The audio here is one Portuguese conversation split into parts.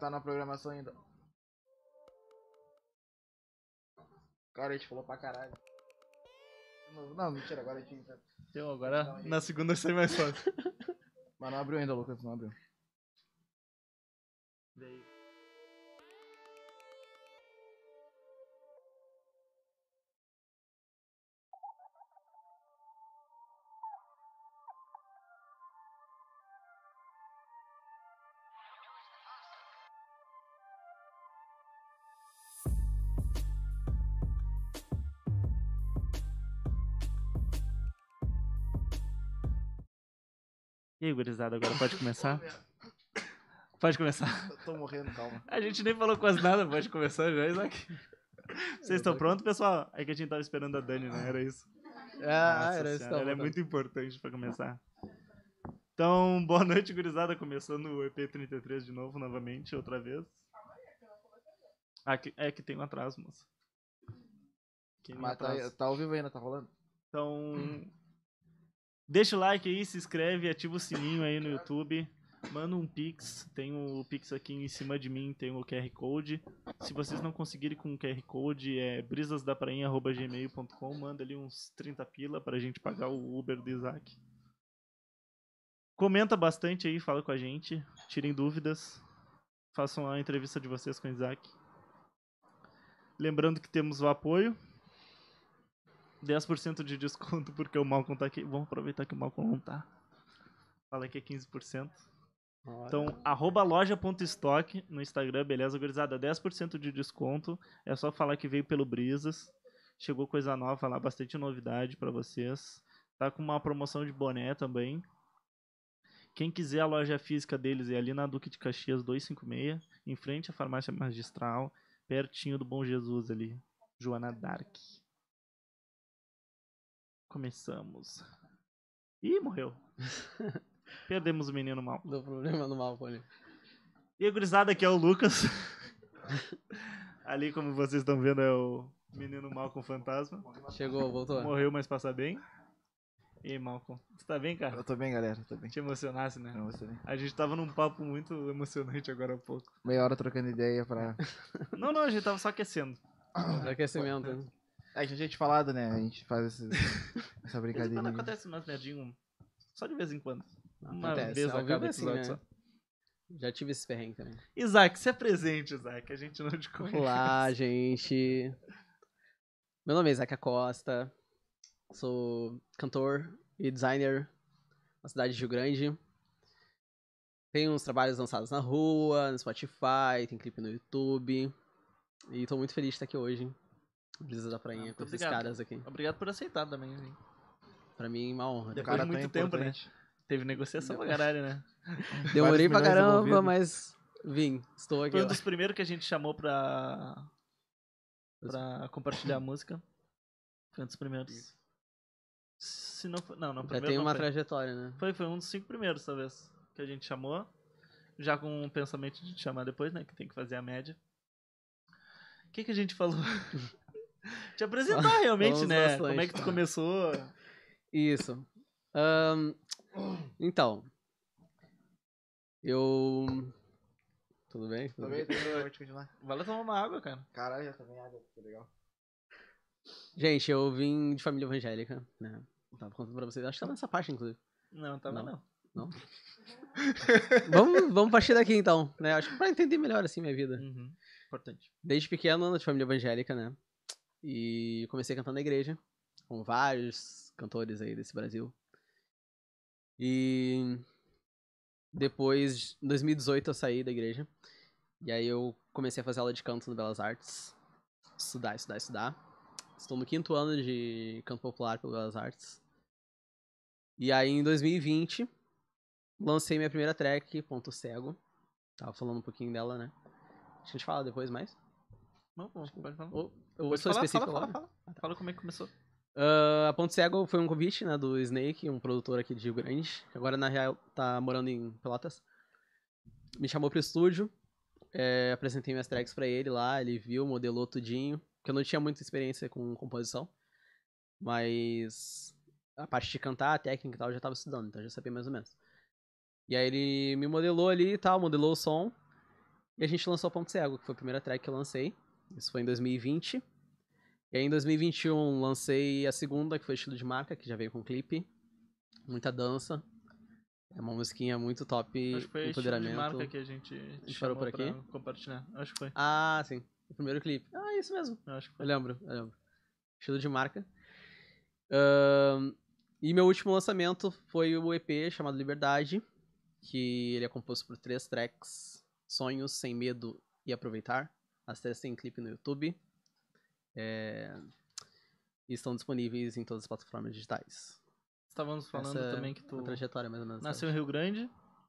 tá na programação ainda. Cara, a gente falou pra caralho. Não, não, mentira, agora a gente. Então, agora na segunda sai mais fácil. um Mas não abriu ainda, Lucas, não abriu. E aí, gurizada, agora pode começar? Pode começar. Eu tô morrendo, calma. A gente nem falou quase nada, pode começar já, Isaac. Vocês estão prontos, pessoal? É que a gente tava esperando a Dani, né? Era isso. Ah, Nossa era isso. senhora, Tá, Ela é bom, tá. muito importante pra começar. Então, boa noite, gurizada. Começando o EP33 de novo, novamente, outra vez. Ah, que- é que tem um atraso, moça. Quem Mas tá, tá ao vivo ainda, tá rolando? Então, deixa o like aí, se inscreve, ativa o sininho aí no YouTube. Manda um pix, tem o pix aqui em cima de mim, tem o QR Code. Se vocês não conseguirem com o QR Code, é brisasdaprainha.gmail.com, manda ali uns 30 pila pra gente pagar o Uber do Isaac. Comenta bastante aí, fala com a gente, tirem dúvidas, façam a entrevista de vocês com o Isaac. Lembrando que temos o apoio, 10% de desconto porque o Malcolm tá aqui. Vamos aproveitar que o Malcolm não tá. Fala que é 15%. Então, arroba loja.estoque no Instagram, beleza, gurizada? 10% de desconto. É só falar que veio pelo Brisas. Chegou coisa nova lá, bastante novidade pra vocês. Tá com uma promoção de boné também. Quem quiser a loja física deles é ali na Duque de Caxias 256, em frente à farmácia magistral, pertinho do Bom Jesus ali. Joana Dark. Começamos. Ih, morreu. Perdemos o menino mal. Deu problema no mapa ali. E a gurizada aqui é o Lucas. Ali, como vocês estão vendo, é o menino Malcolm Fantasma. Chegou, voltou. Morreu, mas passa bem. E aí, Malcolm? Tu tá bem, cara? Eu tô bem, galera, eu tô bem. Te emocionasse, né? Não, você bem. A gente tava num papo muito emocionante agora há pouco. Meia hora trocando ideia pra. Não, não, a gente tava só aquecendo. Aquecimento. né? É, a gente tinha te falado, né? A gente faz esse- é essa De vez em quando brincadeirinha. acontece umas nerdinho só de vez em quando. Uma Acontece, vez ao a vivo cada é assim, episódio né? só. Já tive esse né? perrengue também. Isaac, se apresente, Isaac. A gente não te conhece. Olá, gente. Meu nome é Isaac Acosta. Sou cantor e designer na cidade de Rio Grande. Tenho uns trabalhos lançados na rua, no Spotify, tem clipe no YouTube. E tô muito feliz de estar aqui hoje. Brisa da Ah, Prainha muito com esses obrigado. caras aqui. Obrigado por aceitar também, hein? Pra mim, é uma honra. Depois de tá muito tempo, né? Teve negociação pra caralho, né? Vários Demorei pra milhões caramba, envolvidos. mas vim, estou aqui. Foi um ó. dos primeiros que a gente chamou pra. pra compartilhar a música. Foi um dos primeiros. Se não foi. Não, não, Já primeiro. tem não uma foi. trajetória, né? Foi, foi um dos cinco primeiros, talvez, que a gente chamou. Já com o pensamento de te chamar depois, né? Que tem que fazer a média. O que, que a gente falou? te apresentar realmente, Falamos né? bastante. Como é que tu começou? Isso. Ahn, então. Eu. Tudo bem? Tudo Também, também, pode tá continuar. Vai lá tomar uma água, cara. Caralho, já tomei água, tá legal. Gente, eu vim de família evangélica, né? Tava contando pra vocês. Acho que tava nessa parte, inclusive. Não, tava Não. não. vamos, vamos partir daqui então, né? Acho que pra entender melhor assim minha vida. Uhum. Importante. Desde pequeno, ando de família evangélica, né? E comecei cantando na igreja, com vários cantores aí desse Brasil. E depois, em 2018, eu saí da igreja. E aí eu comecei a fazer aula de canto no Belas Artes. Estudar, estudar, estudar. Estou no quinto ano de canto popular pelo Belas Artes. E aí em 2020, lancei minha primeira track, Ponto Cego. Tava falando um pouquinho dela, né? Acho que a gente fala depois mais. Não, pode falar. Ou- Eu Pode sou falar, específico fala, agora? fala, fala. Fala como é que começou. Ah, a Ponto Cego foi um convite né, do Snake, um produtor aqui de Rio Grande, que agora na real tá morando em Pelotas. Me chamou pro estúdio, eh, apresentei minhas tracks pra ele lá, ele viu, modelou tudinho, que eu não tinha muita experiência com composição, mas a parte de cantar, a técnica e tal, eu já tava estudando, então eu já sabia mais ou menos. E aí ele me modelou ali e tal, modelou o som, E a gente lançou a Ponto Cego, que foi a primeira track que eu lancei. Isso foi em 2020. E aí em 2021 lancei a segunda, que foi Estilo de Marca, que já veio com clipe. Muita dança. É uma musiquinha muito top, Acho que foi a estilo de empoderamento. marca que a gente te chamou parou por aqui? pra compartilhar. Acho que foi. Ah, sim. O primeiro clipe. Ah, isso mesmo. Acho que Eu foi. lembro, eu lembro. Estilo de marca. Ahn, e meu último lançamento foi o EP chamado Liberdade, que ele é composto por três tracks: Sonhos, Sem Medo e Aproveitar. As três têm clipe no YouTube. É, e estão disponíveis em todas as plataformas digitais. Estávamos falando Essa é também que tu A trajetória, mais ou menos. nasceu em Rio Grande,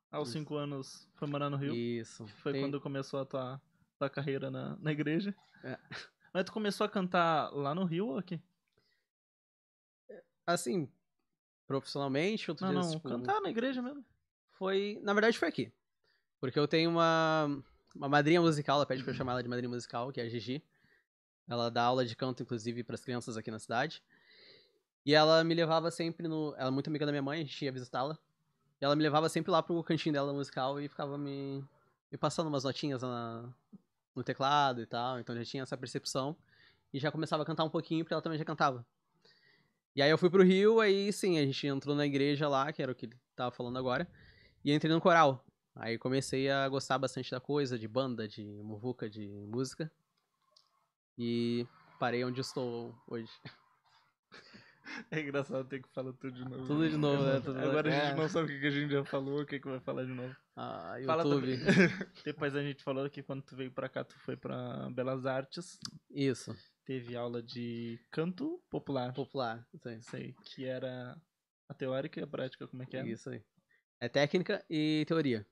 aos Isso. cinco anos foi morar no Rio. Isso. Foi Tem- quando começou a tua, tua carreira na, na igreja. É. Mas tu começou a cantar lá no Rio ou aqui? Assim, profissionalmente, outro Não, dia, não, tipo, cantar na igreja mesmo. Foi. Na verdade, foi aqui. Porque eu tenho uma, uma madrinha musical, ela pede pra eu chamar ela de madrinha musical, que é a Gigi. Ela dá aula de canto, inclusive, pras crianças aqui na cidade. E ela me levava sempre no. Ela é muito amiga da minha mãe, a gente ia visitá-la. E ela me levava sempre lá pro cantinho dela musical e ficava me, me passando umas notinhas na, no teclado e tal. Então já tinha essa percepção. E já começava a cantar um pouquinho, porque ela também já cantava. E aí eu fui pro Rio, aí sim, a gente entrou na igreja lá, que era o que ele tava falando agora, e entrei no coral. Aí comecei a gostar bastante da coisa, de banda, de muvuca, de música. E parei onde estou hoje. É engraçado ter que falar tudo de novo. Tudo de novo, né? Tudo- Agora a é. gente não sabe o que que a gente já falou, o que, que vai falar de novo. Ah, Fala YouTube. Depois a gente falou que quando tu veio pra cá, tu foi pra Belas Artes, Isso, teve aula de canto popular. popular. Isso aí. Sei, que era a teórica e a prática, como é que é? Isso aí. É técnica e teoria.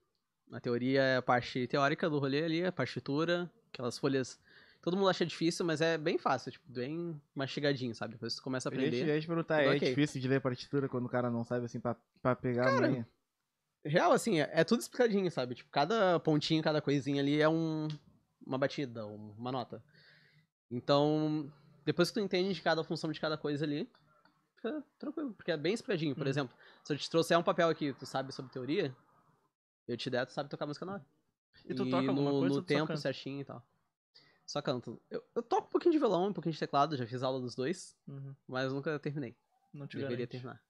A teoria é a parte teórica do rolê ali, a partitura, aquelas folhas. Todo mundo acha difícil, mas é bem fácil, tipo, bem mastigadinho, sabe? Depois tu começa a Eu ia te- aprender. eu ia te perguntar, é Ok. difícil de ler partitura quando o cara não sabe, assim, pra, pra pegar a Cara, manha? Real, assim, é, é tudo explicadinho, sabe? Tipo, cada pontinho, cada coisinha ali é um, uma batida, um- uma nota. Então, depois que tu entende cada função de cada coisa ali, fica tranquilo, porque é bem explicadinho. Por Uhum. exemplo, se eu te trouxer um papel aqui, tu sabe sobre teoria, eu te der, tu sabe tocar música na hora. E tu toca no, alguma coisa no ou tu só tempo canta? certinho e tal. Só canto. Eu, eu toco um pouquinho de violão, um pouquinho de teclado, já fiz aula dos dois, Uhum, mas nunca terminei. Não te Deveria garante. terminar.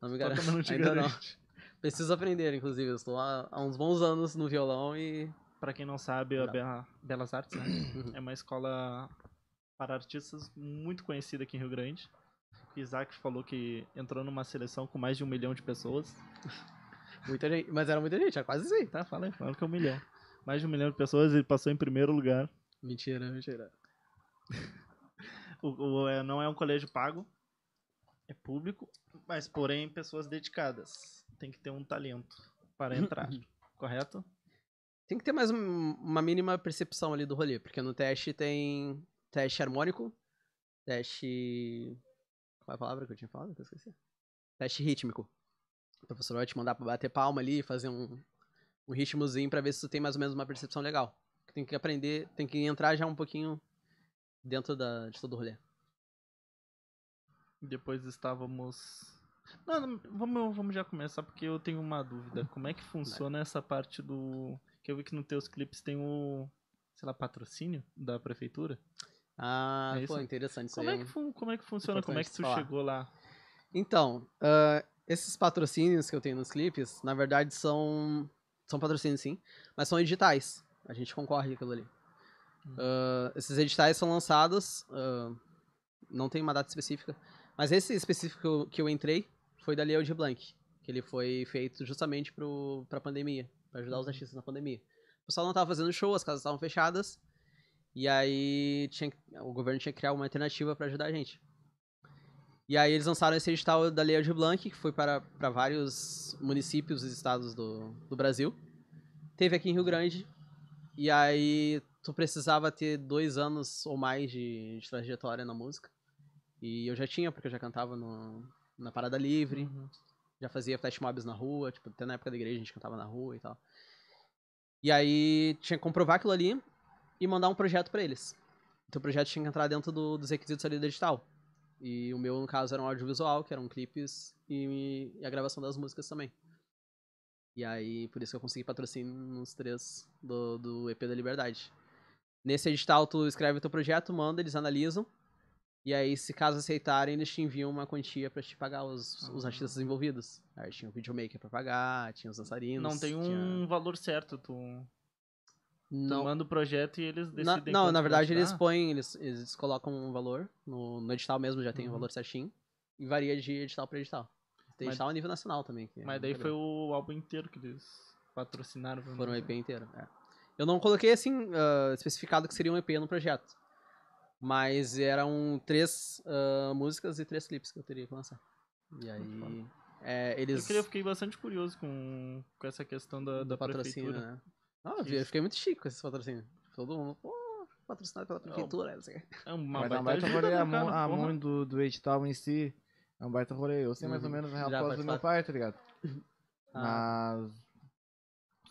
Não me Toca, garanto. mas não te Ainda não. garante. Preciso aprender, inclusive. Eu estou há, há uns bons anos no violão e. Pra quem não sabe, a Não. Bela- Belas Artes, né? É uma escola para artistas muito conhecida aqui em Rio Grande. Isaac falou que entrou numa seleção com mais de um milhão de pessoas. Muita gente. Mas era muita gente, era quase assim. Tá, fala aí, fala que é um milhão. Mais de um milhão de pessoas, ele passou em primeiro lugar. Mentira, mentira. O, o- é- não é um colégio pago, é público, mas porém pessoas dedicadas. Tem que ter um talento Uhum. para entrar, correto? Tem que ter mais um- uma mínima percepção ali do rolê, porque no teste tem teste harmônico, teste. Qual é a palavra que eu tinha falado? Que eu esqueci. Teste rítmico. O professor vai te mandar pra bater palma ali, fazer um, um ritmozinho pra ver se tu tem mais ou menos uma percepção legal. Tem que aprender, tem que entrar já um pouquinho dentro da, de todo o rolê. Depois estávamos. Não, não, vamos, vamos já começar porque eu tenho uma dúvida. Como é que funciona essa parte do. Que eu vi que nos teus clipes tem o. Sei lá, patrocínio da prefeitura? Ah, É pô, isso? interessante isso Como aí. é que, hein? fun- como é que funciona? Como é que Importante tu falar. chegou lá? Então, ah, esses patrocínios que eu tenho nos clipes, na verdade são. São patrocínios sim, mas são editais. A gente concorre com aquilo ali. Hum. Ah, esses editais são lançados, ah, não tem uma data específica, mas esse específico que eu, que eu entrei foi da Leo de Blanc, que ele foi feito justamente pro, pra pandemia, pra ajudar os artistas na pandemia. O pessoal não tava fazendo show, as casas estavam fechadas, e aí tinha, que- o governo tinha que criar uma alternativa pra ajudar a gente. E aí eles lançaram esse edital da Lei de Blanc, que foi para, para vários municípios e estados do, do Brasil. Teve aqui em Rio Grande. E aí tu precisava ter dois anos ou mais de, de trajetória na música. E eu já tinha, porque eu já cantava no, na Parada Livre Uhum. já fazia flash mobs na rua, tipo, até na época da igreja a gente cantava na rua e tal. E aí tinha que comprovar aquilo ali e mandar um projeto pra eles. Então o projeto tinha que entrar dentro do- dos requisitos ali do edital. E o meu, no caso, era um audiovisual, que eram clipes e, e a gravação das músicas também. E aí, por isso que eu consegui patrocínio nos três do, do EP da Liberdade. Nesse edital, tu escreve o teu projeto, manda, eles analisam. E aí, se caso aceitarem, eles te enviam uma quantia pra te pagar os, os Ah. artistas envolvidos. Aí tinha o videomaker pra pagar, tinha os dançarinos. Não tem tinha- um valor certo, tu, tu Não, manda o projeto e eles Na- decidem. não, quanto na vai verdade te eles dar? põem, eles, eles colocam um valor, no, no edital mesmo já tem um Uhum. valor certinho, e varia de edital pra edital. Tem Mas- edital a nível nacional também. que é Mas daí brincadeira. foi o álbum inteiro que eles patrocinaram. vamos Foram um dizer. EP inteiro, é. Eu não coloquei assim, ah, especificado que seria um EP no projeto, mas eram três ah, músicas e três clipes que eu teria que lançar. E aí, é, Eu eles... queria- fiquei bastante curioso com, com essa questão da, da prefeitura. né? Não, eu Isso. vi- eu fiquei muito chique com esses patrocínios. Todo mundo, pô, patrocinado pela Não. prefeitura, não sei o quê. É uma Mas é um baita baita ajuda, rolê, né, a, mão, cara? a Porra. mão do, do edital em si é um baita rolê. Eu sei mais ou Uhum. menos a real Já por causa pode do meu pai, tá ligado? Ah, Mas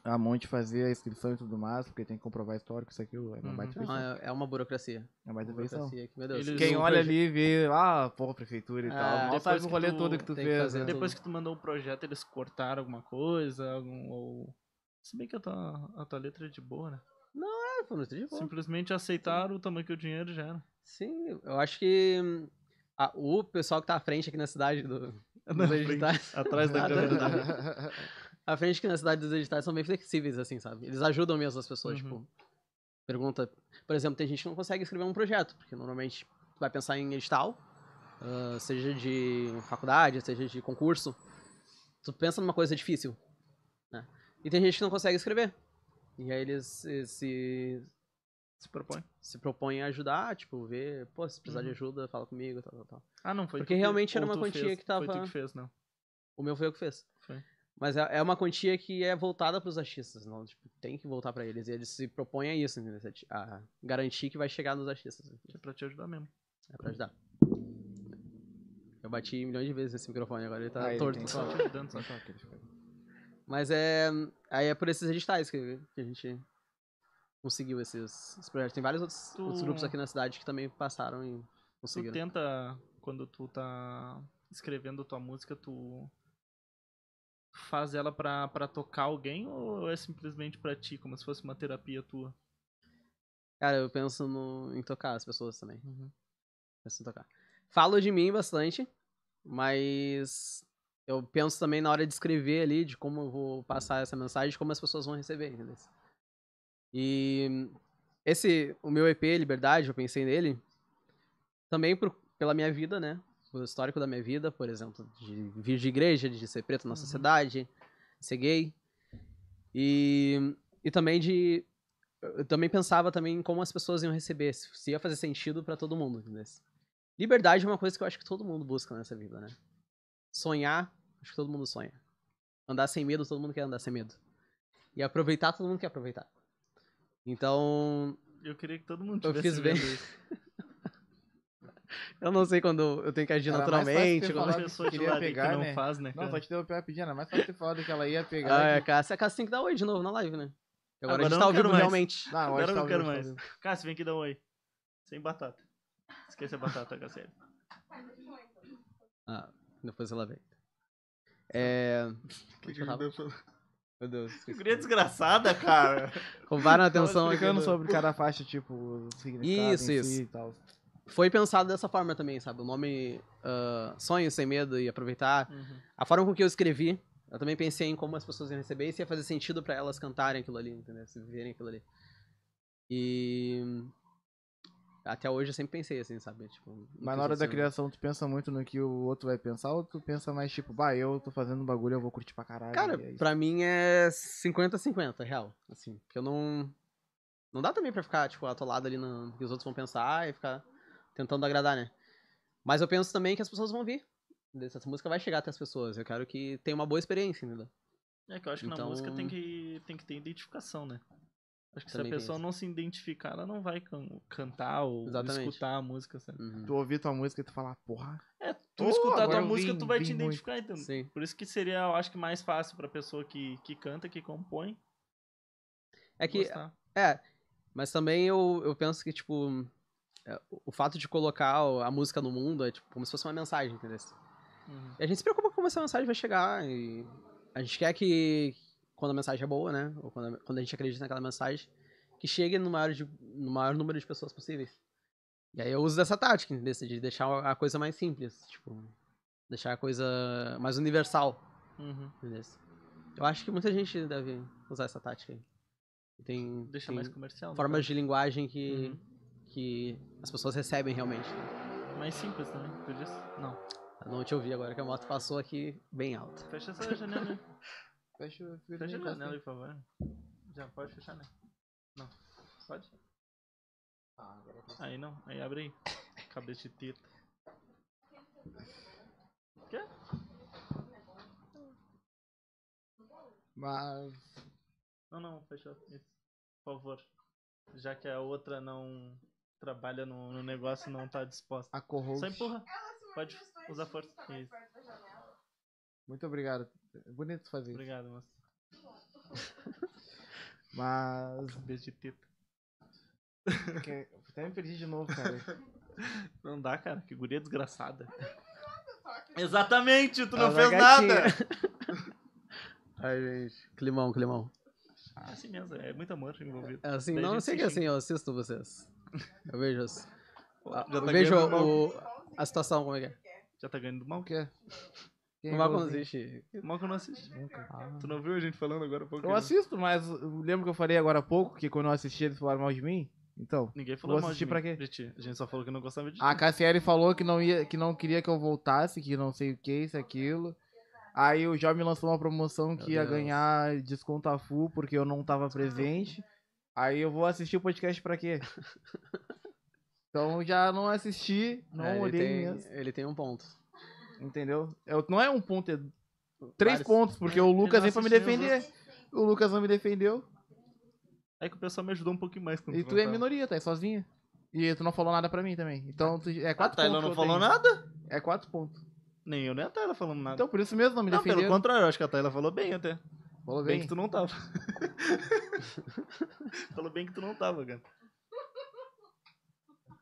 a monte fazia a inscrição e tudo mais, porque tem que comprovar histórico, isso aqui, é uma Uhum. baita não, feição. é- é uma burocracia. É uma baita feição. burocracia que, meu Deus. Eles- Quem o olha proje- ali e vê, ah, porra, prefeitura e É, tal. Mal depois sabe o que rolê tu todo que tu tem que fez. fazer né? Depois tudo. que tu mandou o projeto, eles cortaram alguma coisa, algum, ou... Se bem que a tua, a tua letra é de boa, né? Ah, foi no de boa. Simplesmente aceitaram o tamanho que o dinheiro já era. Sim, eu acho que hum, a- o pessoal que tá à frente aqui na cidade do, Na dos frente. editais. Atrás da Nada. câmera da À frente aqui na cidade dos editais são bem flexíveis, assim, sabe? Eles ajudam mesmo as pessoas, Uhum. tipo. Pergunta. Por exemplo, tem gente que não consegue escrever um projeto, porque normalmente tu vai pensar em edital, ah, seja de faculdade, seja de concurso. Tu pensa numa coisa difícil. Né? E tem gente que não consegue escrever. E aí eles eh, se, se propõe. se propõe a ajudar, tipo, ver, pô, se precisar de Uhum. ajuda, fala comigo, tal, tal, tal. Ah, não, foi Porque tu que- realmente era ou uma tu quantia fez. que tava- Foi tu que fez, não. O meu foi o que fez. Foi. Mas é é uma quantia que é voltada pros artistas, não, tipo, tem que voltar pra eles. E eles se propõem a isso, entendeu? A garantir que vai chegar nos artistas. né? É pra te ajudar mesmo. É pra ajudar. Eu bati milhões de vezes nesse microfone, agora ele tá Ah, ele torto. tem Só Só- te ajudando, só. Mas é. Aí é por esses editais que, que a gente conseguiu esses, esses projetos. Tem vários outros, Tu- outros grupos aqui na cidade que também passaram e Tu conseguiram. tenta, quando tu tá escrevendo tua música, tu faz ela pra, pra tocar alguém ou é simplesmente pra ti, como se fosse uma terapia tua? Cara, eu penso no- em tocar as pessoas também. Penso em tocar. Falo de mim bastante, mas eu penso também na hora de escrever ali, de como eu vou passar essa mensagem, de como as pessoas vão receber, entendeu? E esse, o meu EP, Liberdade, eu pensei nele também por, pela minha vida, né? O histórico da minha vida, por exemplo, de vir de igreja, de ser preto na Uhum. sociedade, ser gay. E, e também de eu também pensava também em como as pessoas iam receber, se se ia fazer sentido pra todo mundo. entendeu? Liberdade é uma coisa que eu acho que todo mundo busca nessa vida, né? Sonhar, acho que todo mundo sonha. Andar sem medo, todo mundo quer andar sem medo. E aproveitar, todo mundo quer aproveitar. Então, Eu queria que todo mundo Eu tivesse fiz vendo bem. isso. eu não sei quando eu tenho que agir Era mais naturalmente. fácil ter Quando... Uma falado que pessoa de queria lado aí que pegar, não né? faz, né? Não, cara? só te deu o pior pedido, mas só te falado que ela ia pegar. Ah, é, que- Cássia, a Cássia tem que dar oi de novo na live, né? Que Agora Agora, a eu gente não tá ao quero vivo mais. realmente. Não, Agora hoje eu não tá quero ouvindo, mais. tá ouvindo. Cássio, vem aqui dar um oi. Sem batata. Esquece a batata, Cássio. Ah, depois ela vem. É. Que que me deu pra- Meu Deus. Que esqueci. guria desgraçada, cara. Roubaram a Tava atenção aqui. explicando do- sobre cada faixa, tipo, o significado Isso, em isso. si e tal. foi pensado dessa forma também, sabe? O nome ah, Sonhos Sem Medo e Aproveitar. Uhum. A forma com que eu escrevi, eu também pensei em como as pessoas iam receber e se ia fazer sentido pra elas cantarem aquilo ali, entendeu? Se viverem aquilo ali. E. Até hoje eu sempre pensei assim, sabe? Tipo, não Mas fiz na hora da assim, criação, tu pensa muito no que o outro vai pensar ou tu pensa mais tipo, bah, eu tô fazendo um bagulho, eu vou curtir pra caralho. Cara, e é isso. pra mim é 50-50, real. Assim, porque eu não. Não dá também pra ficar, tipo, atolado ali no no que os outros vão pensar e ficar tentando agradar, né? Mas eu penso também que as pessoas vão vir. Essa música vai chegar até as pessoas. Eu quero que tenha uma boa experiência, entendeu? É que eu acho que na Então- música tem que, tem que ter identificação, né? Acho que Também se a tem pessoa isso. não se identificar, ela não vai can- cantar ou Exatamente. escutar a música, sabe? Uhum. Tu ouvir tua música e tu falar, porra, É, tu Oh, escutar agora tua eu música, vim- tu vai vim te muito. identificar, então. Sim. Por isso que seria, eu acho que mais fácil pra pessoa que, que canta, que compõe. É que gostar. É, mas também eu, eu penso que, tipo, é, o- o fato de colocar o- a música no mundo é tipo, como se fosse uma mensagem, entendeu? Uhum. E a gente se preocupa com como essa mensagem vai chegar e a gente quer que, quando a mensagem é boa, né? Ou quando a, quando a gente acredita naquela mensagem, que chegue no maior, de- no maior número de pessoas possíveis. E aí eu uso dessa tática, entendeu? Assim, De deixar a coisa mais simples, tipo, deixar a coisa mais universal, Uhum. entendeu? Eu acho que muita gente deve usar essa tática aí. Tem, Deixa tem mais comercial. né? formas de linguagem que, Uhum. que as pessoas recebem realmente. Mais simples também, tu disse? Não. Eu não te ouvi agora que a moto passou aqui bem alto. Fecha essa janela. Fecha, o- fica Fecha a bem janela, né? encostado. por favor. Já pode fechar, né? Não. Pode? Ah, agora tá. Aí não. Aí abre aí. Cabeça de teta. Mas. Não, não, fechou. Isso. Por favor. Já que a outra não trabalha no, no negócio não tá disposta. A co-host. Só empurra. Pode usar força. Isso. Muito obrigado. É Bonito fazer isso. Obrigado, moço. Mas. Cabeça de teta. que- Até me perdi de novo, cara. Não dá, cara. Que guria desgraçada. Exatamente, tu não Ela é fez gatinha. nada. Ai, gente. Climão, climão. É assim mesmo, é muito amor envolvido. É assim, Daí a não, eu gente sei se que é xinga. assim, eu assisto vocês. Eu vejo, as- Já tá eu vejo ganhando mal. Ah, o- a situação, como é que é. Já tá ganhando mal. O quê? Quem Não vai gosta? consiste. Mal que eu não assisti. Nunca. Tu não viu a gente falando agora há pouco? Eu né? assisto, mas eu lembro que eu falei agora há pouco que quando eu assisti eles falaram mal de mim? Então. Ninguém falou Vou mal de assistir mim, pra quê? Ah. de ti. A gente só falou que não gostava de ti. A Cassiele falou que não, ia, que não queria que eu voltasse, que não sei o que, isso, aquilo. Aí o Jó me lançou uma promoção que ia Deus. ganhar desconto a full porque eu não tava presente. Aí eu vou assistir o podcast pra quê? Então já não assisti, não É, ele, olhei tem, mesmo, ele tem um ponto. entendeu? Eu- não é um ponto, é três Vários. pontos, porque É, o ele Lucas não veio pra me assistiu, defender. O Lucas não me defendeu. É que o pessoal me ajudou um pouquinho mais. quando E tu é não tava. minoria, tá? É sozinha. E tu não falou nada pra mim também. Então tu, é A quatro pontos. Tayla Ah, tá, não que eu falou tenho. nada. É quatro pontos. Nem eu, nem a Tayla falamos nada. Então por isso mesmo não me não, pelo defendeu. contrário, eu acho que a Tayla falou bem até. Falou Bem, bem. que tu não tava. falou bem que tu não tava, cara.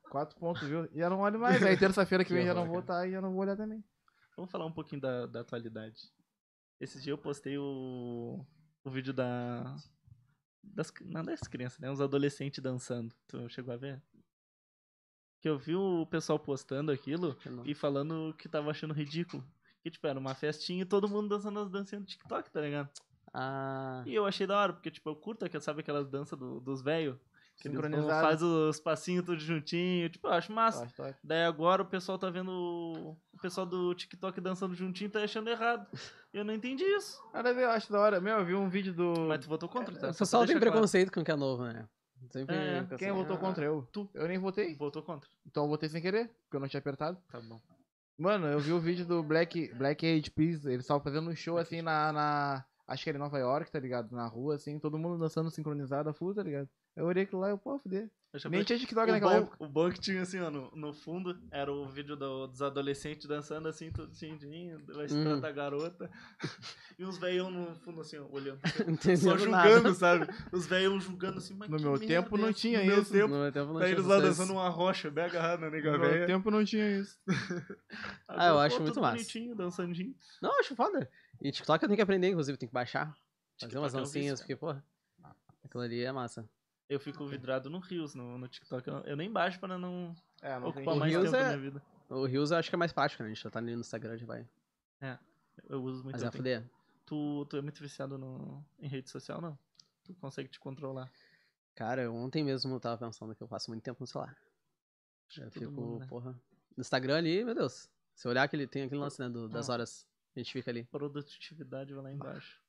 Quatro pontos, viu? E eu não olho mais. Aí terça-feira que Que vem eu horror, não vou estar e eu não vou olhar também. Vamos falar um pouquinho da, da atualidade. Esse dia eu postei o, o vídeo da. Das, não das crianças, né? Uns adolescentes dançando. Tu chegou a ver? Que eu vi o pessoal postando aquilo e falando que tava achando ridículo. Que, tipo, era uma festinha e todo mundo dançando as dancinhas do TikTok, tá ligado? Ah, E eu achei da hora, porque, tipo, eu curto aquelas, sabe, aquelas danças do- dos velhos. Que eles vão- Sincronizado. faz os passinhos tudo juntinho. Tipo, eu acho massa. Toque, toque. Daí agora o pessoal tá vendo o- o pessoal do TikTok dançando juntinho e tá achando errado. Eu não entendi isso. Nada a ver, eu acho da hora. Meu, eu vi um vídeo do. Mas tu votou contra, tá? o Só pra pessoal É, tem deixar claro. preconceito com o que é novo, né? Sempre É, fica Quem assim, votou ah, contra? Eu. tu. Eu nem votei. Votou contra. Então eu votei sem querer, porque eu não tinha apertado. Tá bom. Mano, eu vi o vídeo do Black, Black Eyed Peas. Eles estavam fazendo um show assim na, na. Acho que era em Nova York, tá ligado? Na rua, assim. Todo mundo dançando sincronizado a full, tá ligado? Eu olhei aquilo lá e eu, pô, fudeu. Eu já Nem falei- tinha TikTok o, naquela bom, época. o bom que tinha assim, ó, no, no fundo, era o vídeo do- dos adolescentes dançando assim, tudo assim, vai se Hum. tratar a garota. e uns velhão no fundo, assim, ó, olhando. não entendeu Só nada. julgando, sabe? Os velhão julgando assim, mas No que meu merda tempo é não essa? tinha no meu isso. Tempo, No meu tempo não Daí tinha eles lá essas- dançando uma rocha, bem agarrada né, na nega No meu velha. tempo não tinha isso. Agora Ah, eu ficou acho muito tudo massa. bonitinho, dançandinho. Não, acho foda. E TikTok eu tenho que aprender, inclusive, tem que baixar. Fazer TikTok umas é um dancinhas, vício, porque, porra, Ah. aquilo ali é massa. Eu fico vidrado no Rios, no, no TikTok. Eu, eu nem baixo pra não É, não tem. ocupar O mais Reels tempo é- da minha vida. O Reels eu acho que é mais prático, né? A gente já tá ali no Instagram, já vai. Eu uso muito. Mas é tempo. fuder. Tu, tu é muito viciado no, em rede social, não? Tu consegue te controlar. Cara, ontem mesmo eu tava pensando que eu passo muito tempo no celular. Eu Todo fico, mundo, né? porra. No Instagram ali, meu Deus. Se eu olhar aquele, tem aquele lance, né? do- das Ah. horas. A gente fica ali. Produtividade vai lá embaixo.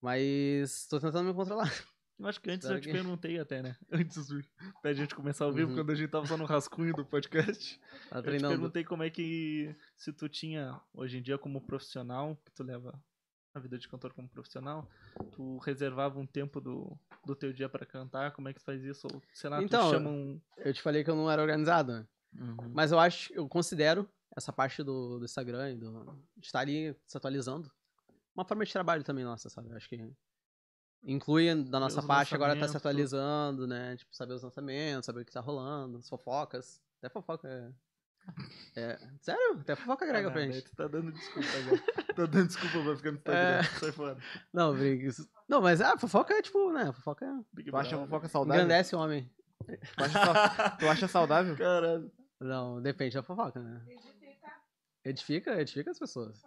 Mas tô tentando me controlar. Eu acho que antes Espero eu te que- perguntei até, né? Antes do- da gente começar ao vivo, Uhum. quando a gente tava só no rascunho do podcast. Tá Eu te treinando. perguntei como é que. Se tu tinha, hoje em dia, como profissional, que tu leva a vida de cantor como profissional, tu reservava um tempo do, do teu dia pra cantar, como é que tu faz isso? Ou, sei lá, Então, tu chama um. Eu te falei que eu não era organizado, né? Mas eu acho, eu considero essa parte do, do Instagram e do, de estar ali se atualizando uma forma de trabalho também nossa, sabe? Eu acho que inclui da nossa os parte agora tá lançamentos, se tudo. atualizando, né? Tipo, saber os lançamentos, saber o que tá rolando, as fofocas. Até fofoca é É, sério? Até fofoca grega Ah, pra não, gente. daí Tu tá dando desculpa agora. tá dando desculpa pra ficar no Instagram. É. Sai fora. Não, Briggs. Não, mas a fofoca é tipo, né? Fofoca Big Tu acha Brother. fofoca saudável? engrandece o homem. Tu acha, sa- tu acha saudável? Caralho. Não, depende da fofoca, né? Edifica, edifica as pessoas.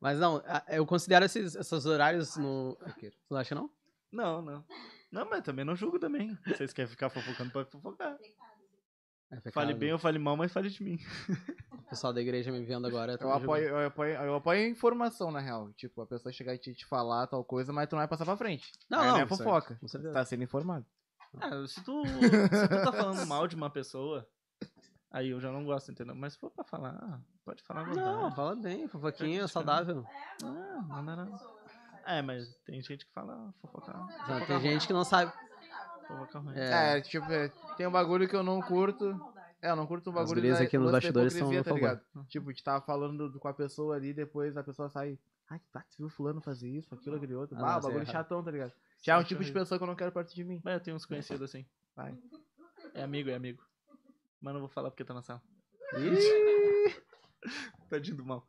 Mas não, a- eu considero esses, esses horários no. Tu não acha não? Não, não. Não, mas também não julgo também. Vocês querem ficar fofocando, pode fofocar. É pecado. Fale bem ou fale mal, mas fale de mim. O pessoal da igreja me vendo agora. tá Eu me apoio, julgando. eu, apoio, eu apoio a informação, na real. Tipo, a pessoa chegar e te, te falar tal coisa, mas tu não vai passar pra frente. Não, Aí não, não é certo. fofoca. Com certeza. Tá sendo informado. Ah, se tu, se tu tá falando mal de uma pessoa, aí eu já não gosto, entendeu? Mas se for pra falar, ah, pode falar à Não, vontade. fala bem, fofoquinha, É, Criticando. saudável. Ah, não, não, não. É, mas tem gente que fala fofoca, Não, tem gente que não sabe. um fofoca ruim. É, É, tipo, é, tem um bagulho que eu não curto. É, eu não curto um As bagulho gurias da- aqui nos lance da bastidores são hipocrisia, a favor. ligado? Tipo, a gente tava falando do- com a pessoa ali, depois a pessoa sai. Ai, ah, tu viu fulano fazer isso, aquilo, aquele outro. Ah, Ah, não, o isso é bagulho errado. chatão, tá ligado? Já é um Acho tipo de horrível. pessoa que eu não quero perto de mim. Mas eu tenho uns conhecidos assim. Vai. É amigo, é amigo. Mas não vou falar porque tá na sala. Ih, Tadinho do Tá mal.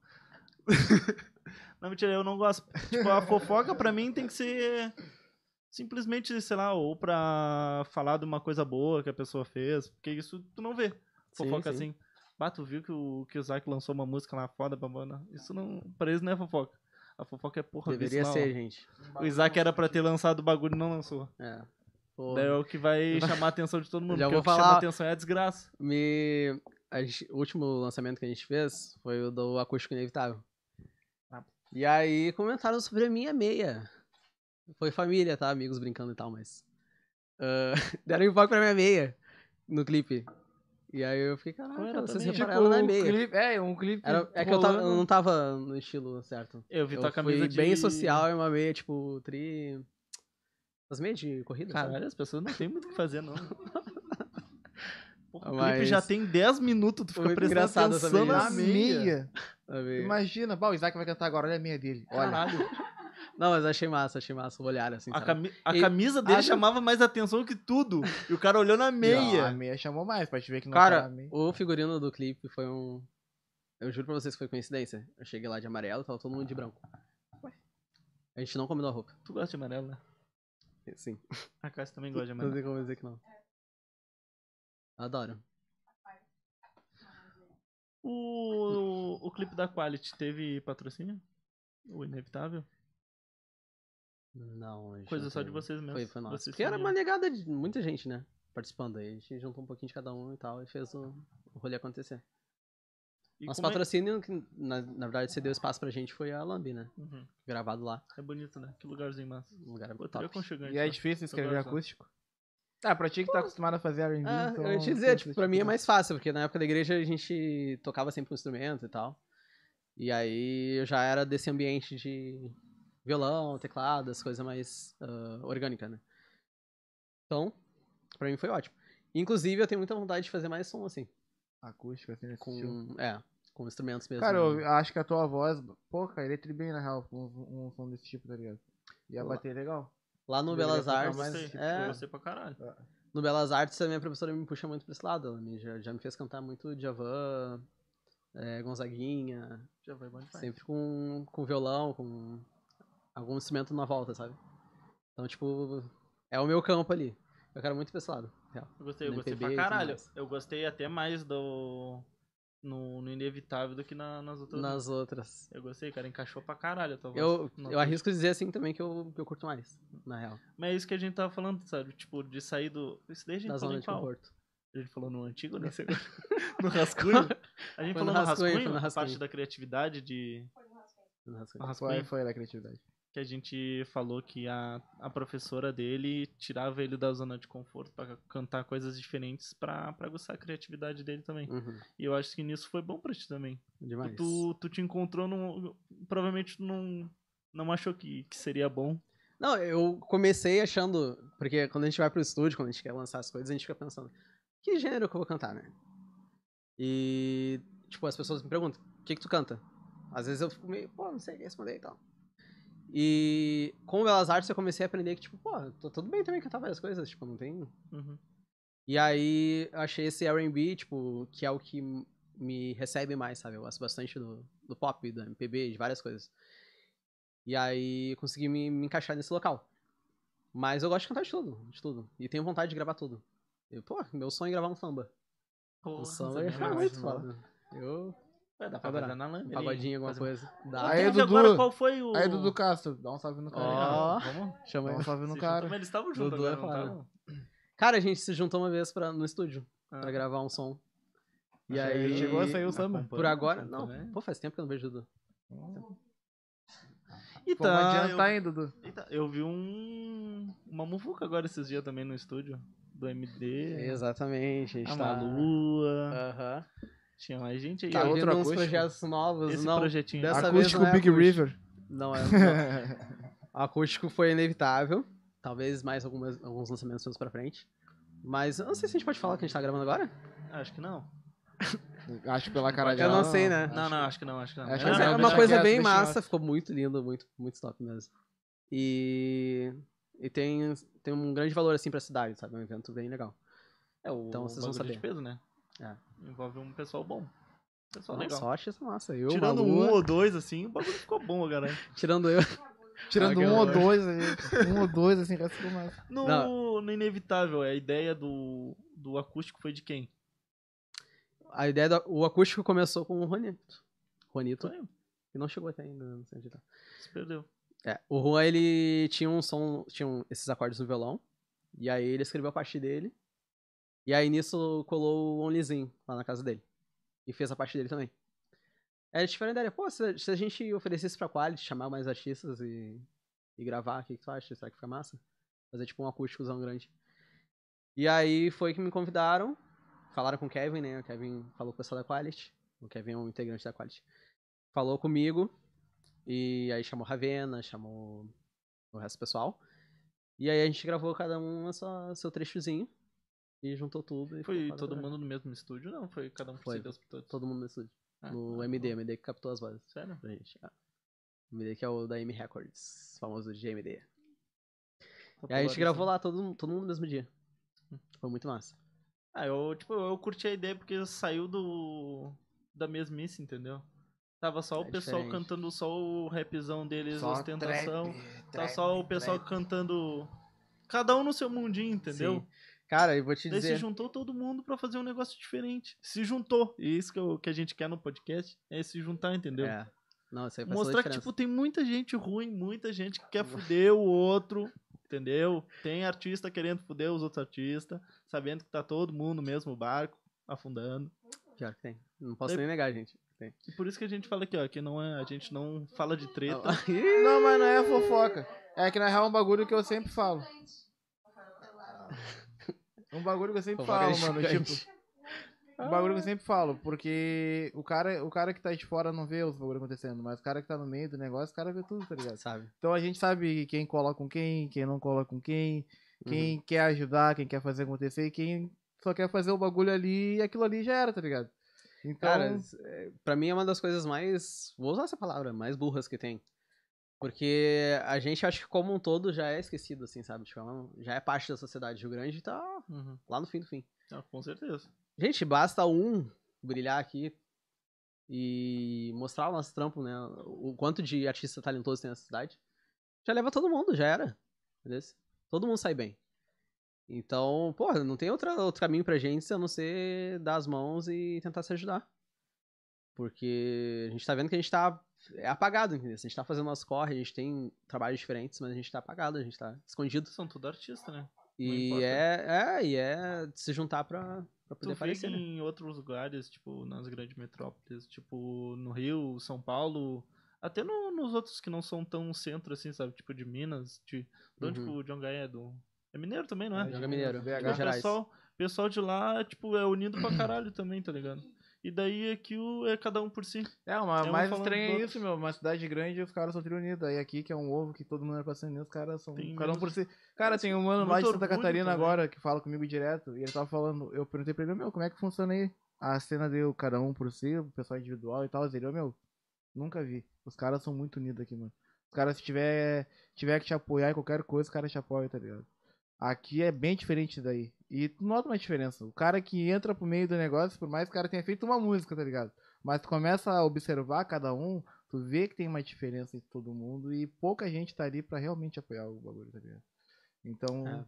não, mentira, eu não gosto. Tipo, a fofoca pra mim tem que ser simplesmente, sei lá, ou pra falar de uma coisa boa que a pessoa fez, porque isso tu não vê. Fofoca sim. assim. Bah, tu viu que o Kiyosaki lançou uma música lá foda pra banda? Isso não. Pra eles não é fofoca. A fofoca é porra vê Deveria isso lá, ser, gente. ó. O Isaac era pra ter lançado o bagulho e não lançou. É. Pô, Daí é o que vai chamar a atenção de todo mundo. Já porque vou o que chama falar- a atenção é a desgraça. me... a gente- O último lançamento que a gente fez foi o do Acústico Inevitável. Ah. E aí comentaram sobre a minha meia. Foi família, tá? Amigos brincando e tal, mas. ah, deram enfoque pra minha meia no clipe. E aí eu fiquei, Qual caraca, era vocês também? Tipo, repararam Assim, na um meia. clipe, é, um clipe. tipo, Era- é que eu, tava- eu rolando. não tava no estilo certo. Eu vi eu tua tá camisa fui de. bem social, é uma meia, tipo, tri... As meias de corrida, sabe? Caralho, as pessoas não têm muito o que fazer, não. Porra, O clipe Mas- já tem 10 minutos, tu Foi fica muito prestando engraçado essa atenção meia. na Na meia. meia. A meia. Imagina, bah, o Isaac vai cantar agora, olha a meia dele. Olha. Caralho. Não, mas achei massa, achei massa o olhar, assim, A, sabe? cami- a E- camisa dele Ah, chamava mais atenção que tudo. E o cara olhou na Ah, Não, a meia. meia chamou mais, pra te ver que não Cara, tá na meia. O figurino do clipe foi um... Eu juro pra vocês que foi coincidência. Eu cheguei lá de amarelo, tava todo mundo de branco. A gente não combinou a roupa. Tu gosta de amarelo, né? Sim. A Cássia também gosta de Não amarelo. tem como dizer que não. Adoro. O, o clipe da Quality teve patrocínio? O Inevitável? Não, a gente Coisa não só de né? teve. vocês mesmos. Foi, foi nossa. Vocês Porque era sabiam. uma negada de muita gente, né? Participando aí. A gente juntou um pouquinho de cada um e tal e fez o, o rolê acontecer. E Nosso como é- patrocínio, que na, na verdade você deu espaço pra gente, foi a Lambi, né? Uhum. Gravado lá. É bonito, né? Que lugarzinho massa. Um lugar Outro top. aconchegante. E é né? difícil escrever Agora só. acústico? Ah, pra ti que tá acostumado a fazer R&B, Ah, então... eu ia te dizer, tipo, pra mim é mais fácil, porque na época da igreja a gente tocava sempre um instrumento e tal. E aí eu já era desse ambiente de violão, teclado, as coisas mais ah, orgânica, né? Então, pra mim foi ótimo. Inclusive, eu tenho muita vontade de fazer mais som, assim. Acústico, assim, nesse estilo. Com, é, com instrumentos mesmo. Cara, né? eu acho que a tua voz... Pô, cara, ele é tri bem, na real, com um, um som desse tipo, tá ligado? Ia Olá. bater legal. Lá no eu Belas ia tocar Eu Artes. mais gostei. é. Eu gostei pra caralho. No Belas Artes, a minha professora me puxa muito pra esse lado. Ela me- já, já me fez cantar muito Djavan, é, Gonzaguinha, Já vai bom demais. sempre com, com violão, com algum instrumento na volta, sabe? Então, tipo, é o meu campo ali. Eu quero muito pra esse lado. real. Eu gostei, eu No gostei MPB pra e tudo caralho. mais. Eu gostei até mais do. No, no Inevitável do que na- nas outras. Nas outras. Eu gostei, cara. Encaixou pra caralho a tua voz. Eu, Não, eu arrisco dizer assim também que eu, que eu curto mais, na real. Mas é isso que a gente tava falando, sabe? Tipo, de sair do. Isso daí a gente Da falou zona em de qual? conforto. A gente falou no antigo, né? no rascunho? A gente Foi no falou no rascunho, rascunho, foi no a parte rascunho. da criatividade de. No Foi, rascunho. foi da criatividade. Que a gente falou que a, a professora dele tirava ele da zona de conforto pra cantar coisas diferentes pra, pra aguçar a criatividade dele também. Uhum, E eu acho que nisso foi bom pra ti também. demais. Tu, tu te encontrou num. Provavelmente tu não, não achou que, que seria bom. Não, eu comecei achando. Porque quando a gente vai pro estúdio, quando a gente quer lançar as coisas, a gente fica pensando: que gênero que eu vou cantar, né? E, tipo, as pessoas me perguntam: o que, que tu canta? Às vezes eu fico meio, pô, não sei responder e tal. E com o Belas Artes eu comecei a aprender que, tipo, pô, tô tudo bem também cantar várias coisas, tipo, não tem. Uhum. E aí eu achei esse R&B, tipo, que é o que m- me recebe mais, sabe? Eu gosto bastante do, do pop, do MPB, de várias coisas. E aí eu consegui me, me encaixar nesse local. Mas eu gosto de cantar de tudo, de tudo. E tenho vontade de gravar tudo. Eu, pô, meu sonho é gravar um samba. Porra, um samba sabia ia mais ficar muito não. foda. Eu, Ué, dá pra Adorar. fazer na lâmpada. um pagodinho, alguma fazer- coisa. Dá. Aí, Aí, Dudu. agora qual foi o... Aí, Dudu Castro, dá um salve no cara. Ó. Vamos? Chama Dá um ele. salve no Se juntam, mas cara. Eles estavam Dudu juntos agora, é não foda. estavam? Cara, a gente se juntou uma vez pra, no estúdio Ah. pra gravar um som. E Aí aí. chegou a sair o samba. Por agora, não. Acompanha. Pô, faz tempo que eu não vejo o Dudu. Então, Vamos Tá, adiantar, eu, hein, Dudu? eita, eu vi um... Uma muvuca agora esses dias também no estúdio. Do MD. Exatamente, a A gente tá. Malua. Aham. Tinha mais gente aí. Tá é vindo outro uns acústico? projetos novos, Esse não. projetinho. dessa vez Acústico não é Big acústico. River. Não, é. não. Acústico foi inevitável. Talvez mais algumas, alguns lançamentos seus pra frente. Mas eu não sei se a gente pode falar o que a gente tá gravando agora. Acho que não. Acho pela cara de Eu não ela, sei, né? Não, não, acho que não, acho que não. Acho que Não, Mas não, não, é deixa uma deixa coisa quieto, bem deixa massa, ficou muito lindo, muito, muito top mesmo. E, e tem, tem um grande valor assim pra cidade, sabe? É um evento bem legal. É o Então vocês vão bagulho de saber. peso, né? É. Envolve um pessoal bom. Pessoal Não, legal. Só achei isso é massa. Eu, Tirando um Malu, ou dois, assim, o bagulho ficou bom, eu garanto. Tirando eu. Tirando Ah, que um ou horror. dois, aí, um ou dois, assim, resto ficou mais. No, no é Inevitável, a ideia do, do acústico foi de quem? A ideia do o acústico começou com o Ronito. Ronito, Foi? que não chegou até ainda, não sei onde tá. Se perdeu. É, o Juan, ele tinha um som, tinha um- esses acordes no violão, e aí ele escreveu a parte dele, e aí nisso colou o Onlyzinho lá na casa dele, e fez a parte dele também. É Aí eles tiveram a ideia, pô, se, a- se a gente oferecesse pra Quality, chamar mais artistas e, e gravar, o que, que tu acha? Será que fica massa? Fazer tipo um acústicozão grande. E aí foi que me convidaram, falaram com o Kevin, né, o Kevin falou com o pessoal da Quality, o Kevin é um integrante da Quality, falou comigo, e aí chamou Ravena, chamou o resto do pessoal. E aí a gente gravou cada um a sua- seu trechozinho. E juntou tudo. E ficou Foi foda todo também. mundo no mesmo estúdio? Não, foi cada um por Foi. si, Deus por todos. Todo mundo no estúdio. Ah, no tá MD, bom. MD que captou as vozes Sério? pra gente. Ah. MD que é o da M Records, famoso de MD. E aí a gente gravou lá todo, todo mundo no mesmo dia. Foi muito massa. Ah, eu, tipo, eu curti a ideia porque saiu do. da mesmice, entendeu? Tava só o É pessoal diferente. cantando só o rapzão deles, Só ostentação. trap, Tá trap, só o pessoal trap. cantando. Cada um no seu mundinho, entendeu? Sim. Cara, eu vou te Daí se dizer. juntou todo mundo pra fazer um negócio diferente. Se juntou. E isso que, eu- que a gente quer no podcast é se juntar, entendeu? É. Não, isso aí faz toda a Mostrar que, diferença. tipo, tem muita gente ruim, muita gente que quer fuder o outro, entendeu? Tem artista querendo fuder os outros artistas, sabendo que tá todo mundo no mesmo barco, afundando. Pior que tem. Não posso nem negar, gente. Tem. E por isso que a gente fala aqui, ó, que não é, a gente não fala de treta. Ih, Não, mas não é fofoca. É que na real é um bagulho que eu sempre falo. Um bagulho que eu sempre fofoca é falo, mano. Tipo, gigante. um bagulho que eu sempre falo, porque o cara, o cara que tá de fora não vê os bagulhos acontecendo, mas o cara que tá no meio do negócio, o cara vê tudo, tá ligado? Sabe? Então a gente sabe quem cola com quem, quem não cola com quem, Uhum. Uhum. quem quer ajudar, quem quer fazer acontecer, e quem só quer fazer o bagulho ali e aquilo ali já era, tá ligado? Então, Cara, s- é, pra mim é uma das coisas mais. Vou usar essa palavra, mais burras que tem. Porque a gente, acho que como um todo, já é esquecido, assim, sabe? Tipo, é um- já é parte da sociedade. Rio Grande tá Uhum. lá no fim do fim. Ah, com certeza. Gente, basta um brilhar aqui e mostrar o nosso trampo, né? O quanto de artista talentoso tem na cidade. Já leva todo mundo, já era. Entendeu? Todo mundo sai bem. Então, porra, não tem outra, outro caminho pra gente se a não ser dar as mãos e tentar se ajudar. Porque a gente tá vendo que a gente tá é apagado, entendeu? A gente tá fazendo nosso corre, a gente tem trabalhos diferentes, mas a gente tá apagado, a gente tá escondido. São tudo artista, né? E importa. é, é, e é se juntar pra, pra Tu vê poder que aparecer, né? em outros lugares, tipo, nas grandes metrópoles, tipo, no Rio, São Paulo, até no- nos outros que não são tão centro, assim, sabe? Tipo, de Minas, de, de onde Uhum. que o John Gaia é do... É mineiro também, não é? É, Joga Mineiro, BH. Minas o Gerais. pessoal, pessoal de lá, tipo, é unido pra caralho também, tá ligado? E daí aqui o, é cada um por si. É, mas É um mais falando estranho do é outro. isso, meu. Uma cidade grande os caras são triunidos. Aí aqui, que é um ovo que todo mundo é pra ser unido, os caras são. Tem cada um menos- por si. Cara, tem um mano lá muito de Santa orgulho Catarina também. agora que fala comigo direto. E ele tava falando, eu perguntei pra ele, meu, como é que funciona aí a cena de cada um por si, o pessoal individual e tal. Ele, ô meu, nunca vi. Os caras são muito unidos aqui, mano. Os caras, se tiver, tiver que te apoiar em qualquer coisa, os caras te apoiam, tá ligado? Aqui é bem diferente daí. E E tu nota uma diferença. O cara que entra pro meio do negócio, por mais que o cara tenha feito uma música, tá ligado? Mas tu começa a observar cada um, tu vê que tem uma diferença entre todo mundo e pouca gente tá ali pra realmente apoiar o bagulho, tá ligado? Então, É.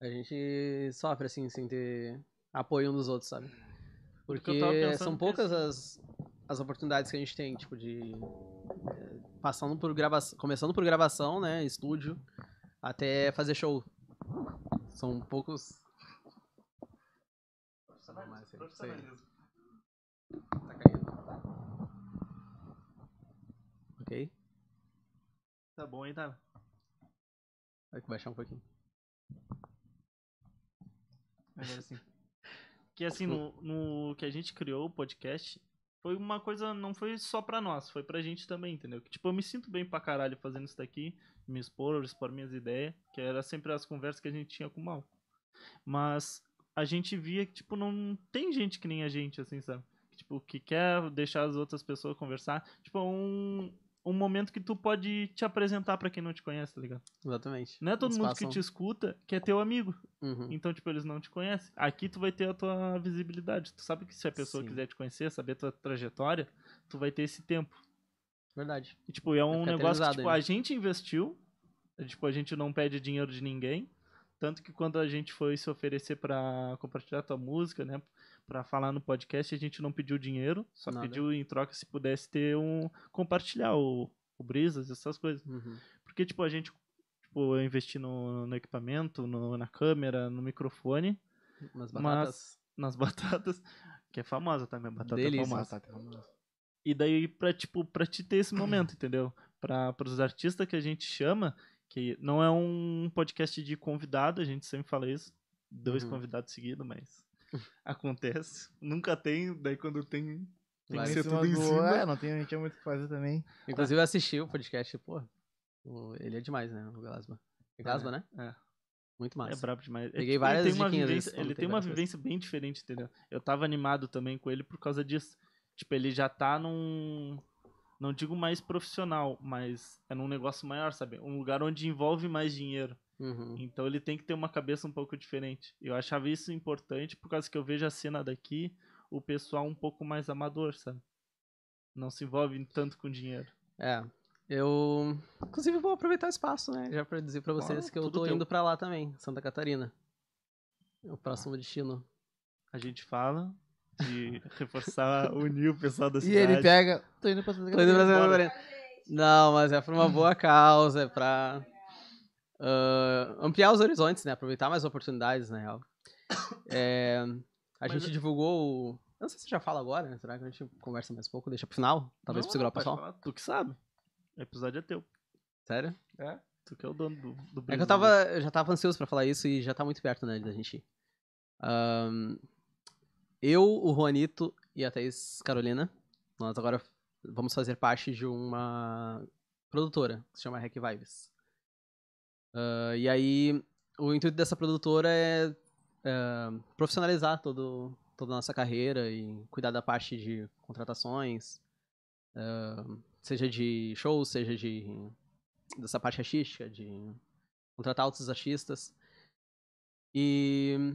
A gente sofre, assim, sem ter apoio um dos outros, sabe? Porque Porque eu tava pensando é assim. são poucas as, as oportunidades que a gente tem, tipo, de. eh, Passando por gravação. Começando por gravação, né? Estúdio, até fazer show. São poucos. Mas, é isso aí. Tá caindo. Ok. Tá bom, hein, tá? Vai baixar um pouquinho. Agora sim. Que assim, no, no que a gente criou o podcast, foi uma coisa, não foi só pra nós, foi pra gente também, entendeu? Que, tipo, eu me sinto bem pra caralho fazendo isso daqui, me expor, expor minhas ideias, que era sempre as conversas que a gente tinha com o mal. Mas a gente via que, tipo, não tem gente que nem a gente, assim, sabe? Que, Tipo, que quer deixar as outras pessoas conversar. Tipo, é um, um momento que tu pode te apresentar pra quem não te conhece, tá ligado? Exatamente. Não é todo Eles mundo passam- que te escuta que é teu amigo. Uhum. Então, tipo, eles não te conhecem. Aqui tu vai ter a tua visibilidade. Tu sabe que se a pessoa Sim. quiser te conhecer, saber a tua trajetória, tu vai ter esse tempo. Verdade. E, tipo, é um ficar negócio que eternizado tipo, ainda. a gente investiu. é, Tipo, a gente não pede dinheiro de ninguém. Tanto que quando a gente foi se oferecer pra compartilhar tua música, né? Pra falar no podcast, a gente não pediu dinheiro. Só Nada. pediu em troca se pudesse ter um... Compartilhar o, o Brisas, essas coisas. Uhum. Porque, tipo, a gente. Tipo, eu investi no, no equipamento, no- na câmera, no microfone, Umas Mas- batatas. nas batatas. Que é famosa também, a batata Delícia. é famosa. tá, vamos lá. E daí, pra, tipo, pra te ter esse momento, entendeu? Pra, pros artistas que a gente chama, que não é um podcast de convidado, a gente sempre fala isso. Dois Uhum. convidados seguidos, mas. Acontece. Nunca tem, daí quando tem. Tem Vai que Em ser cima tudo em do- cima. É, não tem, não tinha muito o que fazer também. Inclusive eu assisti o podcast, pô. o- Ele é demais, né? O Gasba. É Gasba, né? É. Muito É massa. brabo demais. É, Peguei tipo, ele várias tem uma diquinhas vivência, desse, Ele contei tem uma várias coisas. vivência bem diferente, entendeu? Eu tava animado também com ele por causa disso. Tipo, ele já tá num. Não digo mais profissional, mas é num negócio maior, sabe? Um lugar onde envolve mais dinheiro. Uhum. Então ele tem que ter uma cabeça um pouco diferente. Eu achava isso importante por causa que eu vejo a cena daqui, o pessoal um pouco mais amador, sabe? Não se envolve tanto com dinheiro. É. Eu. Inclusive vou aproveitar o espaço, né? Já pra dizer pra vocês Claro, que eu tudo tô teu. indo pra lá também, Santa Catarina. É o próximo destino. A gente fala de reforçar, unir o pessoal da E cidade. ele pega. Tô indo pra Santa Tô indo pra Santa Catarina. Catarina. é Não, mas é pra uma boa causa, é pra ah, ampliar os horizontes, né? Aproveitar mais oportunidades, na real. É, a Mas gente eu- divulgou. o- Eu não sei se já fala agora, né? Será que a gente conversa mais pouco? Deixa pro final? Talvez Não, pra segurar o pode pessoal? falar, Tu que sabe. O episódio é teu. Sério? Tu que é o dono do, do É que Brasil. eu tava, eu já tava ansioso pra falar isso e já tá muito perto, né, da gente ir. Ahn, eu, o Juanito e a Thaís Carolina, nós agora vamos fazer parte de uma produtora que se chama Hack Vibes. Ah, e aí, o intuito dessa produtora é, ah, profissionalizar todo, toda a nossa carreira e cuidar da parte de contratações, ah, seja de shows, seja de dessa parte artística, de contratar outros artistas. E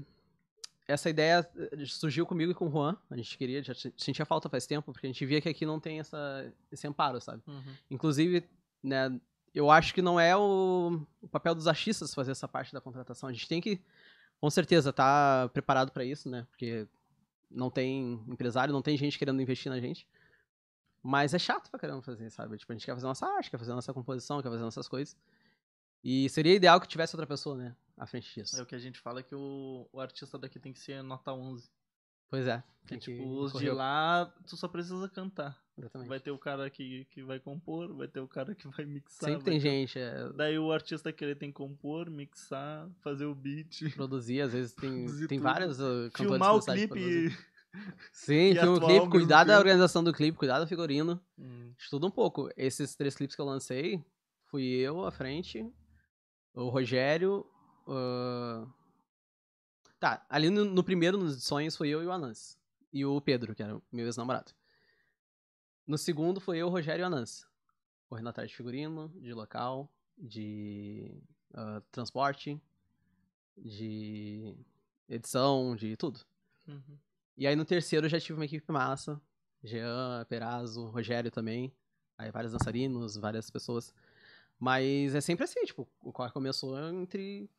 essa ideia eh, surgiu comigo e com o Juan. A gente queria, já se- sentia falta faz tempo, porque a gente via que aqui não tem essa, esse amparo, sabe? Uhum. Inclusive, né, eu acho que não é o, o papel dos artistas fazer essa parte da contratação. A gente tem que, com certeza, estar preparado para isso, né? Porque não tem empresário, não tem gente querendo investir na gente. Mas é chato pra caramba fazer, sabe? Tipo, a gente quer fazer nossa arte, quer fazer nossa composição, quer fazer nossas coisas. E seria ideal que tivesse outra pessoa, né? À frente disso. É o que a gente fala que o, o artista daqui tem que ser nota 11. Pois é. Que, Tem que tipo, os correr de lá, tu só precisa cantar. Exatamente. Vai ter o cara que, que vai compor, vai ter o cara que vai mixar. Sempre vai tem ter- gente. É, Daí o artista que ele tem que compor, mixar, fazer o beat, produzir, às vezes tem, Produzir tem tudo. vários uh, cantores filmar o responsáveis por produzir. clipe. Sim, e filma o atuar ao clipe, mesmo cuidar da tempo. organização do clipe, cuidar do figurino, Hum, estuda um pouco. Esses três clipes que eu lancei, fui eu à frente, o Rogério. ah, Tá, ali no, no primeiro, nos sonhos, foi eu e o Anans. E o Pedro, que era o meu ex-namorado. No segundo, foi eu, o Rogério e o Anans. Correndo atrás de figurino, de local, de ah, transporte, de edição, de tudo. Uhum. E aí no terceiro eu já tive uma equipe massa. Jean, Perazzo, Rogério também. Aí vários dançarinos, várias pessoas. Mas é sempre assim, tipo, o core começou entre.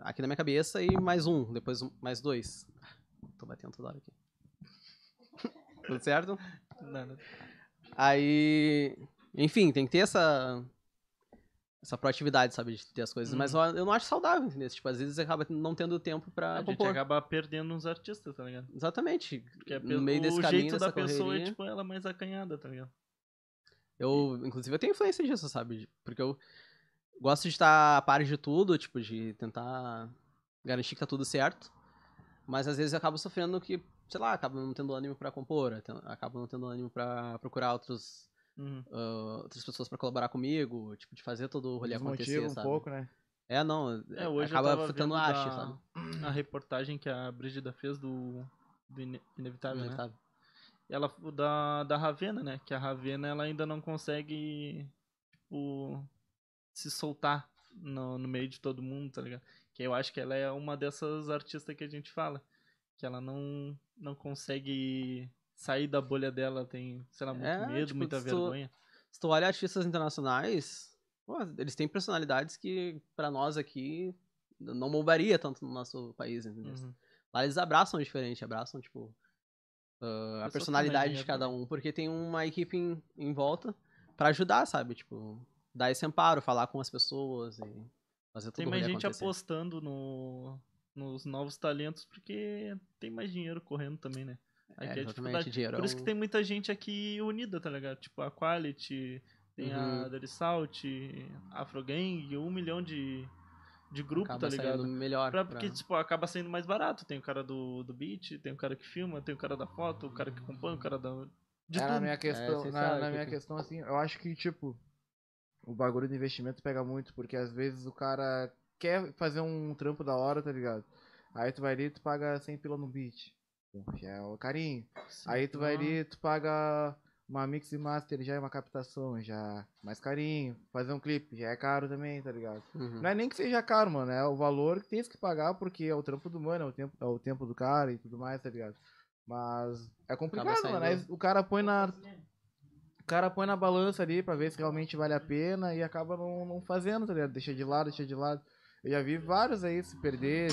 Aqui na minha cabeça e mais um, depois um- mais dois. Tô batendo toda hora aqui. Tudo certo? Nada. Aí. Enfim, tem que ter essa. Essa proatividade, sabe, de ter as coisas. Mas eu, eu não acho saudável, entendeu? Tipo, às vezes acaba não tendo tempo pra A gente Ah, compor. acaba perdendo uns artistas, tá ligado? Exatamente. Porque a No pe- meio desse o caminho, jeito da dessa pessoa é, correria. tipo, ela mais acanhada, tá ligado? Eu, inclusive, eu tenho influência disso, sabe? De- Porque eu gosto de estar a par de tudo, tipo, de tentar garantir que tá tudo certo. Mas às vezes eu acabo sofrendo que, sei lá, acabo não tendo ânimo pra compor, aten- acabo não tendo ânimo pra procurar outros, Uhum. ah, outras pessoas pra colaborar comigo, tipo, de fazer todo o rolê acontecer, Desmotiva um sabe? pouco, né? É, não, É, hoje eu acaba tava fritando vendo haste, da- sabe? A reportagem que a Brígida fez do, do Ine- Inevitável, né? Inevitável. Ela, o da, da Ravena, né? Que a Ravena, ela ainda não consegue, tipo, se soltar no, no meio de todo mundo, tá ligado? Que eu acho que ela é uma dessas artistas que a gente fala. Que ela não, não consegue sair da bolha dela, tem, sei lá, muito É, medo, tipo, muita se tu- vergonha. Se tu olha artistas internacionais, pô, eles têm personalidades que, pra nós aqui, não moldaria tanto no nosso país, entendeu? Uhum. Lá eles abraçam diferente, abraçam, tipo, ah, a Pessoas personalidade também, de né, cada um, porque tem uma equipe em, em volta pra ajudar, sabe? Tipo, dar esse amparo, falar com as pessoas e fazer tudo Tem mais rolê gente acontecer. apostando no, nos novos talentos porque tem mais dinheiro correndo também, né? Aí É, que é a exatamente, dificuldade. dinheiro. Por é isso que um- tem muita gente aqui unida, tá ligado? Tipo a Quality, tem a Uhum. Dorisalt, Afrogang, um milhão de, de grupo, acaba tá saindo ligado? melhor. Pra, Pra, porque, tipo, acaba saindo mais barato. Tem o cara do, do beat, tem o cara que filma, tem o cara da foto, o cara que acompanha, o cara da. De É, tudo. na minha questão, vocês na, sabem na que minha tem. questão, assim, eu acho que, tipo, o bagulho do investimento pega muito, porque às vezes o cara quer fazer um trampo da hora, tá ligado? Aí tu vai ali e tu paga 100 pila no beat. Que é o carinho. Sim, Aí tu vai então, ali, tu paga uma mix e master, já é uma captação, já é mais carinho. Fazer um clipe, já é caro também, tá ligado? Uhum. né, Não é nem que seja caro, mano, é o valor que tens que pagar porque é o trampo do mano, é o tempo, é o tempo do cara e tudo mais, tá ligado? Mas é complicado, saindo- mano. aí O cara põe na o cara põe na balança ali pra ver se realmente vale a pena e acaba não, não fazendo, tá ligado? Deixa de lado, deixa de lado. Eu já vi vários aí se perder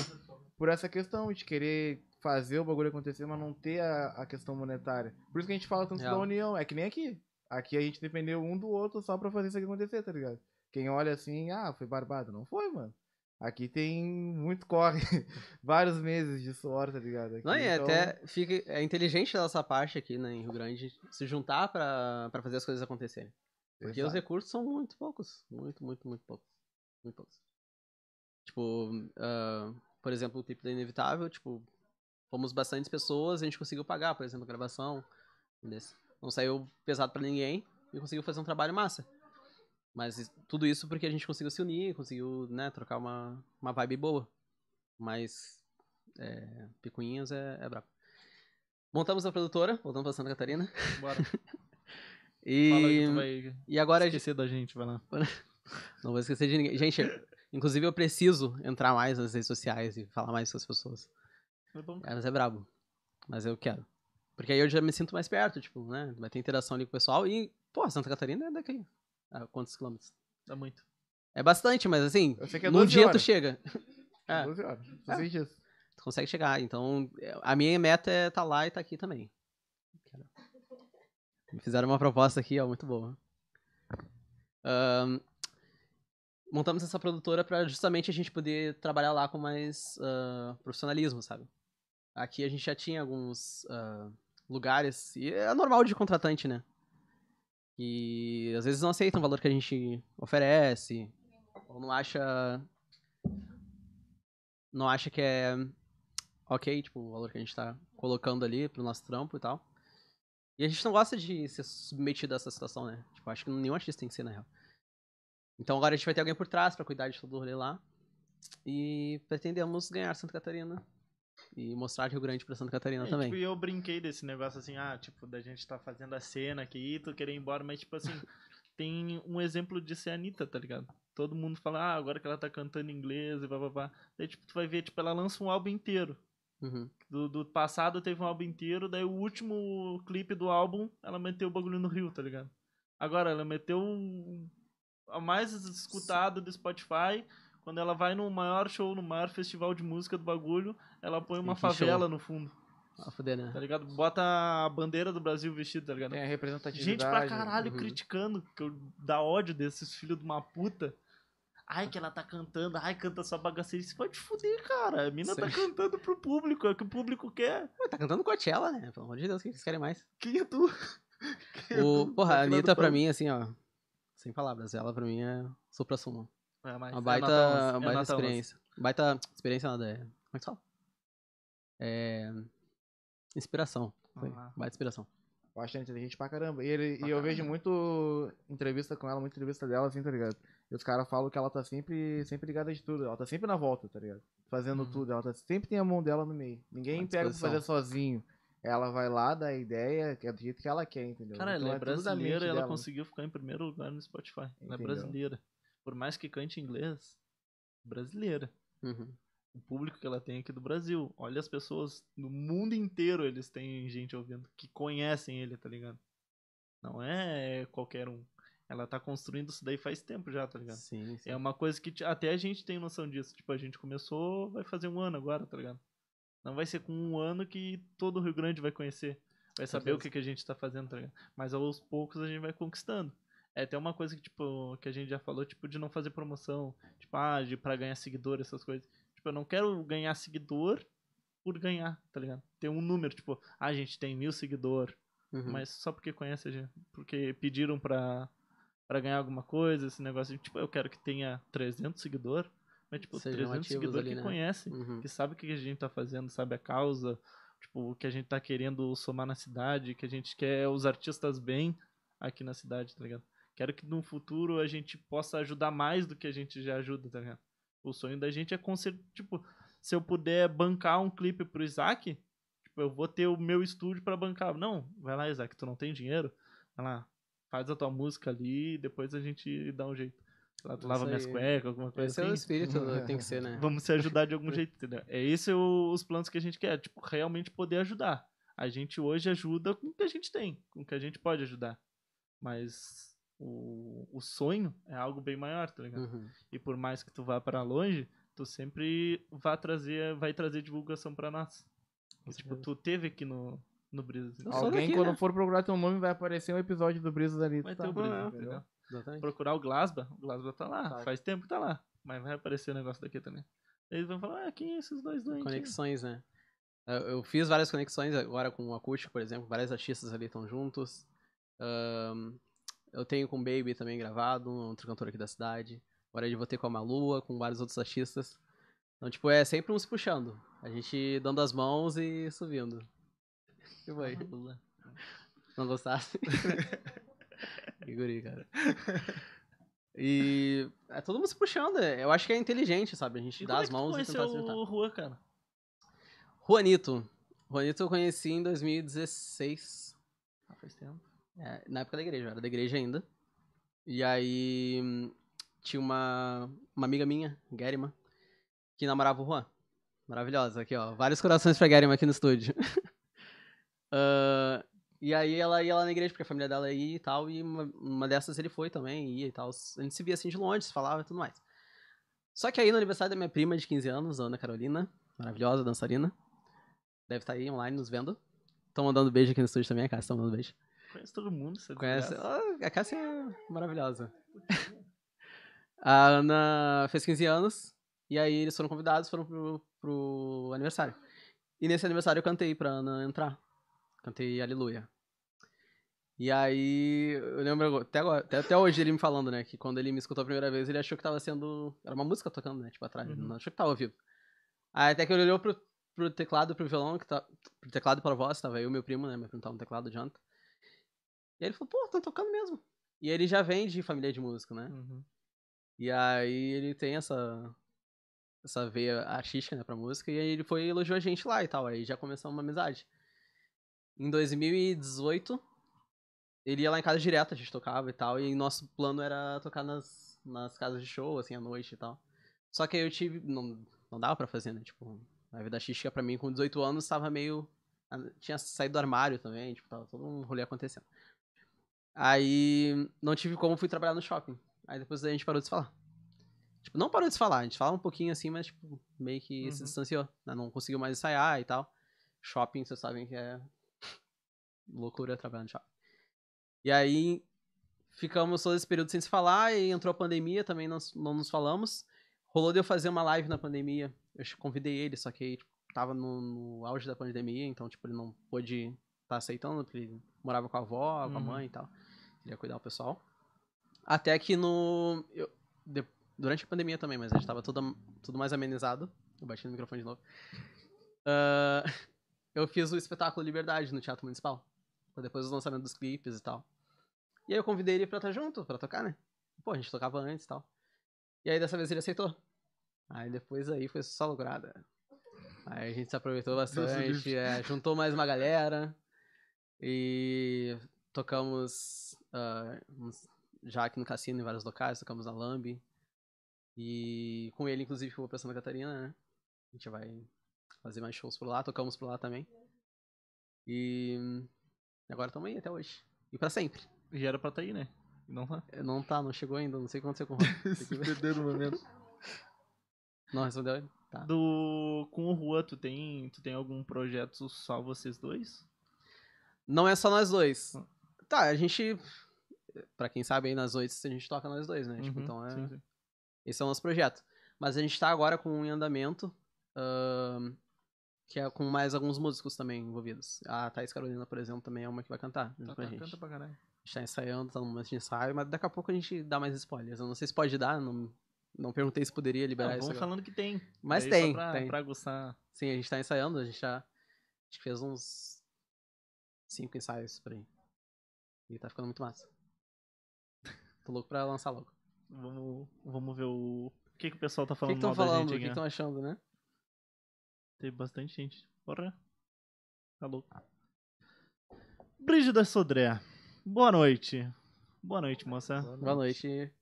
por essa questão de querer fazer o bagulho acontecer, mas não ter a, a questão monetária. Por isso que a gente fala tanto Real. da união, é que nem aqui. Aqui a gente dependeu um do outro só pra fazer isso aqui acontecer, tá ligado? Quem olha assim, ah, foi barbado. Não foi, mano. Aqui tem muito corre, vários meses de suor, tá ligado? Aqui, Não, e então- até fica, é inteligente dessa parte aqui, né, em Rio Grande, se juntar pra, pra fazer as coisas acontecerem. Porque os Exato. recursos são muito poucos. Muito, muito, muito poucos. Muito poucos. Tipo, ah, por exemplo, o clipe da Inevitável, tipo, fomos bastante pessoas, a gente conseguiu pagar, por exemplo, a gravação. entendesse? Não saiu pesado pra ninguém e conseguiu fazer um trabalho massa. Mas is- tudo isso porque a gente conseguiu se unir, conseguiu, né, trocar uma, uma vibe boa. Mas, é, picuinhas é, é brabo. Montamos a produtora, voltamos pra Santa Catarina. Bora. Fala que E, tu vai e agora a gente- esquecer da gente, vai lá. não vou esquecer de ninguém. Gente, inclusive eu preciso entrar mais nas redes sociais e falar mais com as pessoas. Mas vamos- Elas é brabo. Mas eu quero. Porque aí eu já me sinto mais perto, tipo, né? Vai ter interação ali com o pessoal. E, pô, Santa Catarina é daqui. A quantos quilômetros? Dá muito. É bastante, mas assim, Eu sei que é num 12 dia horas. tu chega. É. É. 12 horas. Só sei disso. Tu consegue chegar. Então, a minha meta é tá lá e tá aqui também. Quero. Me fizeram uma proposta aqui, ó, muito boa. Ahn, montamos essa produtora pra justamente a gente poder trabalhar lá com mais ah, profissionalismo, sabe? Aqui a gente já tinha alguns ah, lugares, e é normal de contratante, né? E às vezes não aceitam o valor que a gente oferece, ou não acha. Não acha que é ok, tipo, o valor que a gente tá colocando ali pro nosso trampo e tal. E a gente não gosta de ser submetido a essa situação, né? Tipo, acho que nenhum artista tem que ser, na real. Então agora a gente vai ter alguém por trás pra cuidar de todo o rolê lá. E pretendemos ganhar Santa Catarina. E mostrar Rio Grande pra Santa Catarina É, também. Tipo, e eu brinquei desse negócio assim, ah, tipo, da gente tá fazendo a cena aqui, tu querer ir embora, mas tipo assim, tem um exemplo de ser a Anitta, tá ligado? Todo mundo fala, ah, agora que ela tá cantando em inglês e papapá. Daí, tipo, tu vai ver, tipo, ela lança um álbum inteiro. Uhum. Do, do passado teve um álbum inteiro, daí o último clipe do álbum, ela meteu o bagulho no Rio, tá ligado? Agora, ela meteu o a mais escutado do Spotify. Quando ela vai no maior show, no maior festival de música do bagulho, ela põe uma que favela no fundo, Ah, fuder, né? tá ligado? Bota a bandeira do Brasil vestida, tá ligado? É Tem a representatividade. Gente pra caralho Uhum. criticando, que eu dá ódio desses filhos de uma puta. Ai, que ela tá cantando, ai, canta só bagaceira. Você pode fuder, cara. A mina tá Sim. cantando pro público, é o que o público quer. Pô, tá cantando Coachella, né? Pelo amor de Deus, o que vocês querem mais? Quem é tu? Quem é O, tu? porra, a Tá tirando Anitta pra pano. mim, assim, ó. Sem palavras, ela pra mim é supra-sumo. É, mas Uma é baita, nota onze, é uma baita nota onze. experiência. Baita experiência nada, é... Como é que fala? É... Inspiração. Foi. Ah. Baita inspiração. Eu acho ela inteligente pra caramba. E, ele- Pra e eu caramba. vejo muito entrevista com ela, muita entrevista dela, assim, tá ligado? E os caras falam que ela tá sempre, sempre ligada de tudo. Ela tá sempre na volta, tá ligado? Fazendo Uhum. tudo. Ela tá, sempre tem a mão dela no meio. Ninguém À pega pra disposição. fazer sozinho. Ela vai lá, dá a ideia, que é do jeito que ela quer, entendeu? Cara, Então ela é tudo da mente brasileira e ela dela. conseguiu ficar em primeiro lugar no Spotify. Ela é Entendeu? brasileira. Por mais que cante inglês, brasileira. Uhum. O público que ela tem aqui do Brasil. Olha as pessoas no mundo inteiro, eles têm gente ouvindo que conhecem ele, tá ligado? Não é qualquer um. Ela tá construindo isso daí faz tempo já, tá ligado? Sim, sim. É uma coisa que te- até a gente tem noção disso. Tipo, a gente começou, vai fazer um ano agora, tá ligado? Não vai ser com um ano que todo o Rio Grande vai conhecer. Vai saber o certeza. que, que a gente tá fazendo, tá ligado? Mas aos poucos a gente vai conquistando. É até uma coisa que, tipo, que a gente já falou, tipo, de não fazer promoção. Tipo, ah, de pra ganhar seguidor, essas coisas. Tipo, eu não quero ganhar seguidor por ganhar, tá ligado? Ter um número, tipo, ah, a gente tem mil seguidor, Uhum. mas só porque conhece a gente. Porque pediram pra, pra ganhar alguma coisa, esse negócio. de, Tipo, eu quero que tenha 300 seguidores. Mas, tipo, Sejam 300 ativos seguidores ali, que né? conhecem. Uhum. Que sabe o que a gente tá fazendo, sabe a causa. Tipo, o que a gente tá querendo somar na cidade. Que a gente quer os artistas bem aqui na cidade, tá ligado? Quero que no futuro a gente possa ajudar mais do que a gente já ajuda, tá ligado? O sonho da gente é, com cer- tipo, se eu puder bancar um clipe pro Isaac, tipo, eu vou ter o meu estúdio pra bancar. Não, vai lá, Isaac, tu não tem dinheiro? Vai lá, faz a tua música ali e depois a gente dá um jeito. Sei lá, tu Isso lava minhas aí. cuecas, alguma coisa Esse é assim. o espírito, tem que ser, né? Vamos se ajudar de algum jeito, entendeu? É esse o- os planos que a gente quer, tipo, realmente poder ajudar. A gente hoje ajuda com o que a gente tem, com o que a gente pode ajudar. Mas o, o sonho é algo bem maior, tá ligado? Uhum. E por mais que tu vá pra longe, tu sempre vai trazer, vai trazer divulgação pra nós. E, tipo, tu teve aqui no, no Brisa. assim, Eu sou Alguém, daqui, quando né? for procurar teu nome, vai aparecer um episódio do Brisas ali. Vai tá? ter o Brisa, Entendeu? entendeu? Exatamente. procurar o Glasba, o Glasba tá lá, Tá. faz tempo que tá lá, mas vai aparecer o negócio daqui também. Eles vão falar, ah, quem é esses dois doentes? aí?" Conexões, né? Eu, eu fiz várias conexões agora com o acústico, por exemplo. Vários artistas ali estão juntos. Ahn, eu tenho com o Baby também gravado, um outro cantor aqui da cidade. Agora eu vou ter com a Malua, com vários outros artistas. Então, tipo, é sempre um se puxando. A gente dando as mãos e subindo. Que foi? Lula. Não gostasse? que guri, cara. E é todo mundo se puxando. é- Eu acho que é inteligente, sabe? A gente E dá como é as que tu mãos e tentar se conheceu juntar. o Juan, cara? Juanito. Juanito eu conheci em 2016. Ah, faz tempo. é, na época da igreja, eu era da igreja ainda. E aí hum, tinha uma, uma amiga minha, Guerima, que namorava o Juan. Maravilhosa, aqui ó. Vários corações pra Guerima aqui no estúdio. Ah, e aí ela ia lá na igreja, porque a família dela ia e tal. E uma, uma dessas ele foi também, ia e tal. A gente se via assim de longe, se falava e tudo mais. Só que aí no aniversário da minha prima de 15 anos, a Ana Carolina, maravilhosa dançarina. Deve estar aí online nos vendo. Estão mandando beijo aqui no estúdio também, a Cássia. Estão mandando beijo. Conhece todo mundo, você Conhece. Ah, a Cássia é maravilhosa. A Ana fez 15 anos. E aí eles foram convidados, foram pro, pro aniversário. E nesse aniversário eu cantei pra Ana entrar. Cantei Aleluia. E aí, eu lembro agora- até, agora- até, até hoje ele me falando, né? Que quando ele me escutou a primeira vez, ele achou que tava sendo. Era uma música tocando, né? Tipo, atrás. Uhum. Não achou que tava ao vivo. Aí até que ele olhou pro, pro teclado, pro violão, que tá, pro teclado e pra voz, tava eu e meu primo, né? Meu primo tava no teclado adianta. E aí ele falou, pô, tá tocando mesmo. E ele já vem de família de músico, né? Uhum. E aí ele tem essa essa veia artística, né, pra música, e aí ele foi e elogiou a gente lá e tal, aí já começou uma amizade. Em 2018, ele ia lá em casa direto, a gente tocava e tal, e nosso plano era tocar nas nas casas de show, assim, à noite e tal. Só que aí eu tive. Não, não dava pra fazer, né? Tipo, a vida xística pra mim com 18 anos tava meio. ah, Tinha saído do armário também, tipo, tava todo um rolê acontecendo. Aí não tive como fui trabalhar no shopping. Aí depois a gente parou de se falar. Tipo, não parou de se falar, a gente fala um pouquinho assim, mas tipo, meio que se Uhum. distanciou. né? Não conseguiu mais ensaiar e tal. Shopping, vocês sabem que é loucura trabalhar no shopping. E aí ficamos todo esse período sem se falar e entrou a pandemia, também não, não nos falamos. Rolou de eu fazer uma live na pandemia. Eu ch- convidei ele, só que aí, tipo, tava no, no auge da pandemia, então tipo, ele não pôde estar aceitando, porque ele morava com a avó, com a Uhum. mãe e tal. Queria cuidar o pessoal. Até que no. eu- de- durante a pandemia também, mas a gente tava tudo, tudo mais amenizado. Eu bati no microfone de novo. Ah, eu fiz o espetáculo Liberdade no Teatro Municipal. Foi Depois dos lançamentos dos clipes e tal. E aí eu convidei ele pra estar junto, pra tocar, né? Pô, a gente tocava antes e tal. E aí dessa vez ele aceitou. Aí depois aí foi só lograda. Aí a gente se aproveitou bastante, é, juntou mais uma galera. E tocamos ah, uns- já aqui no cassino em vários locais, tocamos na Lambi. E com ele, inclusive, que eu vou pra Santa Catarina, né? A gente vai fazer mais shows por lá, tocamos por lá também. E hum, agora estamos aí até hoje. E pra sempre. E era pra tá aí, né? E Não tá. Não tá, não chegou ainda, não sei o que aconteceu com o Juan. Se perder no momento. Não respondeu ele? Tá. Do... Com o Juan, tu tem... tu tem algum projeto só vocês dois? Não é só nós dois. Hum. Tá, a gente. Pra quem sabe aí nas noites a gente toca nós dois, né? Tipo, Uhum, então é. sim, sim. Esse é o nosso projeto. Mas a gente tá agora com um em andamento, ahn, que é com mais alguns músicos também envolvidos. A Thais Carolina, por exemplo, também é uma que vai cantar junto Tá, com a tá, gente. canta pra caralho. A gente tá ensaiando, tá no momento de ensaio, mas daqui a pouco a gente dá mais spoilers. Eu não sei se pode dar, não, não perguntei se poderia Não, liberar isso. Ah, vamos agora. falando que tem. Mas Daí tem, Só pra, tem. pra aguçar. Sim, a gente tá ensaiando, a gente já a gente fez uns cinco ensaios por aí. E tá ficando muito massa. Tô louco pra lançar logo. Vamos, vamos ver o... O que, que o pessoal tá O que falando que mal estão da falando? gente O que aqui, né? estão achando, né? Teve bastante gente. Porra. Tá louco. Brígida Sodré. Boa noite. Boa noite, moça. Boa noite.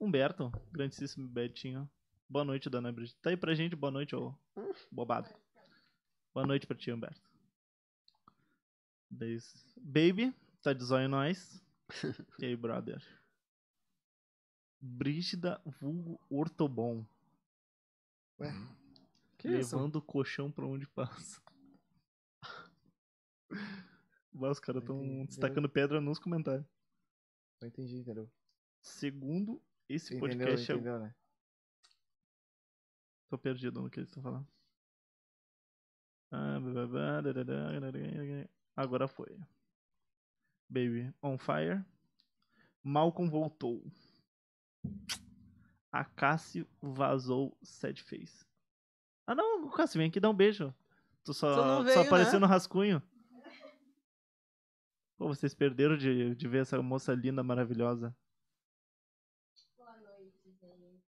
Humberto, grandíssimo Betinho. Boa noite, dona Brigitte. Tá aí pra gente, boa noite, ô bobado. Boa noite pra ti, Humberto. Beijo. Baby, tá de zóio em nós. E aí, brother? Brígida vulgo ortobon. Hum. Ué, que isso? levando o colchão pra onde passa. Bah, Os caras tão Entendi. um, destacando pedra nos comentários. Não entendi, entendeu? Segundo esse Entendeu, podcast é o entendeu, né? Tô perdido no que eles estão falando. Ah, blá, blá, blá, blá, blá, blá, blá, blá. Agora foi. Baby on fire. Malcolm voltou. A Cassie vazou set face. Ah não, Cassie, vem aqui dar um beijo. Tu só, Tu não tu só veio, apareceu né? no rascunho. Pô, vocês perderam de, de ver essa moça linda, maravilhosa. Boa noite, gente.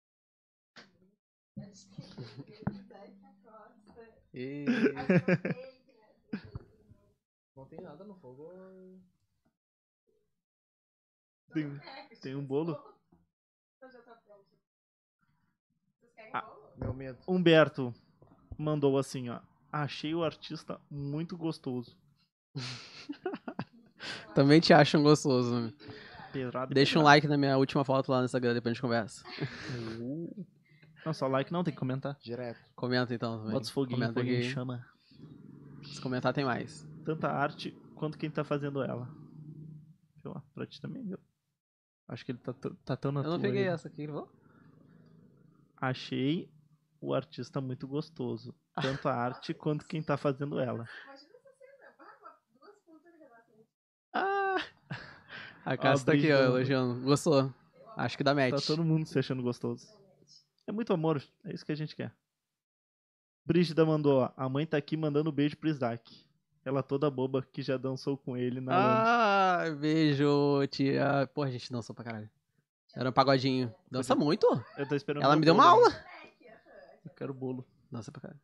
E... Não tem nada no fogo. Tem, tem um bolo. Eu já tô pronto. Vocês querem Ah. bolo? Meu medo. Humberto mandou assim, ó. Achei o artista muito gostoso. Também te acham gostoso. né? Pedrado. e Deixa um pedrado. like na minha última foto lá no Instagram, depois a gente conversa. Uh. Não, só like não, tem que comentar. Direto. Comenta então também. Bota os foguinhos, Comenta foguinho aqui. chama. Se comentar tem mais. Tanta arte quanto quem tá fazendo ela. Sei lá, pra ti também, viu? Acho que ele tá t- tá tão na Eu não tua peguei ali. essa aqui, ele falou? Achei o artista muito gostoso. Ah. Tanto a arte quanto quem tá fazendo ela. Imagina essa cena. Pá, uma- duas um pontas de relação. Ah! A Cássia tá aqui, ó, Brígida- elogiando. Gostou? Acho que dá match. Tá todo mundo se achando gostoso. É muito amor, é isso que a gente quer. Brígida mandou, ó, a mãe tá aqui mandando um beijo pro Isaac. Ela toda boba que já dançou com ele na Lamb. Ah, beijo, tia. Pô, a gente dançou pra caralho. Era um pagodinho. Dança muito? Eu tô esperando Ela meu me deu bolo, uma né? aula. Eu quero bolo. Dança pra caralho.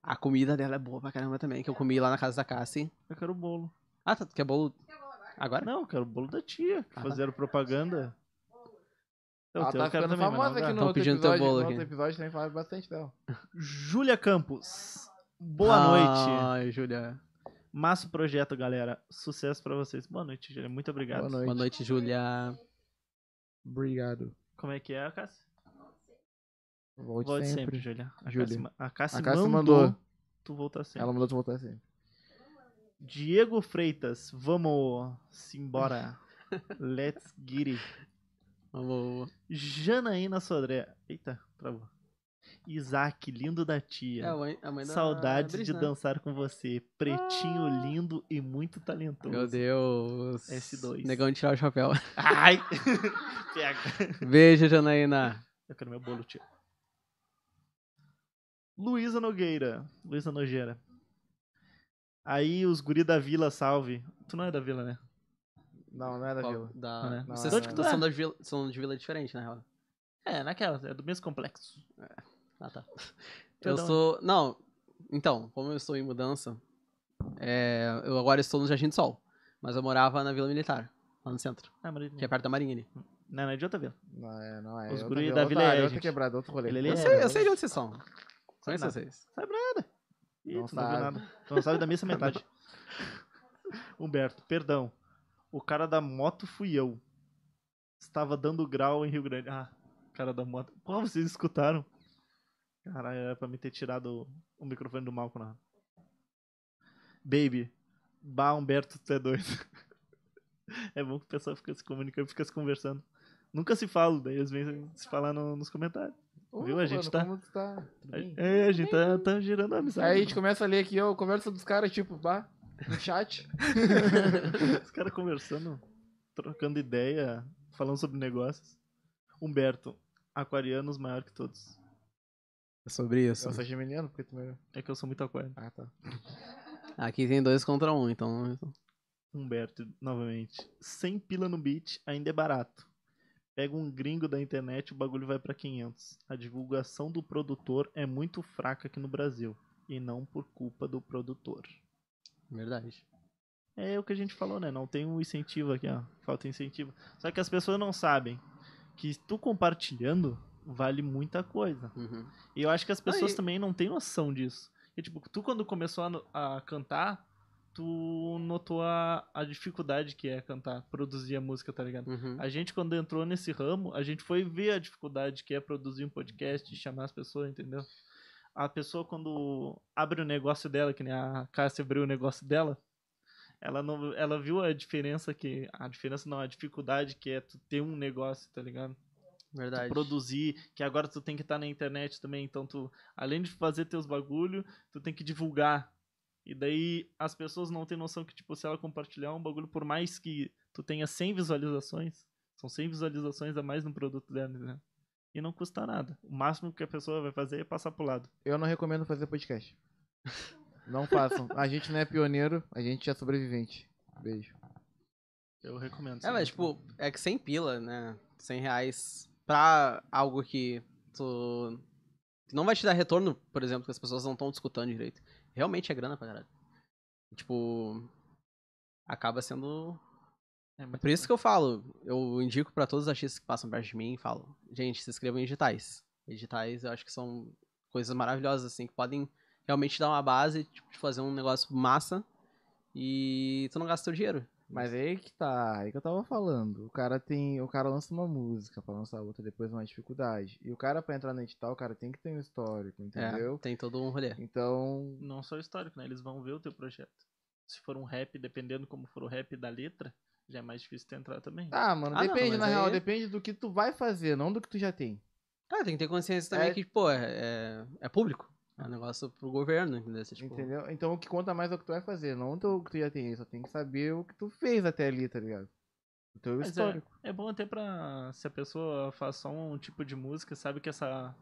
A comida dela é boa pra caramba também, que eu comi lá na casa da Cassie. Eu quero bolo. Ah, tá, tu quer bolo Quer bolo agora? agora? Não, eu quero bolo da tia. Que Ah, tá. Fizeram propaganda. Então, ela teu tá eu quero ficando também, mas famosa não aqui agora. no Tão outro pedindo teu episódio. bolo No aqui. outro episódio também fala bastante dela. Júlia Campos, boa Ah. noite. Ai, Júlia. Massa o projeto, galera. Sucesso pra vocês. Boa noite, Júlia. Muito obrigado. Boa noite. Boa noite, Júlia. Obrigado. Como é que é, Cássio? Volte, Volte sempre. sempre, Júlia. A Júlia. Cássia ma- A Cássia A Cássia mandou, mandou. tu voltar sempre. Ela mandou tu voltar sempre. Diego Freitas, vamos embora. Let's get it. Vamos. Janaína Sodré. Eita, travou. Isaac, lindo da tia. É a mãe, a mãe da Saudades Bris, de né? Ah. dançar com você. Pretinho, lindo e muito talentoso. Meu Deus. S2. Negão de tirar o chapéu. Ai! Pega. Beijo, Janaína. Eu quero meu bolo, tio. Luísa Nogueira. Luísa Nogueira. Aí os guri da vila, salve. Tu não é da vila, né? Não, não é da Qual- vila. Da... Ah, né? Não, Vocês é- De onde que tu são, é? da vila, são de vila diferente, na real. É, naquela. É do mesmo complexo. Ah, tá. Tu é eu da onde? sou. Não, então, como eu estou em mudança, é, eu agora estou no Jardim do Sol. Mas eu morava na Vila Militar, lá no centro, Ah, Maria. que é perto da Marinha ali. Não, não é de outra vila. Não é, não é. Os Outra guri vila, da outra vila é, área, outro gente. quebrado, outro rolê. Ele é- Eu sei, eu sei de onde vocês são. Conheço nada. vocês. Ih, Não tu não viu sabe. nada. Tu não sabe da missa metade. Humberto, perdão. O cara da moto fui eu. Estava dando grau em Rio Grande. Ah, cara da moto. Pô, vocês escutaram? Caralho, era pra me ter tirado o microfone do Malco na. Baby. Bah, Humberto, tu é doido. É bom que o pessoal fica se comunicando, fica se conversando. Nunca se fala, daí eles vêm se falar no- nos comentários. Ô, Viu? A gente mano, tá- como tu tá? Tudo bem? É, a gente tá, tá gerando amizade. Aí a gente começa a ler aqui, ó, conversa dos caras, tipo, bah, no chat. Os caras conversando, trocando ideia, falando sobre negócios. Humberto, aquarianos maior que todos. É sobre isso. Eu sou geminiano, porque tu me... É que eu sou muito aquário. Ah, tá. Aqui tem dois contra um, então. Humberto, novamente. Sem pila no beat, ainda é barato. Pega um gringo da internet, o bagulho vai pra 500. A divulgação do produtor é muito fraca aqui no Brasil. E não por culpa do produtor. Verdade. É o que a gente falou, né? Não tem um incentivo aqui, ó. Falta incentivo. Só que as pessoas não sabem que tu compartilhando vale muita coisa. Uhum. E eu acho que as pessoas e- também não têm noção disso. E, tipo, tu quando começou a, no- a cantar, tu notou a, a dificuldade que é cantar, produzir a música, tá ligado? Uhum. A gente, quando entrou nesse ramo, a gente foi ver a dificuldade que é produzir um podcast, chamar as pessoas, entendeu? A pessoa, quando abre o negócio dela, que nem a Cássia abriu o negócio dela, ela, não, ela viu a diferença que. A diferença não, a dificuldade que é tu ter um negócio, tá ligado? tu Verdade. produzir, que agora tu tem que estar na internet também, então tu, além de fazer teus bagulho, tu tem que divulgar. E daí as pessoas não têm noção que, tipo, se ela compartilhar um bagulho, por mais que tu tenha 100 visualizações, são 100 visualizações a mais no produto dela, né? E não custa nada. O máximo que a pessoa vai fazer é passar pro lado. Eu não recomendo fazer podcast. Não façam. A gente não é pioneiro, a gente é sobrevivente. Beijo. Eu recomendo. É, mas tipo, é que 100 pila, né? 100 reais pra algo que tu que não vai te dar retorno, por exemplo, que as pessoas não estão discutindo direito. Realmente é grana pra caralho. Tipo, acaba sendo. É por isso que eu falo, eu indico pra todos os artistas que passam perto de mim e falo: gente, se inscrevam em editais. Editais eu acho que são coisas maravilhosas, assim, que podem realmente dar uma base, tipo, de fazer um negócio massa e tu não gasta teu dinheiro. Mas aí que tá, aí que eu tava falando. O cara tem. O cara lança uma música pra lançar outra, depois uma dificuldade. E o cara, pra entrar no edital, o cara tem que ter um histórico, É, entendeu? tem todo um rolê. Então. Não só histórico, né? Eles vão ver o teu projeto. Se for um rap, dependendo como for o rap da letra, já é mais difícil tu entrar também. Ah, mano, Ah, não, depende, mas na real, aí- depende do que tu vai fazer, não do que tu já tem. Cara, tem que ter consciência também É- que, pô, é, é, é público. É um negócio pro governo, entendeu? Você, tipo, Entendeu? Então o que conta mais é o que tu vai fazer, não o que tu já tem. Só tem que saber o que tu fez até ali, tá ligado? O teu Mas é, histórico. É bom até pra. Se a pessoa faz só um tipo de música, sabe que essa,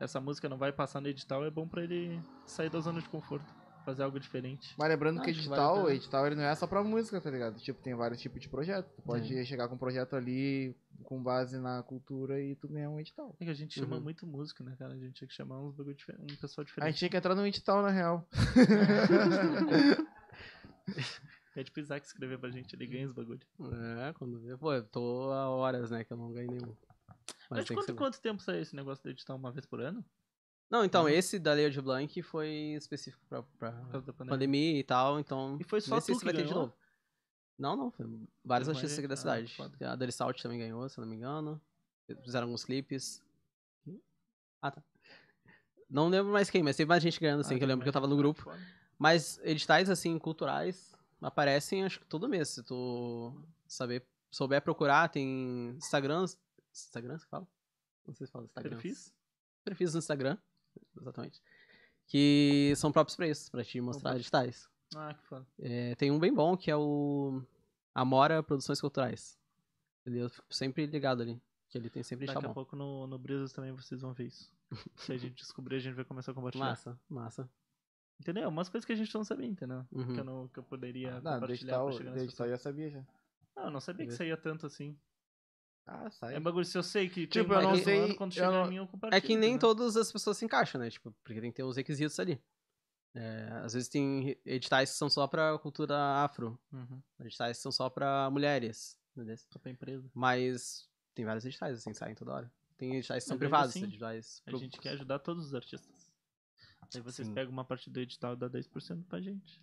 essa música não vai passar no edital, é bom pra ele sair da zona de conforto, fazer algo diferente. Mas lembrando que Acho que vale a edital, pena. edital ele não é só pra música, tá ligado? Tipo, tem vários tipos de projeto. Tu pode chegar com um projeto ali com base na cultura e tu ganhar um edital. É que a gente chama Uhum. muito música, né, cara? A gente tinha que chamar uns bagulho difer- um pessoal A diferente. gente tinha que entrar no edital, na real. É tipo o Isaac escrever pra gente, ele ganha os bagulho. É, quando vê, pô, eu tô há horas, né, que eu não ganhei nenhum. Mas Mas tipo, de tem que ser quanto, bom. quanto tempo saiu esse negócio de editar uma vez por ano? Não, então, Uhum. esse da Leo de Blanc foi específico pra, pra Por causa da pandemia. pandemia e tal, então. E foi só nem sei tu se que vai ter de ganhou? novo. Não, não, foi vários Teve mais artistas aqui da gente? Ah, cidade. foda. a Deli Salt também ganhou, se eu não me engano. Fizeram alguns clipes. Hum? Ah, tá. Não lembro mais quem, mas teve mais gente ganhando, assim, Ah, que eu lembro que eu tem tava no mais gente, grupo. foda. Mas editais, assim, culturais, aparecem acho que todo mês. Se tu saber, souber procurar, tem Instagrams. Instagrams que fala? Não sei se fala tá Instagram. Perfis? Perfis no Instagram, exatamente. Que são próprios pra isso, pra te mostrar pode. editais. Ah, que foda. É, tem um bem bom que é o Amora Produções Culturais. Ele- Eu fico sempre ligado ali. Que ele tem sempre Daqui edital a bom. pouco no, no Brisas também vocês vão ver isso. Se a gente descobrir, a gente vai começar a compartilhar. Massa, massa. Entendeu? Umas coisas que a gente não sabia, entendeu? Uhum. Ah, Que, eu não, que eu poderia Não, É, compartilhar digital, pra chegar nessa digital eu já sabia já. Não, eu não sabia que Beleza. saía tanto assim. Ah, É sai. um bagulho, se eu sei que tem Tipo, uma eu não vez no sei- ano, quando eu chegar não- em mim, eu compartilho. É que nem entendeu? todas as pessoas se encaixam, né? Tipo, porque tem que ter os requisitos ali. É, às vezes tem editais que são só pra cultura afro, Uhum. editais que são só pra mulheres, entendeu? Só pra empresa. Mas tem vários editais, assim, que saem toda hora. Tem editais que são Mas ainda privados, assim, editais A gente públicos. quer ajudar todos os artistas. Aí vocês Sim. pegam uma parte do edital e dá 10% pra gente.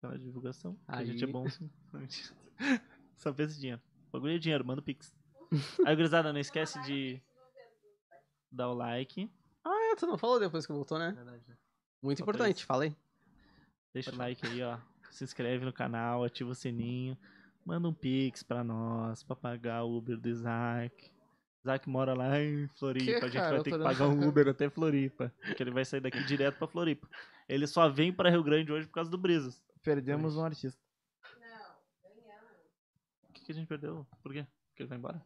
Pela divulgação. que A Aí- gente é bom sim. Não, mentira. Só pensa em dinheiro. O bagulho é dinheiro, manda o pix. Aí, gurizada, não esquece de dar o like. Ah, tu não falou depois que voltou, né? Muito Faltou importante, É, isso. fala aí. Deixa o like aí, ó. Se inscreve no canal, ativa o sininho. Manda um pix pra nós, pra pagar o Uber do Isaac. Isaac mora lá em Floripa. Que, a gente cara? vai Eu ter tô que olhando- pagar um Uber até Floripa. Porque ele vai sair daqui direto pra Floripa. Ele só vem pra Rio Grande hoje por causa do Brisas. Perdemos um artista. Não, ganhamos. O que, que a gente perdeu? Por quê? Porque ele vai embora.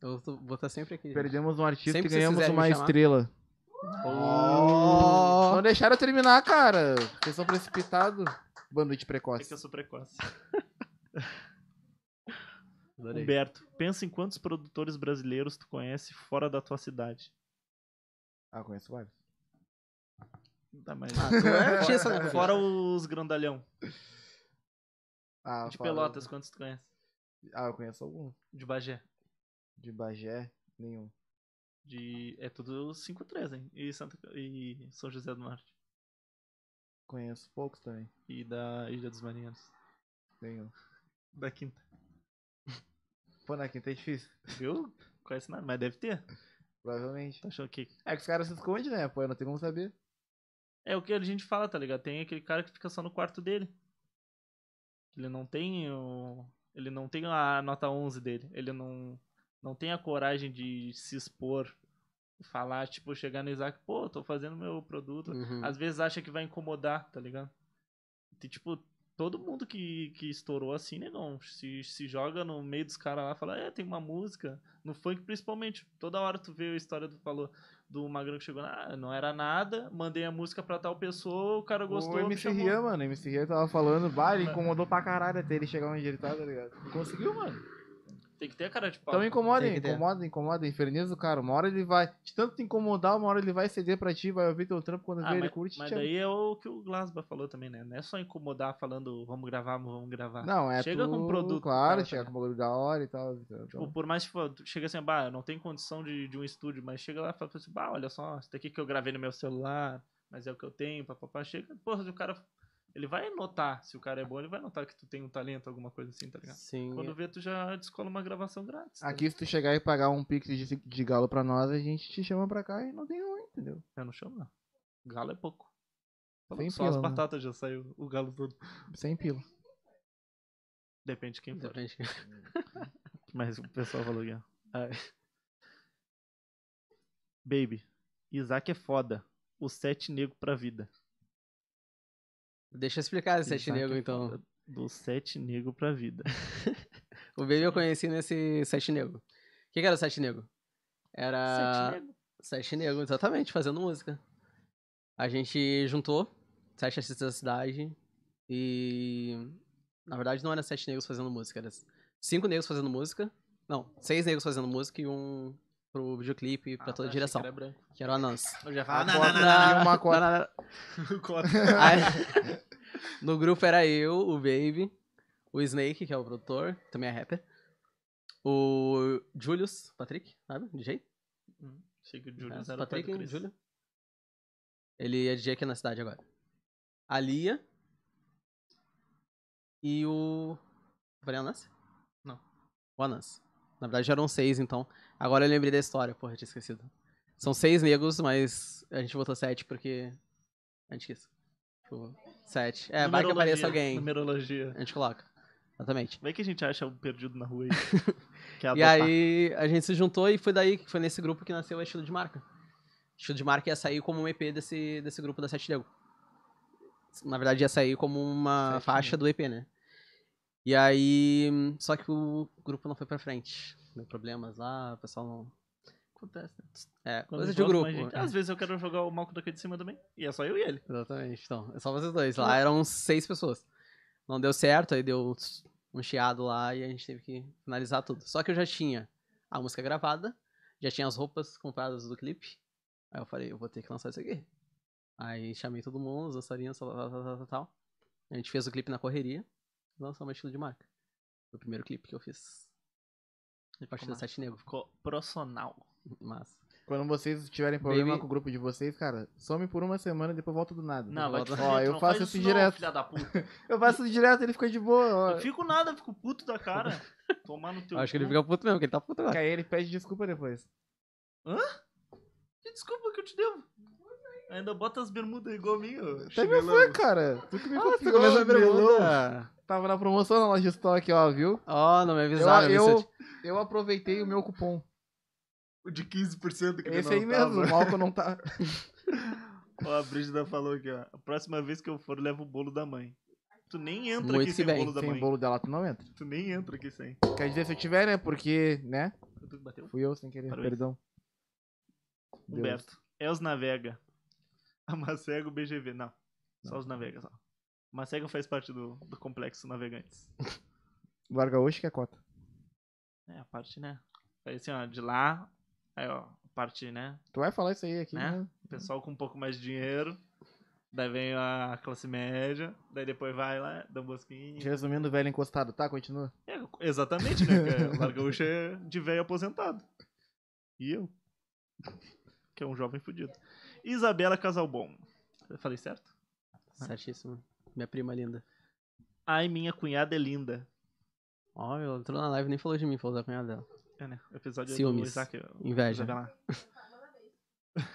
Eu tô- vou estar sempre aqui. Perdemos um artista Sempre e que vocês ganhamos quiserem uma me chamar. estrela. Oh. Não deixaram eu terminar, cara. Vocês são precipitados. Bando de É que eu precoce. sou precoce. Adorei. Humberto, pensa em quantos produtores brasileiros tu conhece fora da tua cidade. Ah, conheço vários. Tá, mas... Ah, tu é artista, né? Fora os grandalhão. Ah, De fora- Pelotas, quantos tu conhece? Ah, eu conheço algum. De Bagé. De Bagé, nenhum. De... É tudo 5-3, hein? E, Santa... e São José do Norte. Conheço poucos também. E da Ilha dos Marinheiros. Nenhum. Da Quinta. Pô, na quinta é difícil. Viu? Conhece nada, mas deve ter. Provavelmente. Tá achando que... É que os caras se escondem, né? Pô, eu não tenho como saber. É o que a gente fala, tá ligado? Tem aquele cara que fica só no quarto dele. Ele não tem o... Ele não tem a nota 11 dele. Ele não... Não tem a coragem de se expor. Falar, tipo, chegar no Isaac. Pô, tô fazendo meu produto. Uhum. às vezes acha que vai incomodar, tá ligado? E, tipo, todo mundo que, que estourou assim, negão, se, se joga no meio dos caras lá e fala, é, tem uma música. No funk, principalmente. Toda hora tu vê a história do falou do Magrão que chegou, ah, não era nada, mandei a música pra tal pessoa, o cara gostou. o me MC chamou." Rian, mano. O MC Rian tava falando, bah, ele incomodou pra caralho até ele chegar onde ele tá, tá ligado? Conseguiu, mano. Tem que ter a cara de pau. né? Então incomodem, Tem que ter. incomodem, incomodem. Inferniza o cara. Uma hora ele vai. De tanto te incomodar, uma hora ele vai ceder pra ti, vai ouvir teu trampo quando Ah, vê, mas, ele curte. e mas te ama. daí é o que o Glasba falou também, né? Não é só incomodar falando vamos gravar, vamos gravar. Não, é Chega tu, com um produto, Claro, cara, chega tá com o bagulho da hora e tal. então- Tipo, por mais que for, tu chega assim, bah, eu não tenho condição de, de um estúdio, mas chega lá e fala assim, bah, olha só, isso daqui que eu gravei no meu celular, mas é o que eu tenho, papapá, chega, porra, se o cara, ele vai notar, se o cara é bom, ele vai notar que tu tem um talento, alguma coisa assim, tá ligado? Sim. Quando vê, tu já descola uma gravação grátis. tá Aqui, se tu chegar e pagar um pix de, de galo pra nós, a gente te chama pra cá e não tem ruim, entendeu? ligado? Eu não chamo, não. Galo é pouco. Fala, Sem só pila, as né? batatas já saiu o galo todo. Sem pila. Depende de quem for. Depende. Mas o pessoal falou que é. Ai. Baby, Isaac é foda. O sete negro pra vida. Deixa eu explicar esse sete Isaac negro, é então. foda. Do sete negro pra vida. O Baby eu conheci nesse Sete Negro. O que, que era o Sete Negro? Ah. Era. Sete negro. Sete Negro, exatamente, fazendo música. A gente juntou sete artistas da cidade e. Na verdade, não era sete negros fazendo música, era cinco negros fazendo música. Não, seis negros fazendo música e um pro videoclipe Ah, e pra toda a direção, Ah, que, era o anúncio. Eu já Uma falava, cota e uma cota. Aí, no grupo era eu, o Baby, o Snake, que é o produtor, também é rapper, o Julius, Patrick, sabe? DJ? Hum, Achei que o É, Júlio era o pai Patrick, do Chris. Júlio. Ele é DJ aqui na cidade agora. A Lia. E o. Foi Anansi? Não. O Anansi. Na verdade já eram seis, então. Agora eu lembrei da história, porra, eu tinha esquecido. São seis negros, mas a gente votou sete porque. A gente quis. Tipo, sete. É, vai que Numerologia, apareça alguém. Numerologia. A gente coloca. Exatamente. Vai que a gente acha um perdido na rua aí. que é E adotar. aí a gente se juntou e foi daí, foi nesse grupo que nasceu o Estilo de Marca. Estilo de Marca ia sair como um EP desse, desse grupo da Sete Nego. Na verdade ia sair como uma Sete faixa do EP, né? E aí, hum, só que o grupo não foi pra frente. Deu problemas lá, o pessoal não... Acontece, né? É, Quando coisa de envolve grupo. mais gente. Às vezes eu quero jogar o Malco daqui de cima também. E é só eu e ele. Exatamente, então, é só vocês dois. Lá eram seis pessoas. Não deu certo, aí deu um chiado lá e a gente teve que finalizar tudo. Só que eu já tinha a música gravada, já tinha as roupas compradas do clipe. Aí eu falei, eu vou ter que lançar isso aqui. Aí chamei todo mundo, os dançarinos, tal, tal, tal, tal, tal, tal. A gente fez o clipe na correria e lançamos o estilo de marca. Foi o primeiro clipe que eu fiz. A partir do massa. Sete Negro. Ficou profissional. Mas. Quando vocês tiverem problema Baby- com o grupo de vocês, cara, some por uma semana e depois volta do nada. Não, vai te Ó, fuder, tu eu não faço faz isso não, direto. Filha da puta. Eu faço isso direto, ele fica de boa. Ó. Eu fico nada, fico puto da cara. Tomar no teu. Eu acho que ele cu. fica puto mesmo, que ele tá puto Que agora. aí ele pede desculpa depois. Que desculpa que eu te devo. Ainda bota as bermudas igual a minha. ô, Até me chinelão. foi, cara. Ah, Tu que me confiou, melão. né? Tava na promoção na loja de estoque, ó, viu? Ó, não me Eu, avisaram. eu- Vicente. eu aproveitei o meu cupom. O de 15% que ele Esse não aí mesmo, tava. o Malco não tá. Ó, a Brígida falou aqui, ó. A próxima vez que eu for, leva o bolo da mãe. Tu nem entra Muito aqui que sem bem, bolo da Sem mãe. bolo dela, tu não entra. Tu nem entra aqui sem. Quer dizer, se eu tiver, né? Porque, né? Tu bateu? Fui eu sem querer, Parabéns. perdão. Deus. Humberto. É os Navega. A Macego BGV. Não. Só Não. os Navega, só. Macego faz parte do, do complexo Navegantes. Larga hoje que é cota. É, a parte, né? Aí assim, ó, de lá. Aí, ó, a parte, né? Tu vai falar isso aí aqui, Né? né? O pessoal com um pouco mais de dinheiro. Daí vem a classe média. Daí depois vai lá, dá um bosquinho. Resumindo, velho encostado, tá? Continua. É, exatamente, né? Que a Largaúcha é de velho aposentado. E eu. Que é um jovem fudido. Isabela Casalbon. Eu falei certo? Ah. Certíssimo. Minha prima linda. Ai, minha cunhada é linda. Ó, ela entrou na live e nem falou de mim, falou da cunhada dela. É, né? O episódio Ciúmes. do Isaac. Inveja. Isabela.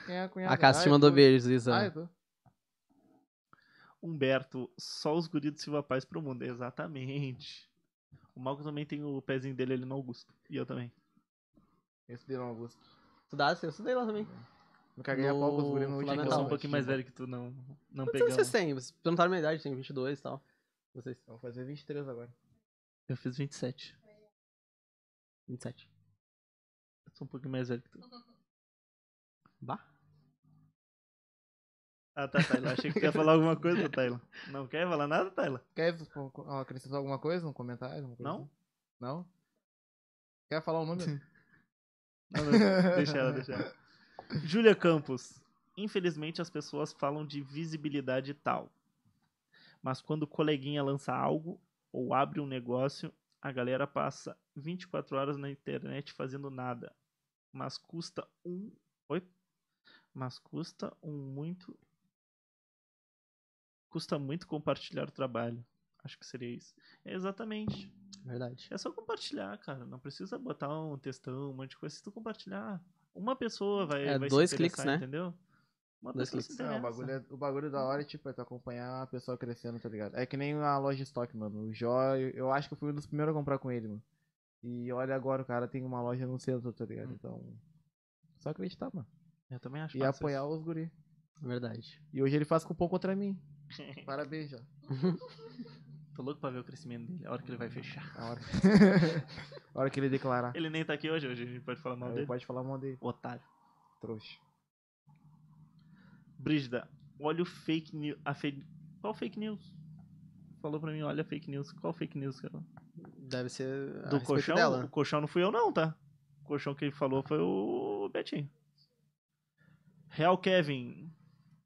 Quem é a cunhada? A Cássia te Ai, mandou tu- beijos, Isa. Ai, tu- Humberto, só os guris do Silva Paz pro mundo. Exatamente. O Malco também tem o pezinho dele ali no Augusto. E eu também. Esse dele é um Augusto. Estudasse, eu estudei lá também. Eu caguei a pau com os No guri no último Eu sou Fundamental. um pouquinho mais velho que tu não, não Quantos anos pegamos. vocês têm? Vocês perguntaram minha idade, tenho 22 e tal. Vocês? Vou fazer 23 agora. Eu fiz 27. 27. Eu sou um pouquinho mais velho que tu. Bah. Ah, tá, Taylor. Achei que tu ia falar alguma coisa, Taylor. Não quer falar nada, Taylor? Quer co- co- acrescentar alguma coisa? Um comentário? alguma coisa Não? assim? Não? Quer falar um número? Não, não, deixa ela, deixa ela. Júlia Campos. Infelizmente as pessoas falam de visibilidade e tal. Mas quando o coleguinha lança algo ou abre um negócio, a galera passa 24 horas na internet fazendo nada. Mas custa um. Oi? Mas custa um muito. Custa muito compartilhar o trabalho. Acho que seria isso. É exatamente. Verdade. É só compartilhar, cara. Não precisa botar um textão, um monte de coisa. Se tu compartilhar, uma pessoa vai, É, vai dois se cliques, interessar, né? entendeu? Uma Dois pessoa cliques. se Não, o interessa. bagulho, é- o bagulho da hora é, tipo, é tu acompanhar a pessoa crescendo, tá ligado? É que nem a loja de estoque, mano. O Jó, eu, eu acho que eu fui um dos primeiros a comprar com ele, mano. E olha agora, o cara tem uma loja no centro, tá ligado? Hum. Então. Só acreditar, mano. Eu também acho E fácil apoiar isso. os guri. Verdade. E hoje ele faz cupom contra mim. Parabéns, Jó. Tô louco pra ver o crescimento dele, a hora que ele vai fechar. A hora, a hora que ele declarar. Uhum. Ele nem tá aqui hoje, hoje a gente É, pode falar mal Aí dele. pode falar mal dele, Otário. trouxa. Brígida, olha o fake news. A fake... Qual fake news? Falou pra mim, olha a fake news. Qual fake news, cara? Deve ser a Do respeito colchão? O dela. colchão não fui eu, não, tá? O colchão que ele falou foi o Betinho. Real Kevin,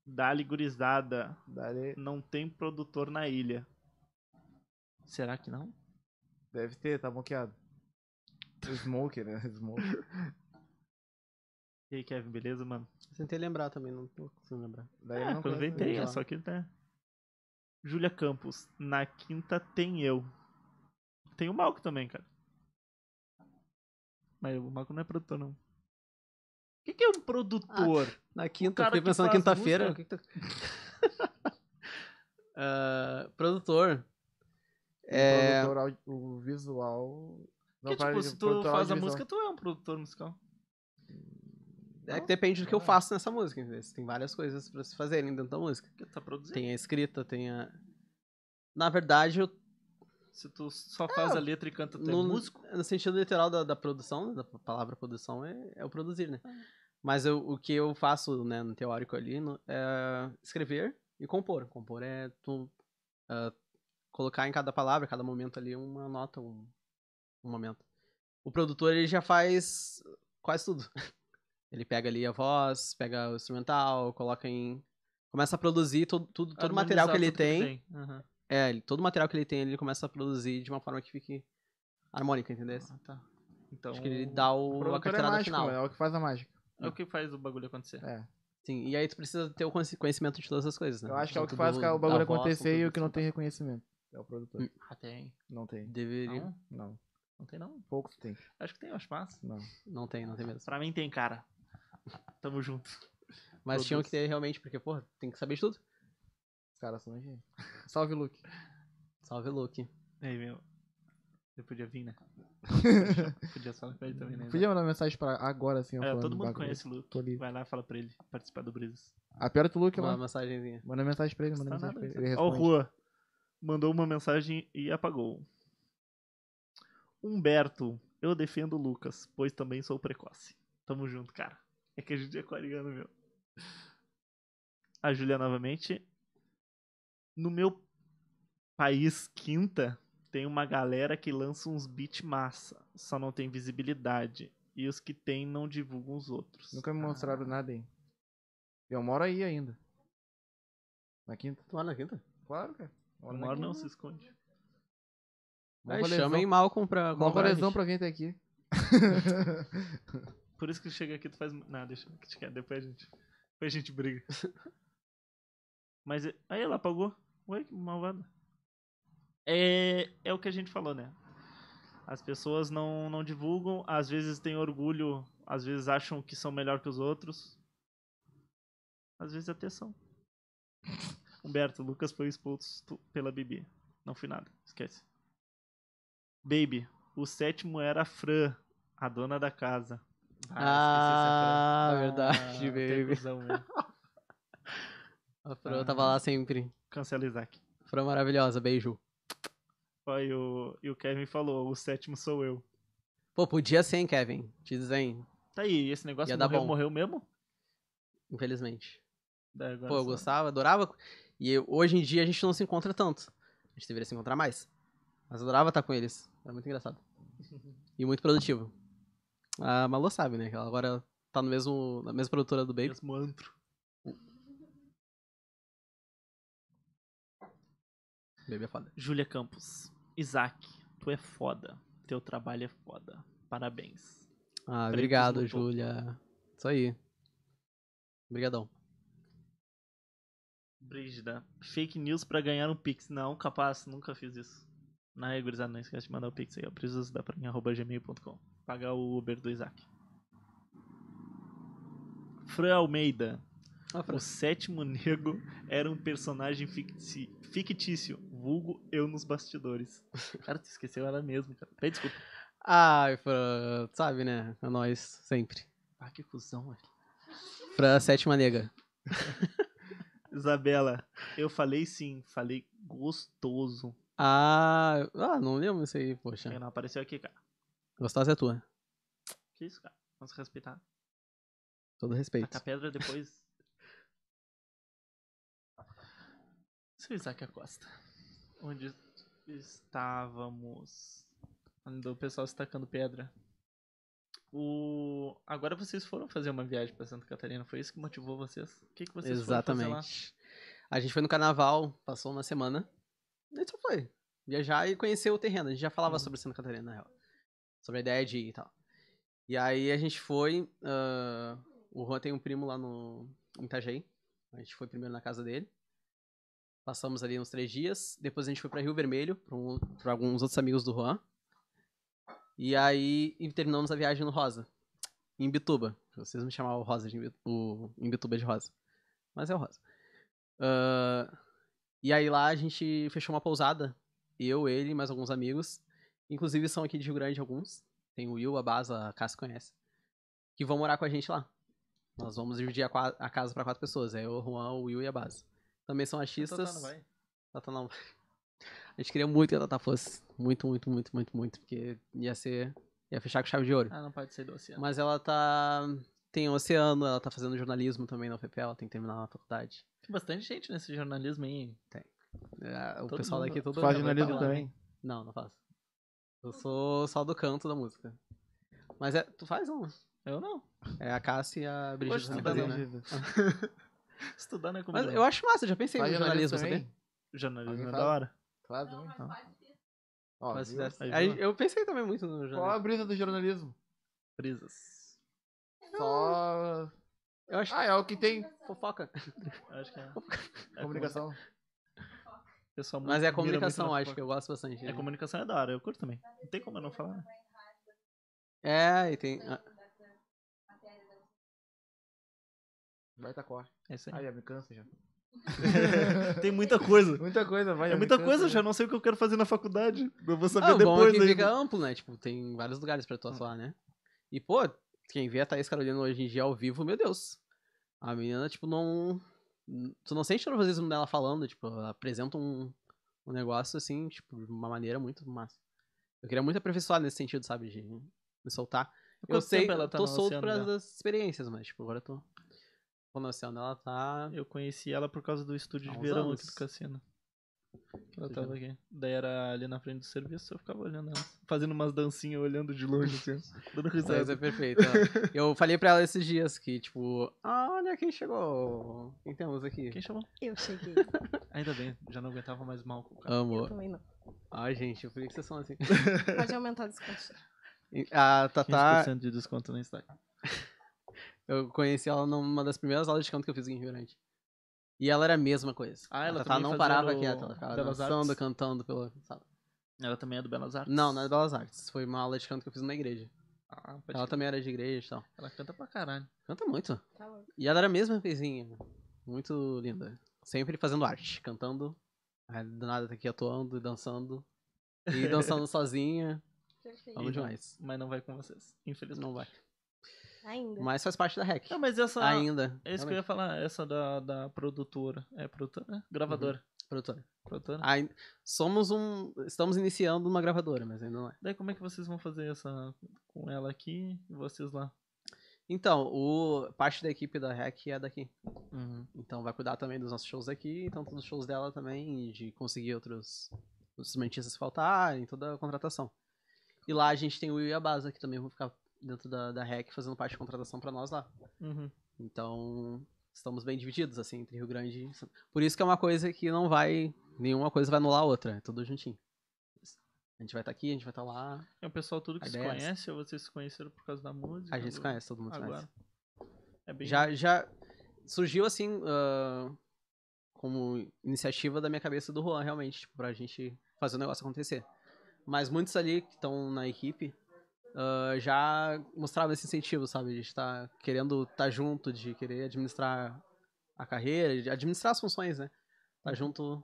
dá-lhe gurizada. Dali- não tem produtor na ilha. Será que não? Deve ter, tá bloqueado. Smoke, né? Smoke. E aí, Kevin, beleza, mano? Eu tentei lembrar também, não não consigo lembrar. Daí Ah, eu não conheço aproveitei, ninguém. é só que né. Júlia Campos, na quinta tem eu. Tem o Malco também, cara. Mas o Malco não é produtor, não. O que, que é um produtor? Na Ah, quinta, eu cara fiquei que pensando na faz quinta-feira. música. o que que tá- Ah, produtor. É, O, produtor audi- o visual. não, Porque, para tipo, de- se tu produtor faz a audiovisual. música, tu é um produtor musical. é que depende do que eu faço nessa música. entendeu? Tem várias coisas pra se fazerem dentro da música. Porque tu tá produzindo. Tem a escrita, tem a. Na verdade, eu Se tu só faz a letra e canta, tu é no, músico. no sentido literal da, da produção, né, da palavra produção, é, é o produzir, né? Mas eu- o que eu faço, né, no teórico ali, no- é escrever e compor. Compor é tu ah, colocar em cada palavra, cada momento ali, uma nota, um, um momento. O produtor, ele já faz quase tudo. Ele pega ali a voz, pega o instrumental, coloca em... Começa a produzir todo, tudo, todo o material que Harmonizar ele tudo tem. Aham. É, ele- todo o material que ele tem, ele começa a produzir de uma forma que fique harmônica, entendeu? Ah, tá. Então, Acho que ele dá O o, a produtor é carteirada mágico, final. é o que faz a mágica. é o que faz o bagulho acontecer. É. Sim, e aí tu precisa ter o conheci- conhecimento de todas as coisas, né? Eu acho que é o Tanto que faz do- o da bagulho voz, acontecer e quanto o que do não tem reconhecimento. É o produtor. Hum. Ah, tem. Não tem. Deveria. Não? Não? Não. Não tem, não? Poucos tem. Acho que tem, eu acho massa. Não. tem, não tem mesmo. Pra mim tem, cara. Tamo junto. Mas tinham Produz. que ter realmente, porque, porra, tem que saber de tudo. Os caras são gênios. Salve, Luke. Salve, Luke. Aí, meu. Eu podia vir, né? podia só com ele também, né? Podia mandar uma mensagem pra agora, assim, eu É, falando todo do mundo bagulho. conhece o Luke. Tô livre. Vai lá e fala pra ele participar do Brisas. Aperta o Luke Uma lá. mensagenzinha. Manda mensagem pra ele, Não manda tá mensagem nada. pra ele. Ele Ó, o responde. Rua. Mandou uma mensagem e apagou. Humberto, eu defendo o Lucas, pois também sou precoce. Tamo junto, cara. É que a gente é aquariano, meu. A Júlia novamente. No meu país, quinta, tem uma galera que lança uns beat massa, só não tem visibilidade. E os que tem não divulgam os outros. Ah, Nunca Ah. me mostraram nada, hein? Eu moro aí ainda. Na quinta? Tu mora na quinta? Claro, cara. O na maior não quinta. se esconde. Mó É, Aí rolezão- chamem Malcolm pra Mó colaborar, rolezão gente. pra vir até aqui. Por isso que chega aqui tu faz. Não, deixa que te quer. Depois a gente. Depois a gente briga. Mas. é- Aí ela apagou. Ué, que malvada. É, é o que a gente falou, né? As pessoas não, não divulgam, às vezes têm orgulho, às vezes acham que são melhor que os outros. Às vezes até são. Humberto, Lucas foi expulso pela Bibi. Não fui nada, esquece. Baby, o sétimo era a Fran, a dona da casa. Ah, Ah, verdade, baby. baby. A Fran tava Ah. lá sempre. Cancela Isaac. Fran maravilhosa, beijo. Ó, e, o, e o Kevin falou, o sétimo sou eu. Pô, podia ser, hein, Kevin? Te dizem, Tá aí, esse negócio Ia dar morreu, bom. morreu mesmo? infelizmente. Daí agora Pô, eu só- gostava, adorava. E eu- hoje em dia a gente não se encontra tanto. A gente deveria se encontrar mais. Mas eu adorava estar com eles. Era muito engraçado. E muito produtivo. A Malu sabe, né? que Ela agora tá no mesmo, na mesma produtora do Baby. Mesmo antro. Baby é foda. Júlia Campos. Isaac, tu é foda. Teu trabalho é foda. Parabéns. Ah, Três obrigado, no topo. Júlia. Isso aí. Obrigadão. Brígida, fake news pra ganhar um pix. Não, capaz, nunca fiz isso. Na é, gurizada, não esquece de mandar o pix aí. ó. preciso dar pra mim, arroba gmail.com. Pagar o Uber do Isaac. Fran Almeida, Ah, Fran. O sétimo nego era um personagem ficti- fictício, vulgo eu nos bastidores. Cara, tu esqueceu ela mesmo, cara. Pede desculpa. Ai, Ah, Fran, tu sabe, né? É nóis, sempre. Ah, que cuzão, velho. Fran, sétima nega. Isabela, eu falei sim, falei gostoso. Ah, ah, não lembro isso aí, Aí poxa. Não apareceu aqui, cara. Gostosa é tua. Que isso, cara? Vamos se respeitar. Todo respeito. Taca a pedra depois. Seu Isaac Acosta. Onde estávamos? Quando o pessoal se tacando pedra. O... Agora vocês foram fazer uma viagem pra Santa Catarina, foi isso que motivou vocês? O que, que vocês foram fazer lá? Exatamente. A gente foi no carnaval, passou uma semana. A gente só foi. Viajar e conhecer o terreno. A gente já falava Uhum. sobre Santa Catarina, na real. Sobre a ideia de ir e tal. E aí a gente foi. ah, O Juan tem um primo lá no em Itajaí. A gente foi primeiro na casa dele. Passamos ali uns três dias. Depois a gente foi pra Rio Vermelho, pra, um- pra alguns outros amigos do Juan. E aí e terminamos a viagem no Rosa. Em Bituba. Vocês me chamavam Rosa de Imbi- o Imbituba de Rosa. Mas é o Rosa. Ah, e aí lá a gente fechou uma pousada. Eu, ele, mais alguns amigos. Inclusive são aqui de Rio Grande alguns. Tem o Will, a Baza, a Cassi conhece. Que vão morar com a gente lá. Nós vamos dividir a, qua- a casa pra quatro pessoas. É eu, o Juan, o Will e a Baza. Também são artistas. Tatá Então tá, não vai? Tata não. A gente queria muito que a Tata fosse. Muito, muito, muito, muito, muito. Porque ia ser. ia fechar com chave de ouro. Ah, não pode ser do oceano. Mas ela tá. tem oceano, ela tá fazendo jornalismo também na UFP, ela tem que terminar na faculdade. Tem bastante gente nesse jornalismo aí. hein? É, O Todo pessoal mundo- daqui Tu todo faz é jornalismo muito lá, né? também? Não, não faço. Eu sou só do canto da música. Mas é. Tu faz um? Eu não. É a Cássia e a Brigitte. Poxa, também tu tá fazem, não, né? Estudar não é Mas comigo. eu acho massa, eu já pensei Faz no jornalismo, jornalismo sabia? também? Jornalismo Alguém é fala? da hora. Faz Não, também. mas Então. faz isso. Ó, Mas viu? fizesse- Aí, Aí viu? eu pensei também muito no Qual a jornalismo. brisa do jornalismo? Brisas. Só. Eu acho Ah, é o que tem fofoca. Eu Acho que é. é comunicação. o pessoal Mas é mira a muito na comunicação, acho fofoca. que eu gosto bastante. né? É, comunicação é da hora, eu curto também. Não tem como eu não falar, né? É, e tem. ah, Vai tá corre. É isso aí. Ah, já me cansa já. tem muita coisa. Muita coisa, vai. É já me muita cansa coisa, eu já não sei o que eu quero fazer na faculdade. Eu vou saber Ah, o bom é depois. É. que ainda. fica amplo, né? Tipo, tem vários lugares pra tu atuar, né? E, pô, quem vê a Thaís Carolina hoje em dia ao vivo, meu Deus. A menina, tipo, não. Tu não sente o nervosismo dela falando, tipo, ela apresenta um, um negócio assim, tipo, de uma maneira muito massa. Eu queria muito aperfeiçoar nesse sentido, sabe? De me soltar. Eu Quanto sei, tempo ela tá tô no solto oceano para já? as experiências, mas, tipo, agora eu tô. Pô, no oceano, ela tá. Eu conheci ela por causa do estúdio Há de uns verão anos. aqui do cassino. Ela Estúdio de tava aqui. Daí era ali na frente do serviço, eu ficava olhando ela. Fazendo umas dancinhas, olhando de longe, assim. ó, Dando Essa risada. é perfeita. Eu falei pra ela esses dias que, tipo, ah, olha quem chegou. Quem temos aqui? Quem chamou? Eu cheguei. Ainda bem, já não aguentava mais mal com o cara. Eu Amor. também não. Ai, gente, por que vocês são assim? Pode aumentar o desconto. A Tá. Tatá, 15% de desconto no Instagram. eu conheci ela numa das primeiras aulas de canto que eu fiz em Rio Grande. E ela era a mesma coisa. Ah, ela a Tatá também não fazia parava no quieta, ela ficava Belas dançando, Artes? cantando pela sala. Ela também é do Belas Artes? Não, não é Belas Artes. Foi uma aula de canto que eu fiz na igreja. Ah, pode Ela crer. também era de igreja e tal. ela canta pra caralho. Canta muito. Tá louco. E ela era a mesma coisinha. Muito linda. Sempre fazendo arte, cantando. Aí, do nada tá aqui atuando e dançando. E dançando sozinha. Perfeito. Amo E- demais. Mas não vai com vocês, infelizmente. Não vai. Ainda. Mas faz parte da REC. né? Não, mas essa... Ainda. É isso que eu realmente, ia falar, essa da, da produtora. É produtora? né? Gravadora. produtora. Produtora. Ai- somos um. Estamos iniciando uma gravadora, mas ainda não é. Daí como é que vocês vão fazer essa com ela aqui e vocês lá? Então, o, parte da equipe da REC é daqui. Então vai cuidar também dos nossos shows aqui, então todos os shows dela também, e de conseguir outros instrumentistas se faltarem, toda a contratação. E lá a gente tem o Will e a Baza, que também vão ficar dentro da, da REC fazendo parte de contratação pra nós lá. Uhum. Então, estamos bem divididos, assim, entre Rio Grande e. São- Por isso que é uma coisa que não vai. Nenhuma coisa vai anular a outra, é tudo juntinho. A gente vai estar aqui, a gente vai estar lá. É o pessoal tudo que A se ideia é conhece ou vocês se conheceram por causa da música? A gente se do- conhece, todo mundo se Agora. conhece. É bem Já, já surgiu assim, ah, como iniciativa da minha cabeça do Juan, realmente, tipo, pra gente fazer o negócio acontecer. Mas muitos ali que estão na equipe ah, já mostravam esse incentivo, sabe? De estar querendo estar junto, de querer administrar a carreira, de administrar as funções, né? Tá Uhum. junto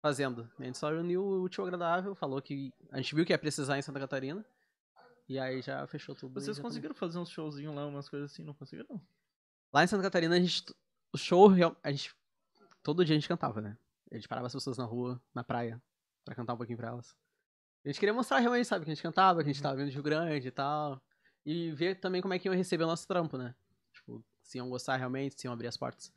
fazendo. A gente só uniu o útil ao agradável, falou que a gente viu que ia precisar em Santa Catarina. E aí já fechou tudo. e Vocês já tá- conseguiram fazer uns showzinhos lá, umas coisas assim? Não conseguiram? Lá em Santa Catarina, a gente. O show, real- a gente. Todo dia a gente cantava, né? A gente parava as pessoas na rua, na praia, pra cantar um pouquinho pra elas. A gente queria mostrar realmente, sabe, que a gente cantava, que a gente tava vindo de Rio Grande e tal. E ver também como é que iam receber o nosso trampo, né? Tipo, se iam gostar realmente, se iam abrir as portas.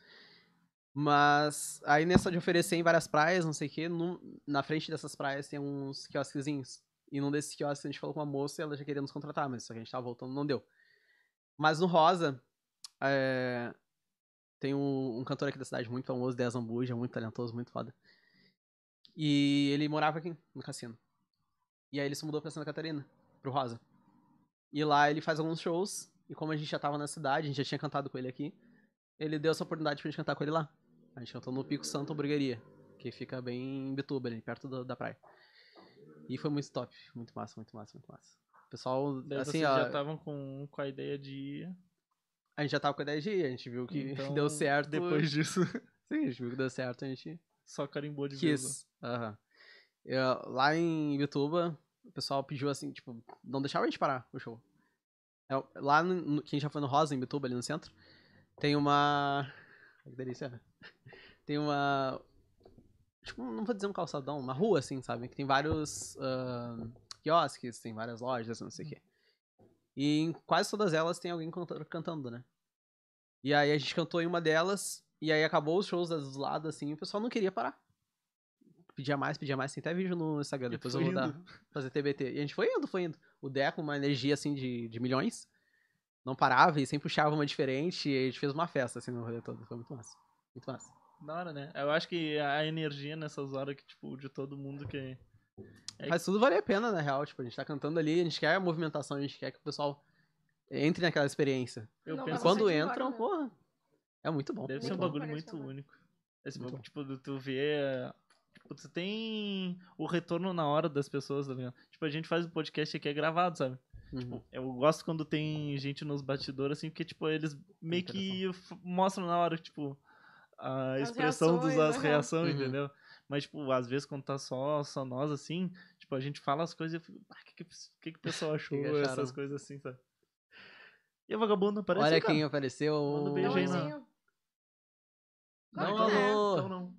Mas aí nessa de oferecer em várias praias, não sei o quê, num- na frente dessas praias tem uns quiosquezinhos. E num desses quiosques a gente falou com uma moça e ela já queria nos contratar, mas só que a gente tava voltando, não deu. Mas no Rosa, é, tem um, um cantor aqui da cidade muito famoso, Dez Zambuja, muito talentoso, muito foda. E ele morava aqui, no cassino. E aí ele se mudou pra Santa Catarina, pro Rosa. E lá ele faz alguns shows, E como a gente já tava na cidade, a gente já tinha cantado com ele aqui, ele deu essa oportunidade pra gente cantar com ele lá. A gente cantou no Pico Santo Hamburgueria, que fica bem em Bituba, ali, perto do- da praia. E foi muito top, muito massa, muito massa, muito massa. O pessoal, Daí assim, vocês ó, já estavam com, com a ideia de ir. a gente já tava com a ideia de ir, a gente viu que então, deu certo. Depois disso, Sim, a gente viu que deu certo, a gente só carimbou de vez. Quis. Aham. Eu- Lá em Bituba, o pessoal pediu assim, tipo, não deixava a gente parar o show. É, Lá, no, no- quem já foi no Rosa, em Bituba, ali no centro, tem uma... Ai, Que delícia. né? Tem uma... Tipo, não vou dizer um calçadão, uma rua, assim, sabe? Que tem vários ah, quiosques, tem várias lojas, não sei o quê. E em quase todas elas tem alguém canta- cantando, né? E aí a gente cantou em uma delas, e aí acabou os shows dos lados, assim, e o pessoal não queria parar pedia mais, pedia mais. Tem até vídeo no Instagram, depois eu vou dar, fazer TBT. E a gente foi indo, foi indo. O Deco, uma energia assim de, de milhões, não parava e sempre puxava uma diferente. E a gente fez uma festa assim no rolê todo. Foi muito massa. Muito massa. Da hora, né? Eu acho que a energia nessas horas que, tipo, de todo mundo que. É Mas tudo vale a pena, na real. Tipo, a gente tá cantando ali, a gente quer a movimentação, a gente quer que o pessoal entre naquela experiência. Eu Não, E mas penso assim, você quando ir embora, entram, né? porra. É muito bom. Deve Nem ser um como bagulho parece muito uma- único. Esse Muito bagulho, tipo, do tu vê. tipo, tu tem o retorno na hora das pessoas, tá ligado? Tipo, a gente faz o podcast aqui é gravado, sabe? Uhum. Tipo, Eu gosto quando tem gente nos bastidores, assim, porque, tipo, eles meio que f- mostram na hora, tipo, a As expressão das reações, das aham. reações, Uhum. entendeu? Mas, tipo, às vezes quando tá só, só nós, assim, tipo, a gente fala as coisas e eu fico, ah, o que que, o que que o pessoal achou, acharam? essas coisas assim, sabe? E o vagabundo aparece, Olha cara? quem apareceu. Manda um Dá um beijo aí na- olhinho. Não, então né? alô. Então não.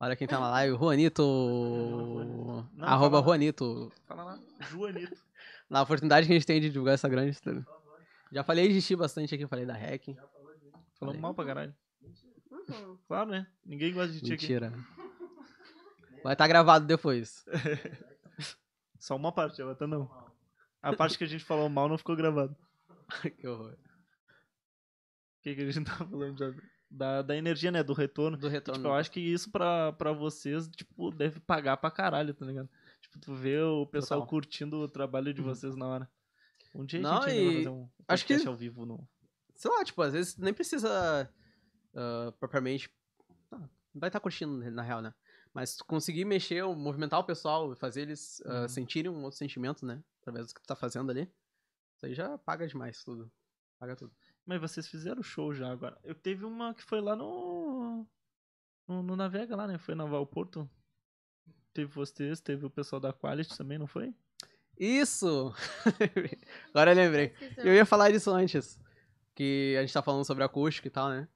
Olha quem tá na live. Juanito. Não, fala Arroba lá. Juanito. Fala lá. Joanito. Na oportunidade que a gente tem de divulgar essa grande história. Já falei de Xi bastante aqui, falei da Hack. Falamos Falei. mal pra caralho. Uhum. Claro, né? Ninguém gosta de ti aqui. Mentira. Vai estar gravado depois. Só uma parte, a outra não. A parte que a gente falou mal não ficou gravada. O que horror. que, que a gente tava falando já? Da, da energia, né? Do retorno. Do retorno. Tipo, eu acho que isso pra, pra vocês, tipo, deve pagar pra caralho, tá ligado? Tipo, tu vê o pessoal Total. Uhum. curtindo o trabalho de vocês na hora. Um dia Não, a gente ainda vai e fazer um acho podcast que- ao vivo, não. Sei lá, tipo, às vezes nem precisa ah, propriamente. ah, vai estar curtindo, na real, né? Mas tu conseguir mexer, movimentar o pessoal, fazer eles ah, Uhum. sentirem um outro sentimento, né? Através do que tu tá fazendo ali. Isso aí já paga demais tudo. Paga tudo. Mas vocês fizeram show já agora. Eu teve uma que foi lá no. No, no Navega lá, né? Foi na Valporto. Teve vocês, teve o pessoal da Quality também, não foi? Isso! Agora eu lembrei. Esqueceu. Eu ia falar disso antes. Que a gente tá falando sobre acústico e tal, né?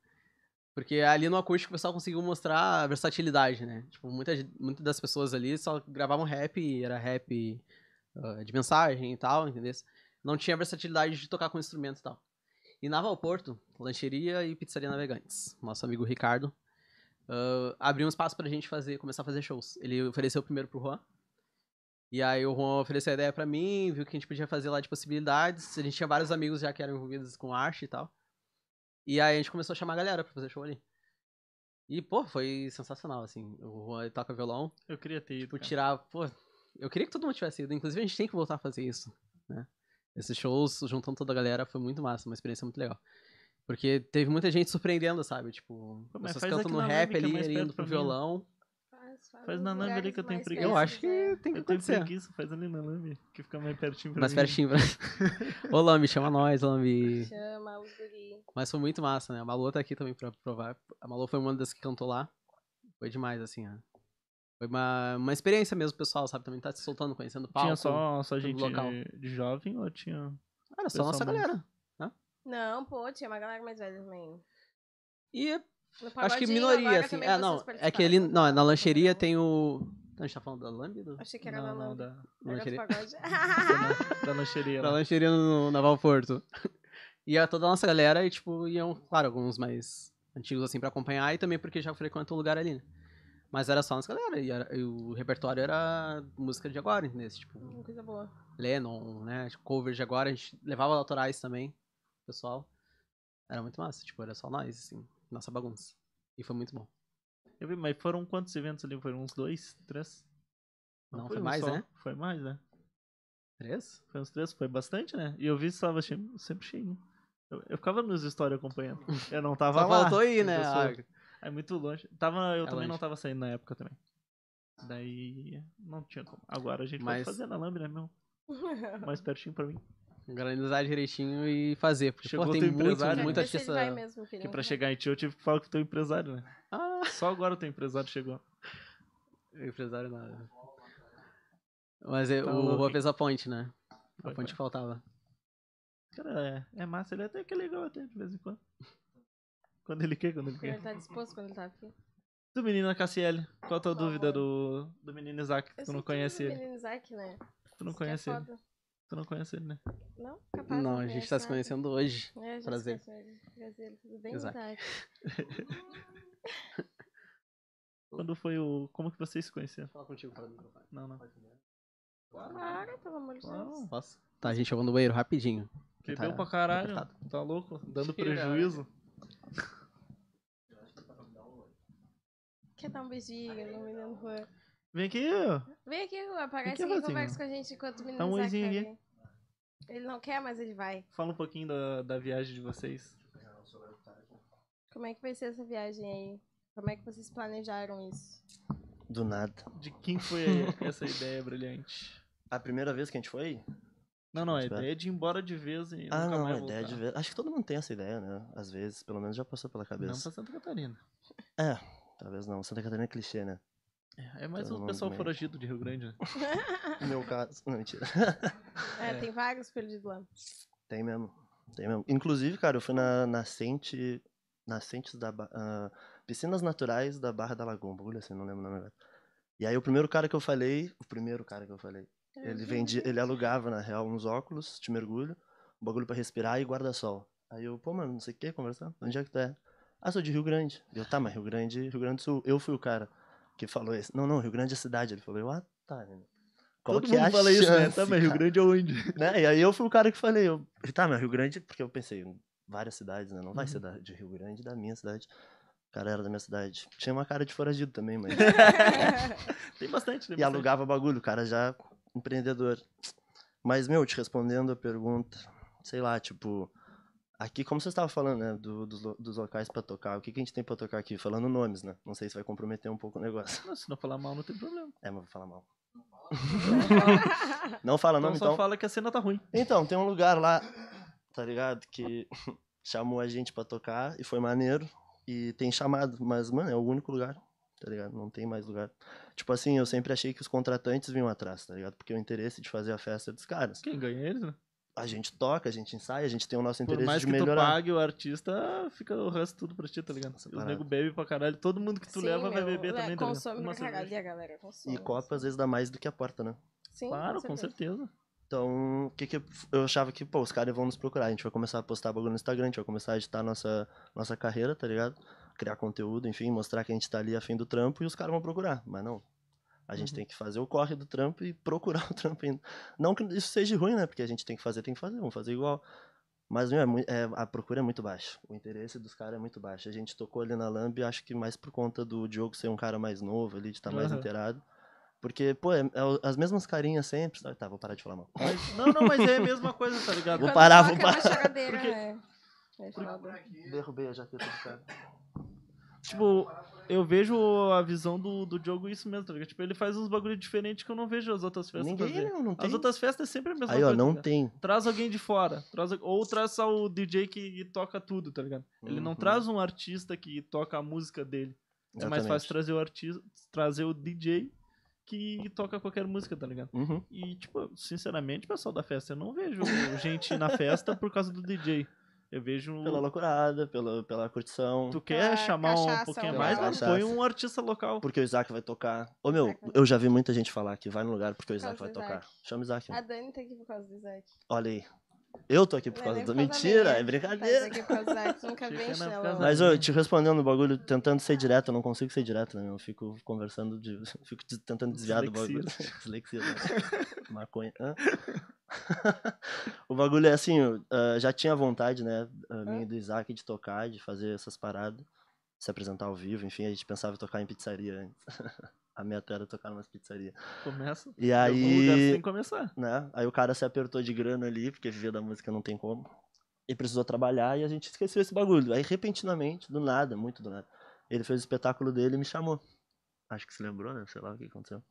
Porque ali no acústico o pessoal conseguiu mostrar a versatilidade, né? Tipo, muita gen- muitas das pessoas ali só gravavam rap, e era rap ah, de mensagem e tal, entendeu? Não tinha versatilidade de tocar com instrumento e tal. E na Valporto, lancheria e pizzaria navegantes. Nosso amigo Ricardo ah, abriu um espaço pra gente fazer, começar a fazer shows. Ele ofereceu primeiro pro Juan, e aí o Juan ofereceu a ideia pra mim, viu o que a gente podia fazer lá de possibilidades. A gente tinha vários amigos já que eram envolvidos com arte e tal. E aí a gente começou a chamar a galera pra fazer show ali. E, pô, foi sensacional, assim. O Juan ele toca violão, Eu queria ter ido. tipo, cara. tirar... Pô, eu queria que todo mundo tivesse ido. Inclusive, a gente tem que voltar a fazer isso, né? Esses shows, juntando toda a galera, foi muito massa. Uma experiência muito legal. Porque teve muita gente surpreendendo, sabe? Tipo, Pô, mas pessoas faz cantam aqui no na rap Nami, que é ali, mais ali perto indo pro pra mim, né? violão. Faz, Faz nos na Nami ali que eu lugares tenho preguiça. Eu mais perto, acho que né? tem que Eu tenho acontecer. preguiça, faz ali na Lambi, que fica mais pertinho pra Mais mim. pertinho pra... Ô, Lambi, chama nós, Lambi. Chama os guri. Mas foi muito massa, né? A Malu tá aqui também pra provar. A Malu foi uma das que cantou lá. Foi demais, assim, ó. Foi uma, uma experiência mesmo, pessoal, sabe? Também tá se soltando, conhecendo o palco. Tinha só, só pelo gente local. de jovem ou tinha... Era só a nossa pessoal mais. galera. Não, pô, tinha uma galera mais velha também. E No acho que pagodinho, minoria, agora assim. também É, vocês não, é que participaram. ele... Não, é na lancheria tem o... A gente tá falando da Lambi? Do... Achei que era não, na não, Nami. da, Era outro Lancheria. pagode. da, da lancheria. Da lá. lancheria no, na Valporto. E a toda a nossa galera, e, tipo, iam, claro, alguns mais antigos, assim, pra acompanhar. E também porque já frequentam o lugar ali, né? Mas era só a nossa galera. E, era- e o repertório era música de agora, entendeu? Tipo, Hum, Coisa boa. Lennon, né? tipo, Cover de agora, a gente levava autorais também, pessoal. Era muito massa, tipo, era só nós, assim, nossa bagunça. E foi muito bom. Eu vi, mas foram quantos eventos ali? Foram uns dois, três? um Não, foi um mais, só, né? Foi mais, né? Três? Foi uns três, foi bastante, né? E eu vi estava che- sempre cheio. Eu, eu ficava nos stories acompanhando. Eu não tava Só lá. faltou aí, né? mas eu Ah, É muito longe. Tava, eu É também não longe. tava saindo na época também. Daí não tinha como. Agora a gente Mas- pode fazer na Lamb, né, meu? Mais pertinho pra mim. organizar direitinho e fazer. Porque, Chegou pô, tem teu muito, empresário, muito Quero ver se ele artista... vai mesmo, que Porque não pra vai. chegar em ti eu tive que falar com o teu empresário, né? Ah, Só agora o teu empresário chegou. empresário nada. Mas é, Tá o louco, Rua hein? fez a ponte, né? A Foi, ponte que faltava. Cara, é, é massa, ele até que é legal até de vez em quando. Quando ele quer, quando ele Quando quer. ele tá disposto, quando ele tá aqui. Do menino KCL, qual a tua Por dúvida favor. do, do menino Isaac? Eu Tu não sei conhece tudo do ele. menino Isaac, né? Tu não Isso que é conhece ele. foda. Tu não conhece ele, né? Não, capaz. né? Não, não a gente conheço tá se nada. conhecendo hoje. É, a gente Prazer. se conhece. Prazer, tudo bem, Isaac. Isaac? Quando foi o. Como que vocês se conheceram? Fala contigo fora do microfone. Não, não. Claro, pelo amor de Deus. Não. Posso? Tá, a gente chegou no banheiro rapidinho. Bebeu Tá pra caralho. apertado. Tá louco? Dando Cheira. prejuízo. Quer dar um beijinho no menino Juan? Vem aqui, ó. Vem aqui, Juan, aparece Aqui, aqui e Juanzinho. conversa com a gente enquanto o menino assim, né? Dá um Isaac oizinho tá aqui. ali. Ele não quer, mas ele vai. Fala um pouquinho da, da viagem de vocês. Como é que vai ser essa viagem aí? Como é que vocês planejaram isso? Do nada. De quem foi essa ideia brilhante? A primeira vez que a gente foi? Não, não, a Espera. ideia de ir embora de vez e ah, nunca não, mais a voltar. ideia de ver. Acho que todo mundo tem essa ideia, né? Às vezes, pelo menos já passou pela Não pra cabeça. Santa Catarina. Talvez não. Santa Catarina é clichê, né? É, é mais Todo o mundo pessoal meio- foragido de Rio Grande, né? No meu caso. Não, mentira. É, É. tem vários perdidos lá. Tem mesmo. Tem mesmo. Inclusive, cara, eu fui na nascente. Nascentes da. Ba- ah, piscinas Naturais da Barra da Lagoa. Um bagulho assim, não lembro o nome agora. E aí, o primeiro cara que eu falei. O primeiro cara que eu falei. Ah, Ele vendia. Ele alugava, na real, uns óculos de mergulho, um bagulho pra respirar e guarda-sol. Aí eu, pô, mano, não sei o que, conversando. Onde é que tu é? Ah, sou de Rio Grande. Eu, tá, mas Rio Grande, Rio Grande do Sul. Eu fui o cara que falou isso. Não, não, Rio Grande é cidade. Ele falou, eu, ah, tá. né? Qual Todo que é mundo a fala isso, né? chance, Tá, mas Rio cara? Grande é onde? né? E aí eu fui o cara que falei, eu, tá, mas Rio Grande, porque eu pensei, várias cidades, né? Não vai Uhum. ser da, de Rio Grande, da minha cidade. O cara era da minha cidade. Tinha uma cara de foragido também, mas. Tem bastante, tem e bastante. alugava bagulho, o cara já empreendedor. Mas, meu, te respondendo a pergunta, sei lá, tipo. Aqui, como você estava falando, né, do- dos, lo- dos locais pra tocar, o que, que a gente tem pra tocar aqui? Falando nomes, né? Não sei se vai comprometer um pouco o negócio. Não, se não falar mal, não tem problema. É, mas vou falar mal. Aham. Não fala Então nome, só então. fala que a cena tá ruim. Então, tem um lugar lá, tá ligado? Que chamou a gente pra tocar e foi maneiro. E tem chamado, mas, mano, é o único lugar, tá ligado? Não tem mais lugar. Tipo assim, eu sempre achei que os contratantes vinham atrás, tá ligado? Porque o interesse de fazer a festa é dos caras. Quem ganha é eles, né? A gente toca, a gente ensaia, a gente tem o nosso Por interesse mais de que tu melhorar. pague o artista, fica o resto tudo pra ti, tá ligado? Os parada. nego bebe pra caralho. Todo mundo que tu Sim, leva vai meu, beber le- também, tá ligado? Consome É Uma pra caralho. E cerveja. a galera consome. E copa às vezes dá mais do que a porta, né? Sim, Claro, com certeza. Então, o que que eu achava que, pô, os caras vão nos procurar, a gente vai começar a postar bagulho no Instagram, a gente vai começar a editar nossa nossa carreira, tá ligado? Criar conteúdo, enfim, mostrar que a gente tá ali a fim do trampo e os caras vão procurar, mas não. A gente Uhum. tem que fazer o corre do trampo e procurar o trampo ainda. Não que isso seja ruim, né? Porque a gente tem que fazer, tem que fazer, vamos fazer igual. Mas meu, é mui- é- a procura é muito baixa. O interesse dos caras é muito baixo. A gente tocou ali na Lamb, acho que mais por conta do Diogo ser um cara mais novo ali, de estar mais Aham. inteirado. Porque, pô, é, é o- as mesmas carinhas sempre. Ah, tá, vou parar de falar mal. Mas- não, não, mas é a mesma coisa, tá ligado? Vou parar, vou É uma parar. choradeira, Porque- né? É foda. Derrubei a jaqueta do cara. Tipo, eu vejo a visão do, do Diogo isso mesmo, tá ligado? Tipo, ele faz uns bagulho diferente que eu não vejo as outras festas Ninguém, fazer. não, não tem. As outras festas é sempre a mesma Aí, coisa. ó, tá não ligado? tem. Traz alguém de fora. Traz, ou traz só o DJ que, que toca tudo, tá ligado? Ele não Uhum. traz um artista que toca a música dele. É mais Exatamente. fácil trazer o artista, trazer o DJ que toca qualquer música, tá ligado? Uhum. E, tipo, sinceramente, pessoal da festa, eu não vejo gente na festa por causa do DJ. Eu vejo. Pela loucurada, pela, pela curtição. Tu quer Ah, chamar um cachaça, pouquinho a um mais, mas negócio. põe um artista local. Porque o Isaac vai tocar. Ô meu, Isaac. eu já vi muita gente falar que vai no lugar porque o Isaac Ah. causa vai do tocar. Isaac. Chama o Isaac. A Dani tá aqui por causa do Isaac. Olha aí. Eu tô aqui por Não é causa nem da por causa mentira, minha. é Tá brincadeira. aqui por causa do Isaac, tu nunca Achei vem que era por chinelão. causa Mas eu te respondendo o bagulho, tentando ser direto, eu não consigo ser direto, né? meu? Eu fico conversando de. Fico des- tentando desviar do bagulho. Dislexia. né? Maconha. Hã? o bagulho é assim, eu, ah, já tinha vontade, né? A minha e do Isaac de tocar, de fazer essas paradas, se apresentar ao vivo, enfim, a gente pensava em tocar em pizzaria antes. A minha tia era tocar numa pizzaria. Começa. E Em algum lugar você tem aí, que começar. né? Aí o cara se apertou de grana ali, porque viver da música não tem como. E precisou trabalhar e a gente esqueceu esse bagulho. Aí, repentinamente, do nada, muito do nada, ele fez o espetáculo dele e me chamou. Acho que se lembrou, né? Sei lá o que aconteceu.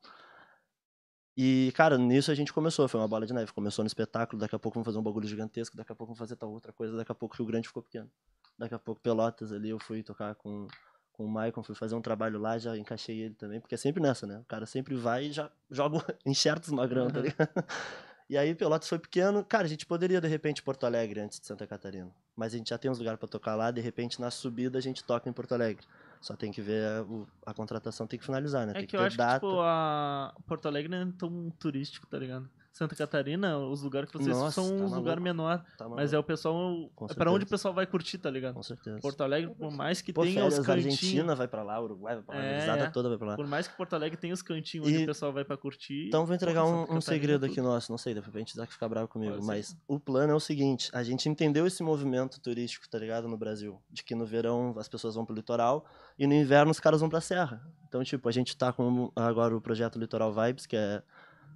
E, cara, nisso a gente começou, foi uma bola de neve. Começou no espetáculo, daqui a pouco vamos fazer um bagulho gigantesco, daqui a pouco vamos fazer tal outra coisa, daqui a pouco Rio Grande ficou pequeno. Daqui a pouco Pelotas ali, eu fui tocar com, com o Maicon, fui fazer um trabalho lá, já encaixei ele também, porque é sempre nessa, né? O cara sempre vai e já joga, um- enxerta os magrão, tá Uhum. ligado? E aí Pelotas foi pequeno, cara, a gente poderia de repente Porto Alegre antes de Santa Catarina, mas a gente já tem uns lugares pra tocar lá, de repente na subida a gente toca em Porto Alegre. Só tem que ver a, o- a contratação, tem que finalizar, né? É tem que eu acho data. que, tipo, a Porto Alegre não é tão turístico, tá ligado? Santa Catarina, os lugares que vocês Nossa, são tá uns maluco. lugares menor, Tá mas é maluco. o pessoal, Com é para onde o certeza. pessoal vai curtir, tá ligado? Com certeza. Porto Alegre, por mais que Pô, tenha os férias, cantinhos, Argentina vai pra lá, Uruguai vai pra lá, a É, gurizada é. toda vai pra lá. por mais que Porto Alegre tenha os cantinhos onde E- o pessoal vai pra curtir. Então vou entregar porra, um, Santa um Catarina segredo é aqui tudo. nosso, não sei, de repente o Isaac ficar bravo comigo, Pode ser. mas o plano é o seguinte, a gente entendeu esse movimento turístico, tá ligado, no Brasil, de que no verão as pessoas vão pro litoral e no inverno os caras vão pra serra. Então, tipo, a gente tá com agora o projeto Litoral Vibes, que é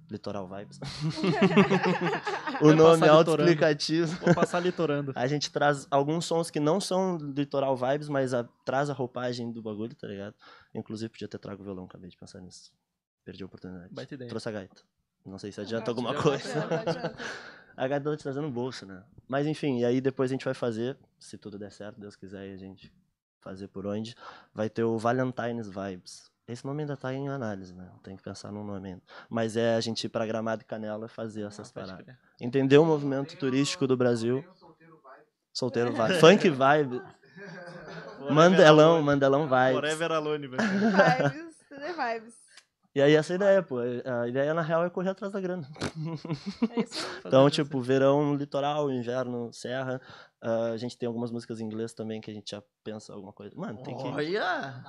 Litoral Vibes. o Vai nome é passar litorando. autoexplicativo. Vou passar litorando. A gente traz alguns sons que não são litoral vibes, mas a- traz a roupagem do bagulho, tá ligado? Inclusive, podia ter trago o violão, acabei de pensar nisso. Perdi a oportunidade. Baita ideia. Trouxe a gaita. Não sei se Ah, adianta alguma já coisa. Não adianta. A gaita tá te trazendo no bolso, né? Mas enfim, e aí depois a gente vai fazer, se tudo der certo, Deus quiser, e a gente fazer por onde. Vai ter o Valentine's Vibes. Esse nome ainda tá em análise, né? Tem que pensar num nome ainda. Mas é a gente ir pra Gramado e Canela e fazer essas Ah, pode paradas. crer. Entender o movimento turístico do Brasil. Solteiro vibe. Funk vibe. é Mandelão, Mandelão vibes. Forever Alone, velho. Vibes, tudo é vibes. E aí essa ideia, pô. A ideia, na real, é correr atrás da grana. É isso aí. Então, tipo, verão, litoral, inverno, serra. Ah, a gente tem algumas músicas em inglês também que a gente já pensa alguma coisa. Mano, tem que. Olha!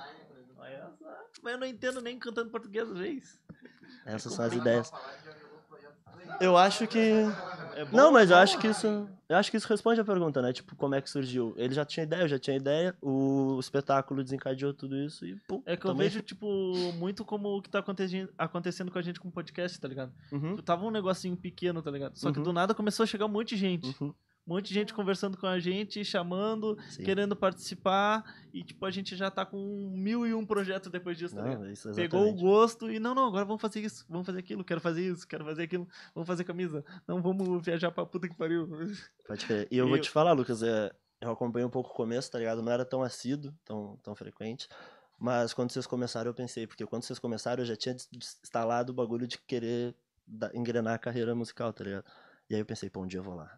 Olha só. Mas eu não entendo nem cantando português às vezes. Essas são as ideias. Eu acho que. É bom, Não, mas eu bom. acho que isso. Eu acho que isso responde a pergunta, né? Tipo, como é que surgiu? Ele já tinha ideia, eu já tinha ideia. O espetáculo desencadeou tudo isso e pum. É que eu também- vejo, tipo, muito como o que tá acontecendo, acontecendo com a gente com o podcast, tá ligado? Uhum, Tava um negocinho pequeno, tá ligado? Só que Uhum. do nada começou a chegar um monte de gente. uhum, Um monte de gente conversando com a gente, chamando, sim. querendo participar. E, tipo, a gente já tá com mil e um projeto depois disso, tá ligado? Não, isso, é Pegou o exatamente. gosto e não, não, agora vamos fazer isso, vamos fazer aquilo, quero fazer isso, quero fazer aquilo, vamos fazer camisa, não vamos viajar pra puta que pariu. Pode crer. E eu vou E- te falar, Lucas, é, eu acompanhei um pouco o começo, tá ligado? Não era tão assíduo, tão, tão frequente. Mas quando vocês começaram, eu pensei, porque quando vocês começaram, eu já tinha des- des- instalado o bagulho de querer da- engrenar a carreira musical, tá ligado? E aí eu pensei, pô, um dia eu vou lá.